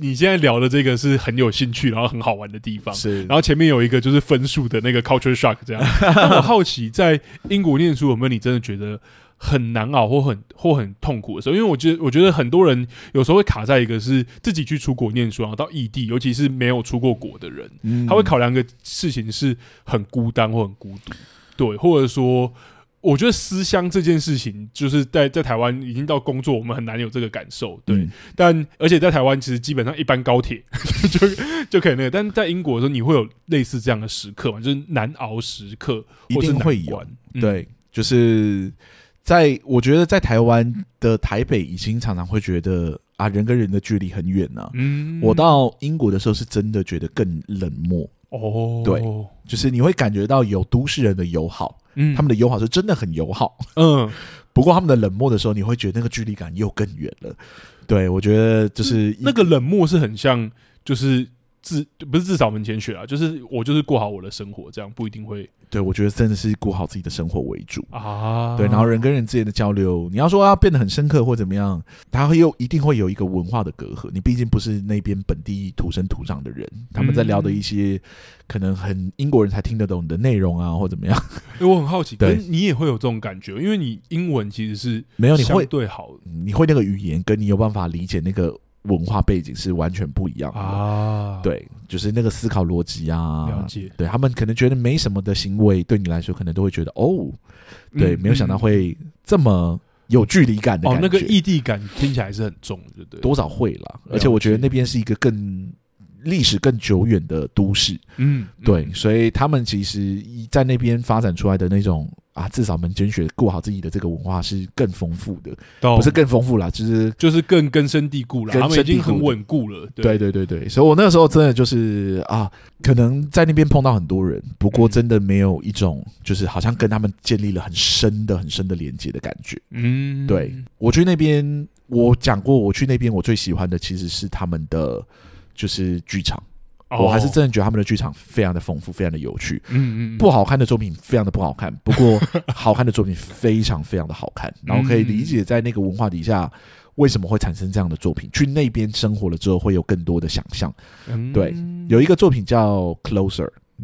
Speaker 1: 你现在聊的这个是很有兴趣，然后很好玩的地方。
Speaker 2: 是
Speaker 1: 然，后前面有一个就是分数的那个 culture shock，这样。 那我好奇，在英国念书有没有你真的觉得很难熬或很或很痛苦的时候？因为我觉得，我觉得很多人有时候会卡在一个是自己去出国念书，然后到异地，尤其是没有出过国的人，
Speaker 2: 嗯
Speaker 1: 他会考量一个事情是很孤单或很孤独，对，或者说。我觉得思乡这件事情，就是在在台湾已经到工作，我们很难有这个感受，对。
Speaker 2: 嗯
Speaker 1: 但而且在台湾，其实基本上一般高铁 就就可以那个，但在英国的时候，你会有类似这样的时刻嘛？就是难熬时刻，
Speaker 2: 一
Speaker 1: 或是
Speaker 2: 定会
Speaker 1: 难
Speaker 2: 有
Speaker 1: 关，。
Speaker 2: 对，就是在我觉得在台湾的台北已经常常会觉得啊，人跟人的距离很远呢、
Speaker 1: 嗯，嗯
Speaker 2: 我到英国的时候是真的觉得更冷漠，
Speaker 1: 哦，
Speaker 2: 对，就是你会感觉到有都市人的友好，
Speaker 1: 嗯
Speaker 2: 他们的友好是真的很友好，
Speaker 1: 嗯
Speaker 2: 不过他们的冷漠的时候，你会觉得那个距离感又更远了。对，我觉得就是一
Speaker 1: 那个冷漠是很像，就是自不是自扫门前雪啊，就是我就是过好我的生活，这样不一定会
Speaker 2: 对我觉得真的是顾好自己的生活为主。
Speaker 1: 啊。
Speaker 2: 对，然后人跟人之间的交流，你要说啊要变得很深刻或怎么样，它会又一定会有一个文化的隔阂。你毕竟不是那边本地土生土长的人，他们在聊的一些可能很英国人才听得懂的内容啊，或怎么样，
Speaker 1: 因为我很好奇，可
Speaker 2: 对
Speaker 1: 是你也会有这种感觉，因为你英文其实是
Speaker 2: 没有你
Speaker 1: 相
Speaker 2: 会
Speaker 1: 对好
Speaker 2: 你会那个语言，跟你有办法理解那个文化背景是完全不一样的。
Speaker 1: 啊。，
Speaker 2: 对，就是那个思考逻辑
Speaker 1: 了
Speaker 2: 啊，
Speaker 1: 解。
Speaker 2: 对他们可能觉得没什么的行为，对你来说可能都会觉得哦，对，
Speaker 1: 嗯
Speaker 2: 没有想到
Speaker 1: 嗯
Speaker 2: 会这么有距离感的
Speaker 1: 哦
Speaker 2: 感，
Speaker 1: 那
Speaker 2: 觉。
Speaker 1: 个异地感听起来是很重的，对不对？
Speaker 2: 多少会啦，
Speaker 1: 解
Speaker 2: 而且我觉得那边是一个更历史更久远的都市，
Speaker 1: 嗯，嗯
Speaker 2: 对，所以他们其实一在那边发展出来的那种啊，至少门前雪过好自己的这个文化是更丰富的，
Speaker 1: 懂
Speaker 2: 不是更丰富啦，就是
Speaker 1: 就是更根深蒂固了，
Speaker 2: 根
Speaker 1: 他
Speaker 2: 深
Speaker 1: 们已经
Speaker 2: 蒂固
Speaker 1: 很
Speaker 2: 的
Speaker 1: 稳固了。
Speaker 2: 对对对对，所以我那个时候真的就是啊，可能在那边碰到很多人，不过
Speaker 1: 嗯
Speaker 2: 真的没有一种就是好像跟他们建立了很深的很深的连接的感觉。
Speaker 1: 嗯，
Speaker 2: 对我去那边，我讲过，我去那边我最喜欢的其实是他们的就是剧场。
Speaker 1: 哦，
Speaker 2: 我还是真的觉得他们的剧场非常的丰富，非常的有趣。
Speaker 1: 嗯嗯嗯
Speaker 2: 不好看的作品非常的不好看，不 过好看的作品非常非常的好看，然后可以理
Speaker 1: 嗯
Speaker 2: 解在那个文化底下为什么会产生这样的作品。去那边生活了之后，会有更多的想象。
Speaker 1: 嗯
Speaker 2: 对有一个作品叫《Closer》，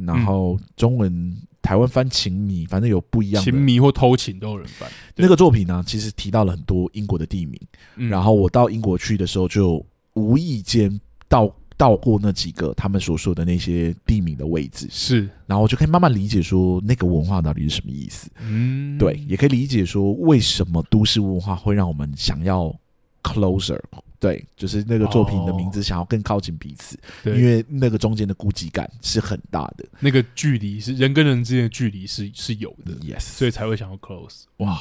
Speaker 2: 然后中文台湾翻《情迷》，反正有不一样
Speaker 1: 情
Speaker 2: 的。
Speaker 1: 迷或偷情都有人犯。对
Speaker 2: 那个作品呢，其实提到了很多英国的地名，
Speaker 1: 嗯
Speaker 2: 然后我到英国去的时候，就无意间到到过那几个他们所说的那些地名的位置，
Speaker 1: 是，
Speaker 2: 然后我就可以慢慢理解说那个文化到底是什么意思。
Speaker 1: 嗯，
Speaker 2: 对，也可以理解说为什么都市文化会让我们想要 closer。对，就是那个作品的名字想要更靠近彼此，
Speaker 1: 哦对，
Speaker 2: 因为那个中间的孤寂感是很大的。
Speaker 1: 那个距离是人跟人之间的距离是是有的，
Speaker 2: Yes，
Speaker 1: 所以才会想要 close。
Speaker 2: 哇，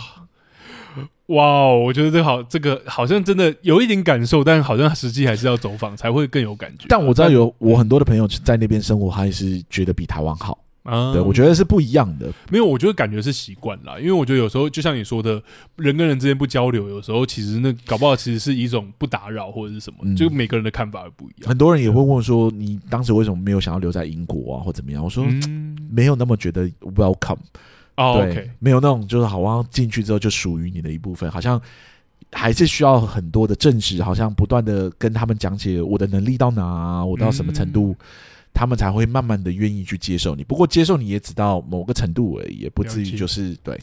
Speaker 1: 哇哦，我觉得这个好，这个好像真的有一点感受，但好像实际还是要走访才会更有感觉。
Speaker 2: 但我知道有我很多的朋友在那边生活，还是觉得比台湾好。
Speaker 1: 啊
Speaker 2: 对，我觉得是不一样的。
Speaker 1: 没有，我觉得感觉是习惯啦，因为我觉得有时候就像你说的，人跟人之间不交流，有时候其实那搞不好其实是一种不打扰或者是什么，
Speaker 2: 嗯
Speaker 1: 就每个人的看法不一样。
Speaker 2: 很多人也会问说，你当时为什么没有想要留在英国啊，或怎么样？我说、
Speaker 1: 嗯，
Speaker 2: 没有那么觉得 welcome。
Speaker 1: 哦
Speaker 2: 对
Speaker 1: ，OK，
Speaker 2: 没有那种就是好像进去之后就属于你的一部分，好像还是需要很多的证实，好像不断的跟他们讲解我的能力到哪啊，我到什么程
Speaker 1: 嗯
Speaker 2: 度，他们才会慢慢的愿意去接受你。不过接受你也只到某个程度而已，也不
Speaker 1: 了
Speaker 2: 至于
Speaker 1: 解
Speaker 2: 就是对。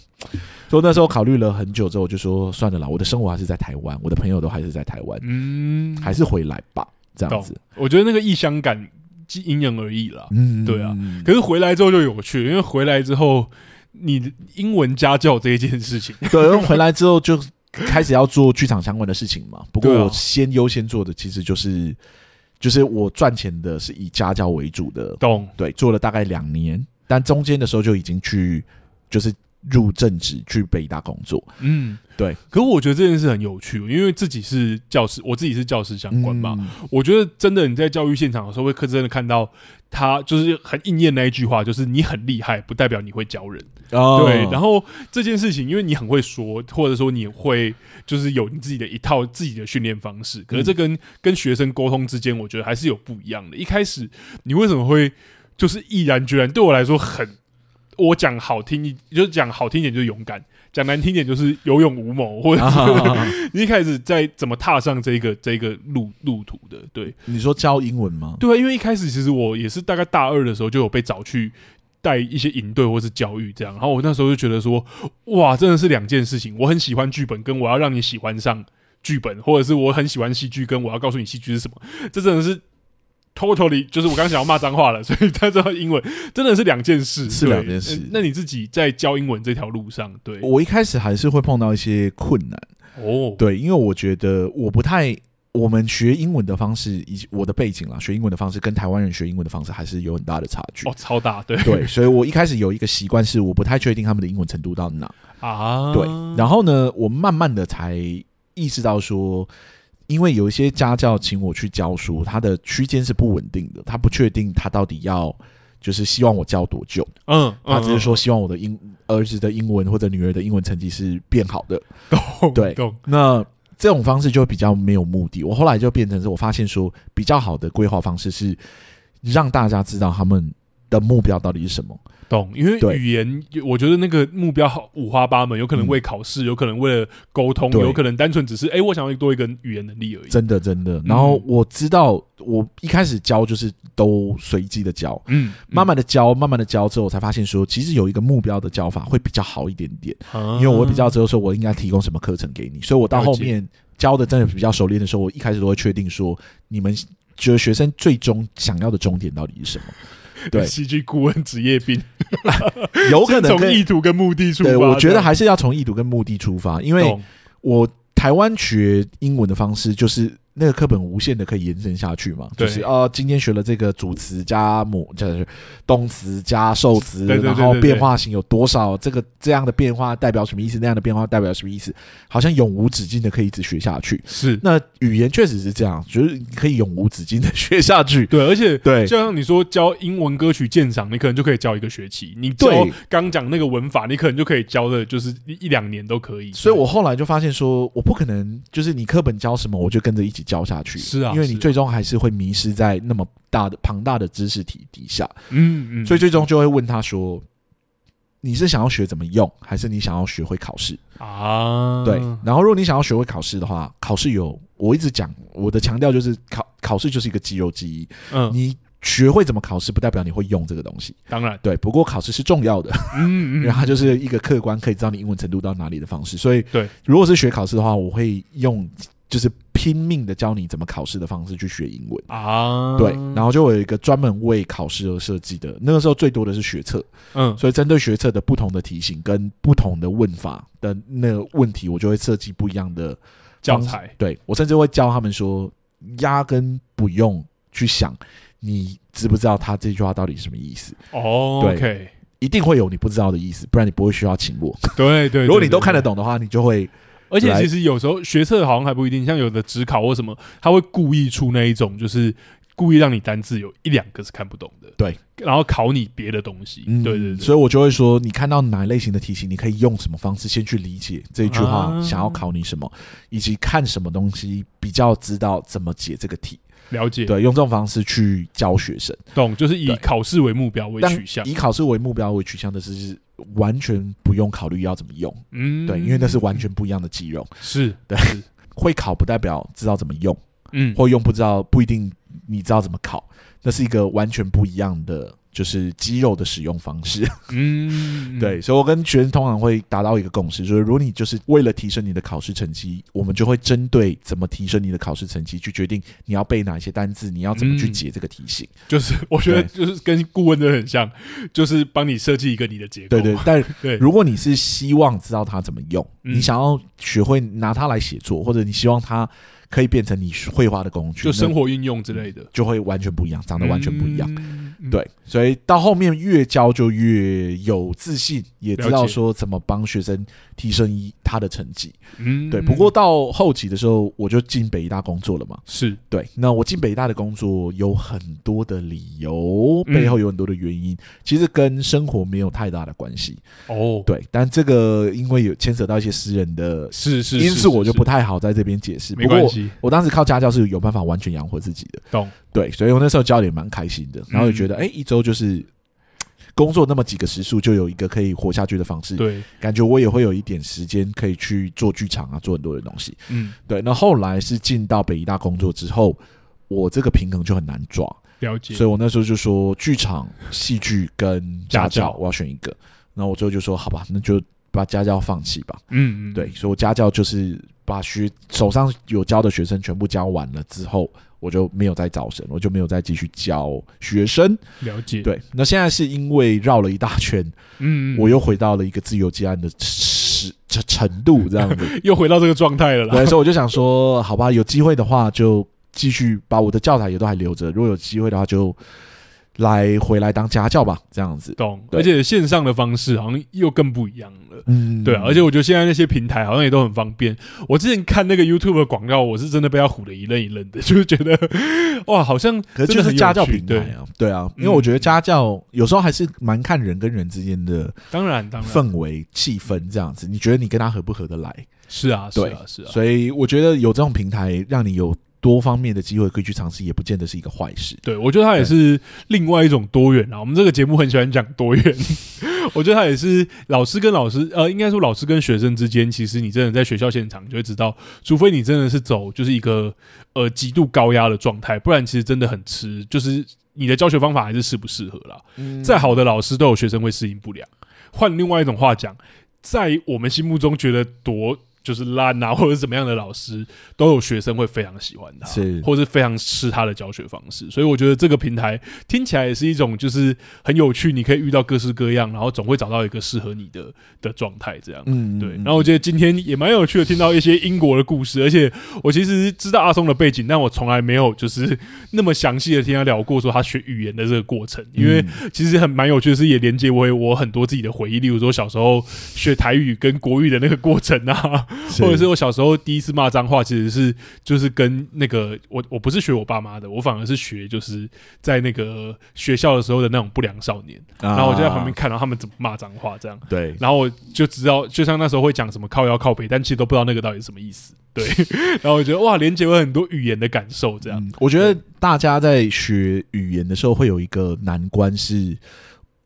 Speaker 2: 所以那时候考虑了很久之后，我就说算了啦，我的生活还是在台湾，我的朋友都还是在台湾，
Speaker 1: 嗯，
Speaker 2: 还是回来吧，这样
Speaker 1: 懂
Speaker 2: 子。
Speaker 1: 我觉得那个异乡感既因人而异啦。
Speaker 2: 嗯，
Speaker 1: 对啊可是回来之后就有趣，因为回来之后，你的英文家教这一件事情，
Speaker 2: 对，然后回来之后就开始要做剧场相关的事情嘛。不过
Speaker 1: 对啊
Speaker 2: 我先优先做的其实就是，就是我赚钱的是以家教为主的，
Speaker 1: 懂？
Speaker 2: 对，做了大概两年，但中间的时候就已经去就是入正职去北大工作，
Speaker 1: 嗯，
Speaker 2: 对。
Speaker 1: 可我觉得这件事很有趣，因为自己是教师，我自己是教师相关嘛，
Speaker 2: 嗯
Speaker 1: 我觉得真的你在教育现场的时候，会真的看到他就是很应验那一句话，就是你很厉害，不代表你会教人。
Speaker 2: 哦
Speaker 1: 对，然后这件事情，因为你很会说，或者说你会就是有你自己的一套自己的训练方式，可是这跟、跟学生沟通之间，我觉得还是有不一样的。一开始你为什么会就是毅然决然？对我来说很。我讲好听一，就是讲好听一点就是勇敢，讲难听一点就是有勇无谋，或者是、
Speaker 2: 啊
Speaker 1: 你一开始在怎么踏上这个这个路路途的，对，
Speaker 2: 你说教英文吗？
Speaker 1: 对啊，因为一开始其实我也是大概大二的时候就有被找去带一些营队或是教育这样，然后我那时候就觉得说，哇，真的是两件事情，我很喜欢剧本，跟我要让你喜欢上剧本，或者是我很喜欢戏剧，跟我要告诉你戏剧是什么，这真的是 totally 就是我刚刚想要骂脏话了，所以他知道英文真的是两件事，
Speaker 2: 是
Speaker 1: 对
Speaker 2: 两件事
Speaker 1: 呃那你自己在教英文这条路上，对，
Speaker 2: 我一开始还是会碰到一些困难，
Speaker 1: 哦，
Speaker 2: 对，因为我觉得我不太，我们学英文的方式以及我的背景啦，学英文的方式跟台湾人学英文的方式还是有很大的差距
Speaker 1: 哦，。超大， 对
Speaker 2: 对，所以我一开始有一个习惯是，我不太确定他们的英文程度到哪。
Speaker 1: 啊，
Speaker 2: 对，然后呢，我慢慢的才意识到说，因为有一些家教请我去教书，它的区间是不稳定的，他不确定他到底要。就是希望我教多久，
Speaker 1: 嗯，
Speaker 2: 他只是
Speaker 1: 嗯
Speaker 2: 说希望我的英儿子的英文或者女儿的英文成绩是变好的。
Speaker 1: 懂
Speaker 2: 对
Speaker 1: 哦懂，
Speaker 2: 那这种方式就会比较没有目的。我后来就变成是我发现说，比较好的规划方式是让大家知道他们的目标到底是什么。
Speaker 1: 懂，因为
Speaker 2: 对
Speaker 1: 语言，我觉得那个目标好五花八门，有可能
Speaker 2: 嗯
Speaker 1: 为考试，有可能为了沟通，
Speaker 2: 对
Speaker 1: 有可能单纯只是哎、诶我想要多一个语言能力而已。
Speaker 2: 真的，真的。然后我知道，我一开始教就是都随机的教，
Speaker 1: 嗯，
Speaker 2: 慢慢的教，慢慢的教之后，我才发现说，其实有一个目标的教法会比较好一点点。
Speaker 1: 嗯，
Speaker 2: 因为我会比较知道说我应该提供什么课程给你，所以我到后面教的真的比较熟练的时候，我一开始都会确定说你们觉得学生最终想要的终点到底是什么。对
Speaker 1: 戏剧顾问职业病，
Speaker 2: 有可能
Speaker 1: 从
Speaker 2: 跟
Speaker 1: 意图跟目的出发。
Speaker 2: 对，我觉
Speaker 1: 这
Speaker 2: 得
Speaker 1: 样
Speaker 2: 还是要从意图跟目的出发，因为
Speaker 1: 懂
Speaker 2: 我台湾学英文的方式就是。那个课本无限的可以延伸下去嘛？
Speaker 1: 对
Speaker 2: 就是呃，今天学了这个主词加母，就是动词加受词，
Speaker 1: 对对对
Speaker 2: 然后
Speaker 1: 对对
Speaker 2: 变化型有多少？这个这样的变化代表什么意思？那样的变化代表什么意思？好像永无止境的可以一直学下去。
Speaker 1: 是
Speaker 2: 那语言确实是这样，就是你可以永无止境的学下去。
Speaker 1: 对，而且
Speaker 2: 对
Speaker 1: 就像你说教英文歌曲鉴赏，你可能就可以教一个学期；你教
Speaker 2: 对
Speaker 1: 刚讲那个文法，你可能就可以教的，就是一一两年都可以。
Speaker 2: 所以我后来就发现说，我不可能就是你课本教什么，我就跟着一起教下去。
Speaker 1: 是啊
Speaker 2: 因为你
Speaker 1: 是啊
Speaker 2: 最终还是会迷失在那么大的庞大的知识体底下，
Speaker 1: 嗯嗯，
Speaker 2: 所以最终就会问他说。你是想要学怎么用，还是你想要学会考试？
Speaker 1: 啊，
Speaker 2: 对，然后如果你想要学会考试的话，考试有我一直讲，我的强调就是考考试就是一个肌肉记忆，
Speaker 1: 嗯，
Speaker 2: 你学会怎么考试，不代表你会用这个东西。
Speaker 1: 当然，
Speaker 2: 对，不过考试是重要的，
Speaker 1: 嗯
Speaker 2: 因为
Speaker 1: 嗯，
Speaker 2: 它就是一个客观可以知道你英文程度到哪里的方式。所以，
Speaker 1: 对，
Speaker 2: 如果是学考试的话，我会用就是拼命的教你怎么考试的方式去学英文。
Speaker 1: 啊，
Speaker 2: 对，然后就有一个专门为考试而设计的，那个时候最多的是学测，
Speaker 1: 嗯，
Speaker 2: 所以针对学测的不同的题型跟不同的问法的那个问题，我就会设计不一样的
Speaker 1: 教
Speaker 2: 方式
Speaker 1: 材
Speaker 2: 对我甚至会教他们说，压根不用去想你知不知道他这句话到底什么意思，
Speaker 1: 哦
Speaker 2: 对
Speaker 1: ，OK，
Speaker 2: 一定会有你不知道的意思，不然你不会需要请我。
Speaker 1: 对对，
Speaker 2: 如果你
Speaker 1: 对
Speaker 2: 都看得，
Speaker 1: 对
Speaker 2: 懂的话，你就会
Speaker 1: 而且
Speaker 2: 来
Speaker 1: 其实有时候学测好像还不一定，像有的职考或什么，他会故意出那一种，就是故意让你单字有一两个是看不懂的，
Speaker 2: 对，
Speaker 1: 然后考你别的东西，
Speaker 2: 嗯，
Speaker 1: 对对对，
Speaker 2: 所以我就会说，你看到哪类型的题型，你可以用什么方式先去理解这一句话
Speaker 1: 啊
Speaker 2: 想要考你什么，以及看什么东西比较知道怎么解这个题。
Speaker 1: 了解，
Speaker 2: 对，用这种方式去教学生，
Speaker 1: 懂，就是以
Speaker 2: 对
Speaker 1: 考试为目标为
Speaker 2: 但
Speaker 1: 取向，
Speaker 2: 以考试为目标为取向的是完全不用考虑要怎么用，
Speaker 1: 嗯，
Speaker 2: 对，因为那是完全不一样的肌肉。
Speaker 1: 是，
Speaker 2: 对
Speaker 1: 是，
Speaker 2: 会考不代表知道怎么用，
Speaker 1: 嗯，
Speaker 2: 或用不知道不一定你知道怎么考，那是一个完全不一样的就是肌肉的使用方式。
Speaker 1: 嗯，
Speaker 2: 对，所以我跟学生通常会达到一个共识，就是如果你就是为了提升你的考试成绩，我们就会针对怎么提升你的考试成绩去决定你要背哪一些单字，你要怎
Speaker 1: 嗯
Speaker 2: 么去解这个题型。
Speaker 1: 就是我觉得就是跟顾问真的很像，就是帮你设计一个你的结构，
Speaker 2: 对对，但
Speaker 1: 对，
Speaker 2: 如果你是希望知道它怎么用，
Speaker 1: 嗯
Speaker 2: 你想要学会拿它来写作，或者你希望它可以变成你绘画的工具，
Speaker 1: 就生
Speaker 2: 活
Speaker 1: 活运用之类的，
Speaker 2: 就会完全不一样，长得完全不一样。
Speaker 1: 嗯，嗯，
Speaker 2: 对，所以到后面越教就越有自信，也知
Speaker 1: 了
Speaker 2: 道
Speaker 1: 解
Speaker 2: 说怎么帮学生提升一他的成绩。
Speaker 1: 嗯，
Speaker 2: 对，不过到后期的时候，我就进北医大工作了嘛。
Speaker 1: 是
Speaker 2: 对，那我进北医大的工作有很多的理由，
Speaker 1: 嗯
Speaker 2: 背后有很多的原因，其实跟生活没有太大的关系。
Speaker 1: 哦，
Speaker 2: 对，但这个因为有牵扯到一些私人的
Speaker 1: 是是
Speaker 2: 因
Speaker 1: 是
Speaker 2: 素，我
Speaker 1: 是
Speaker 2: 就不太好在这边解释。
Speaker 1: 没
Speaker 2: 不过
Speaker 1: 关
Speaker 2: 我
Speaker 1: 系，
Speaker 2: 我当时靠家教是有办法完全养活自己的，
Speaker 1: 懂，
Speaker 2: 对，所以我那时候教的也蛮开心的，然后也
Speaker 1: 嗯
Speaker 2: 觉得，哎、一周就是。工作那么几个时数，就有一个可以活下去的方式，
Speaker 1: 对，
Speaker 2: 感觉我也会有一点时间可以去做剧场啊，做很多的东西。
Speaker 1: 嗯，
Speaker 2: 对，那后来是进到北医大工作之后，我这个平衡就很难抓，
Speaker 1: 了解，
Speaker 2: 所以我那时候就说，剧场、戏剧跟家
Speaker 1: 家教
Speaker 2: 教，我要选一个。然后我最后就说，好吧，那就把家教放弃吧。
Speaker 1: 嗯嗯，
Speaker 2: 对，所以我家教就是把学手上有教的学生全部教完了之后，我就没有再招生，我就没有再继续教学生。
Speaker 1: 嗯了解，，
Speaker 2: 对，那现在是因为绕了一大圈，
Speaker 1: 嗯，嗯
Speaker 2: 我又回到了一个自由接案的时程程度这样子。
Speaker 1: 又回到这个状态了啦，
Speaker 2: 对，所以我就想说，好吧，有机会的话就继续把我的教材也都还留着，如果有机会的话就来回来当家教吧，这样子。
Speaker 1: 懂。
Speaker 2: 对
Speaker 1: 而且线上的方式好像又更不一样了。
Speaker 2: 嗯，
Speaker 1: 对啊，而且我觉得现在那些平台好像也都很方便。我之前看那个 YouTube 的广告，我是真的被他唬得一愣一愣的，就是觉得哇，好像
Speaker 2: 可是
Speaker 1: 真的
Speaker 2: 就是
Speaker 1: 很有
Speaker 2: 家教
Speaker 1: 趣
Speaker 2: 平台
Speaker 1: 对，嗯
Speaker 2: 啊，对啊，因为我觉得家教有时候还是蛮看人跟人之间的
Speaker 1: 当然当然
Speaker 2: 氛围、气氛这样子。你觉得你跟他合不合得来？
Speaker 1: 是啊是
Speaker 2: 对
Speaker 1: 啊是啊，
Speaker 2: 所以我觉得有这种平台，让你有多方面的机会可以去尝试，也不见得是一个坏事。
Speaker 1: 对，我觉得它也是另外一种多元啊。我们这个节目很喜欢讲多元，我觉得它也是老师跟老师，呃，应该说老师跟学生之间，其实你真的在学校现场就会知道，除非你真的是走就是一个呃极度高压的状态，不然其实真的很吃，就是你的教学方法还是适不适合啦。再好的老师都有学生会适应不良。换另外一种话讲，在我们心目中觉得多就是烂啊，或者怎么样的老师，都有学生会非常喜欢他，
Speaker 2: 是
Speaker 1: 或是非常吃他的教学方式。所以我觉得这个平台听起来也是一种就是很有趣，你可以遇到各式各样，然后总会找到一个适合你的的状态，这样。
Speaker 2: 嗯，嗯
Speaker 1: 对，然后我觉得今天也蛮有趣的，听到一些英国的故事，而且我其实知道阿松的背景，但我从来没有就是那么详细的听他聊过说他学语言的这个过程，因
Speaker 2: 嗯
Speaker 1: 为其实很蛮有趣的是，也连接为我很多自己的回忆，例如说小时候学台语跟国语的那个过程啊，
Speaker 2: 嗯
Speaker 1: 或者是我小时候第一次骂脏话，其实是就是跟那个我我不是学我爸妈的，我反而是学就是在那个学校的时候的那种不良少年，然
Speaker 2: 然
Speaker 1: 后我就在旁边看到他们怎么骂脏话这样。
Speaker 2: 啊对，
Speaker 1: 然后我就知道，就像那时候会讲什么靠腰靠北，但其实都不知道那个到底是什么意思。对， 然后我觉得哇，连接会很多语言的感受，这样、
Speaker 2: 嗯，我觉得大家在学语言的时候会有一个难关是。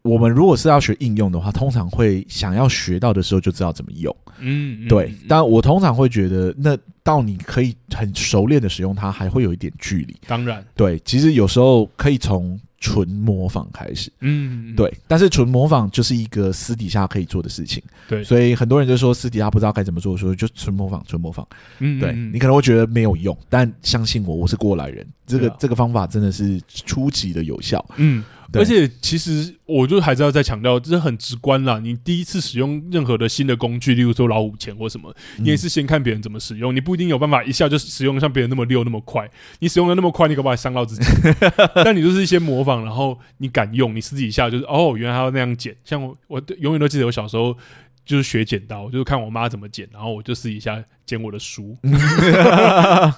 Speaker 2: 我们如果是要学应用的话，通常会想要学到的时候就知道怎么用。
Speaker 1: 嗯，嗯
Speaker 2: 对
Speaker 1: 嗯，
Speaker 2: 但我通常会觉得，那到你可以很熟练的使用它，还会有一点距离。
Speaker 1: 当然，
Speaker 2: 对，其实有时候可以从纯模仿开始。
Speaker 1: 嗯，嗯
Speaker 2: 对，但是纯模仿就是一个私底下可以做的事情。
Speaker 1: 对
Speaker 2: 所以很多人就说私底下不知道该怎么做，说就纯模仿，纯模仿。
Speaker 1: 嗯，
Speaker 2: 对
Speaker 1: 嗯
Speaker 2: 你可能会觉得没有用，但相信我，我是过来人，这个、
Speaker 1: 对啊
Speaker 2: 这个方法真的是初级的有效。
Speaker 1: 嗯，
Speaker 2: 对
Speaker 1: 而且其实我就还是要再强调，这很直观啦。你第一次使用任何的新的工具，例如说老虎钳或什么，
Speaker 2: 嗯
Speaker 1: 你也是先看别人怎么使用，你不一定有办法一下就使用像别人那么溜那么快。你使用的那么快，你可不可以伤到 自己？但你就是一些模仿，然后你敢用，你私底下就是哦，原来他要那样剪。像我，我永远都记得我小时候。就是学剪刀，就是看我妈怎么剪，然后我就私底下剪我的 书，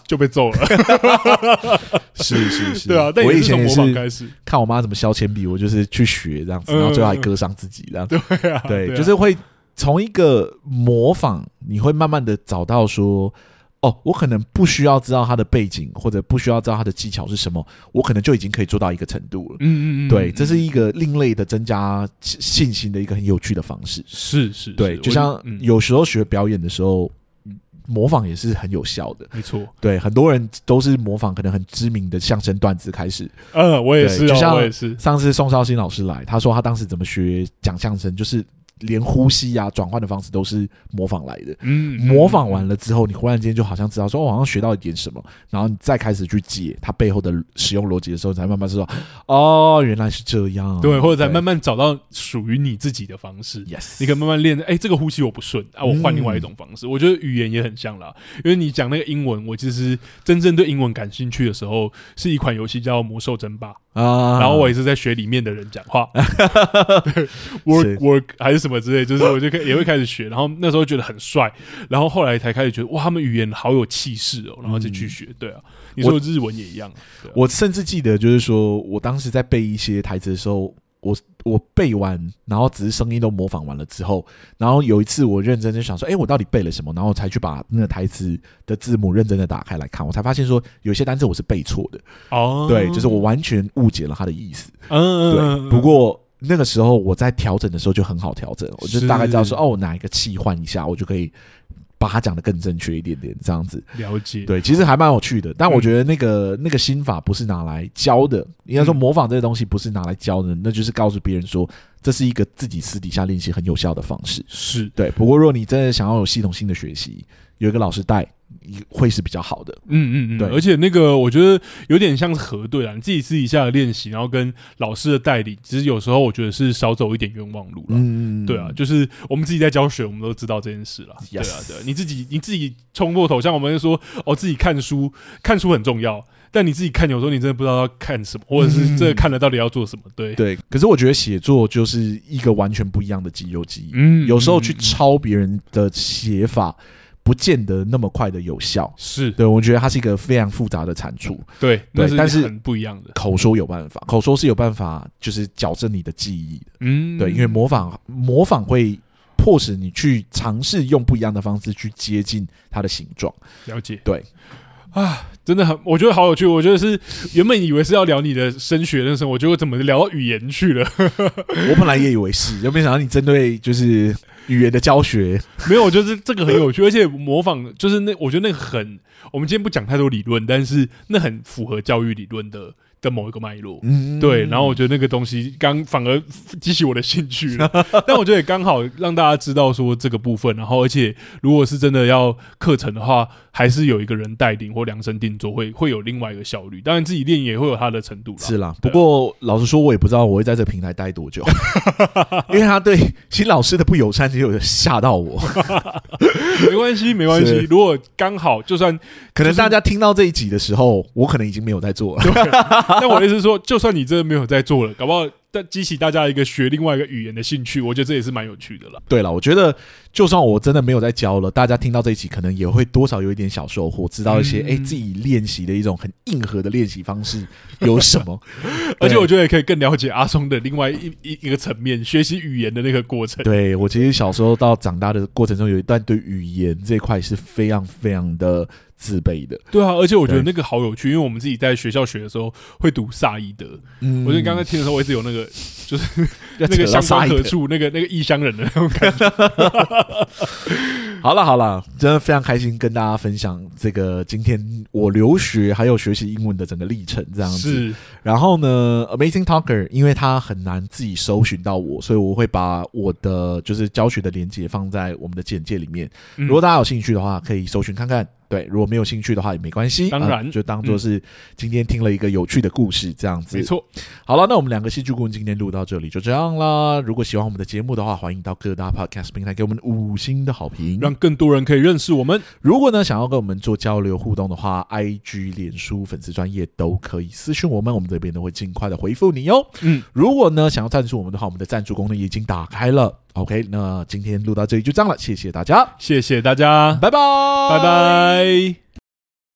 Speaker 1: 就被揍了。
Speaker 2: 是是是
Speaker 1: 对啊，但
Speaker 2: 我
Speaker 1: 也
Speaker 2: 以
Speaker 1: 是
Speaker 2: 前
Speaker 1: 从模
Speaker 2: 也
Speaker 1: 仿
Speaker 2: 是
Speaker 1: 开始。
Speaker 2: 看我妈怎么削铅笔，我就是去学这样子，然后最后还割伤自己这样。
Speaker 1: 嗯对啊，
Speaker 2: 对，
Speaker 1: 啊
Speaker 2: 就是会从一个模仿，你会慢慢的找到说，哦，我可能不需要知道他的背景，或者不需要知道他的技巧是什么，我可能就已经可以做到一个程度了。
Speaker 1: 嗯嗯嗯，
Speaker 2: 对，
Speaker 1: 嗯
Speaker 2: 这是一个另类的增加信信心的一个很有趣的方式。
Speaker 1: 是是，是
Speaker 2: 对，
Speaker 1: 我
Speaker 2: 就像
Speaker 1: 嗯
Speaker 2: 有时候学表演的时候。模仿也是很有效的，
Speaker 1: 没错，
Speaker 2: 对，很多人都是模仿可能很知名的相声段子开始，
Speaker 1: 呃，我也
Speaker 2: 对
Speaker 1: 是、
Speaker 2: 就
Speaker 1: 哦，
Speaker 2: 像
Speaker 1: 我也是，
Speaker 2: 上次宋绍兴老师来，他说他当时怎么学讲相声，就是连呼吸啊、转换的方式都是模仿来的。
Speaker 1: 嗯，
Speaker 2: 模仿完了之后，你忽然间就好像知道说，哦，好像学到一点什么，然后你再开始去解它背后的使用逻辑的时候，你才慢慢知道，哦，原来是这样。
Speaker 1: 对，或者再慢慢找到属于你自己的方式。
Speaker 2: ，yes，嗯
Speaker 1: 你可以慢慢练，哎、这个呼吸我不顺啊，我换另外一种方式。我觉得语言也很像啦，因为你讲那个英文，我其实真正对英文感兴趣的时候，是一款游戏叫《魔兽争霸》，
Speaker 2: 啊，
Speaker 1: 然后我也是在学里面的人讲 话对，work
Speaker 2: 是
Speaker 1: work 还是什么之类，就是我就开也会开始学，然后那时候觉得很帅，然后后来才开始觉得哇，他们语言好有气势哦，然后就去学。对
Speaker 2: 嗯
Speaker 1: 啊，你说
Speaker 2: 我
Speaker 1: 日文也一样啊，对啊
Speaker 2: 我甚至记得，就是说我当时在背一些台词的时候，我我背完，然后只是声音都模仿完了之后，然后有一次我认真就想说，哎、我到底背了什么？然后我才去把那个台词的字幕认真的打开来看，我才发现说有些单词我是背错的，
Speaker 1: 哦，
Speaker 2: 对，啊就是我完全误解了它的意思。
Speaker 1: 嗯，嗯，嗯
Speaker 2: 对，不过。那个时候我在调整的时候就很好调整，我就是大概知道说哦，我哪一个气换一下，我就可以把它讲的更正确一点点，这样子。
Speaker 1: 了解，
Speaker 2: 对，其实还蛮有趣的，但
Speaker 1: 嗯
Speaker 2: 我觉得那个、那个心法不是拿来教的，应该说
Speaker 1: 嗯
Speaker 2: 模仿这些东西不是拿来教的，那就是告诉别人说这是一个自己私底下练习很有效的方式。
Speaker 1: 是
Speaker 2: 对，不过若你真的想要有系统性的学习，有一个老师带，会是比较好的。
Speaker 1: 嗯嗯嗯，
Speaker 2: 对
Speaker 1: 而且那个我觉得有点像是核对啦，你自己私底下的练习，然后跟老师的带领，其实有时候我觉得是少走一点冤枉路了。
Speaker 2: 嗯，
Speaker 1: 对啊，就是我们自己在教学，我们都知道这件事啦。对啊，
Speaker 2: Yes
Speaker 1: 对啊，你自己你自己冲过头，像我们说哦，自己看书，看书很重要，但你自己看，有时候你真的不知道要看什么，或者是这个看了到底要做什么。对，
Speaker 2: 嗯对。可是我觉得写作就是一个完全不一样的肌肉记忆，
Speaker 1: 嗯
Speaker 2: 有时候去
Speaker 1: 嗯嗯
Speaker 2: 抄别人的写法，不见得那么快的有效。
Speaker 1: 是
Speaker 2: 对，我觉得它是一个非常复杂的产出。
Speaker 1: 对，那是
Speaker 2: 但是
Speaker 1: 很不一样的。
Speaker 2: 口说有办法，口说是有办法，就是矫正你的记忆的。
Speaker 1: 嗯，
Speaker 2: 对，因为模仿模仿会迫使你去尝试用不一样的方式去接近它的形状。
Speaker 1: 了解，
Speaker 2: 对
Speaker 1: 啊，真的很，我觉得好有趣。我觉得是原本以为是要聊你的升学的时候，我结果怎么聊到语言去了？
Speaker 2: 我本来也以为是，就没想到你针对就是语言的教学，
Speaker 1: 没有，我觉得这这个很有趣，而且模仿就是那，我觉得那个很，我们今天不讲太多理论，但是那很符合教育理论的的某一个脉络。
Speaker 2: 嗯，
Speaker 1: 对，然后我觉得那个东西刚反而激起我的兴趣 了，但我觉得也刚好让大家知道说这个部分，然后而且如果是真的要课程的话，还是有一个人带领或量身定做，会会有另外一个效率。当然自己练也会有它的程度啦。
Speaker 2: 是啦。不过老实说，我也不知道我会在这平台待多久，因为他对新老师的不友善，其实有吓到我。
Speaker 1: 没关系，没关系
Speaker 2: 是。
Speaker 1: 如果刚好，就算，
Speaker 2: 可能
Speaker 1: 就是
Speaker 2: 大家听到这一集的时候，我可能已经没有在做了。
Speaker 1: 但我的意思是说，就算你真的没有在做了，搞不好但激起大家一个学另外一个语言的兴趣，我觉得这也是蛮有趣的啦。
Speaker 2: 对了，我觉得就算我真的没有在教了，大家听到这一期可能也会多少有一点小收获，知道一些
Speaker 1: 嗯
Speaker 2: 哎、诶自己练习的一种很硬核的练习方式有什 么。
Speaker 1: 而且我觉得也可以更了解阿松的另外一 一一个层面，学习语言的那个过程。
Speaker 2: 对我其实小时候到长大的过程中，有一段对语言这一块是非常非常的自卑的。
Speaker 1: 对啊，而且我觉得
Speaker 2: 对
Speaker 1: 那个好有趣，因为我们自己在学校学的时候会读萨伊德，
Speaker 2: 嗯
Speaker 1: 我觉得刚才听的时候，我一直有那 个那
Speaker 2: 要
Speaker 1: 个
Speaker 2: 扯到
Speaker 1: 相
Speaker 2: 沙
Speaker 1: 关
Speaker 2: 一
Speaker 1: 可
Speaker 2: 点
Speaker 1: 触，那个那个异乡人的那种感觉。
Speaker 2: 好了好了，真的非常开心跟大家分享这个今天我留学还有学习英文的整个历程，这样子。
Speaker 1: 是，
Speaker 2: 然后呢，Amazing Talker，因为他很难自己搜寻到我，所以我会把我的就是教学的连接放在我们的简介里面。
Speaker 1: 嗯
Speaker 2: 如果大家有兴趣的话，可以搜寻看看。对，如果没有兴趣的话也没关系，
Speaker 1: 当然嗯
Speaker 2: 呃就当做是今天听了一个有趣的故事这样子。
Speaker 1: 没错，
Speaker 2: 好了，那我们两个戏剧顾问今天录到这里就这样啦。如果喜欢我们的节目的话，欢迎到各大 Podcast 平台给我们五星的好评。
Speaker 1: 让更多人可以认识我们。
Speaker 2: 如果呢想要跟我们做交流互动的话，IG、脸书粉丝专业都可以私讯我们，我们这边都会尽快的回复你哟。
Speaker 1: 嗯，
Speaker 2: 如果呢想要赞助我们的话，我们的赞助功能已经打开了。OK，那今天录到这里就这样了，谢谢大家，
Speaker 1: 谢谢大家，
Speaker 2: 拜拜，
Speaker 1: 拜拜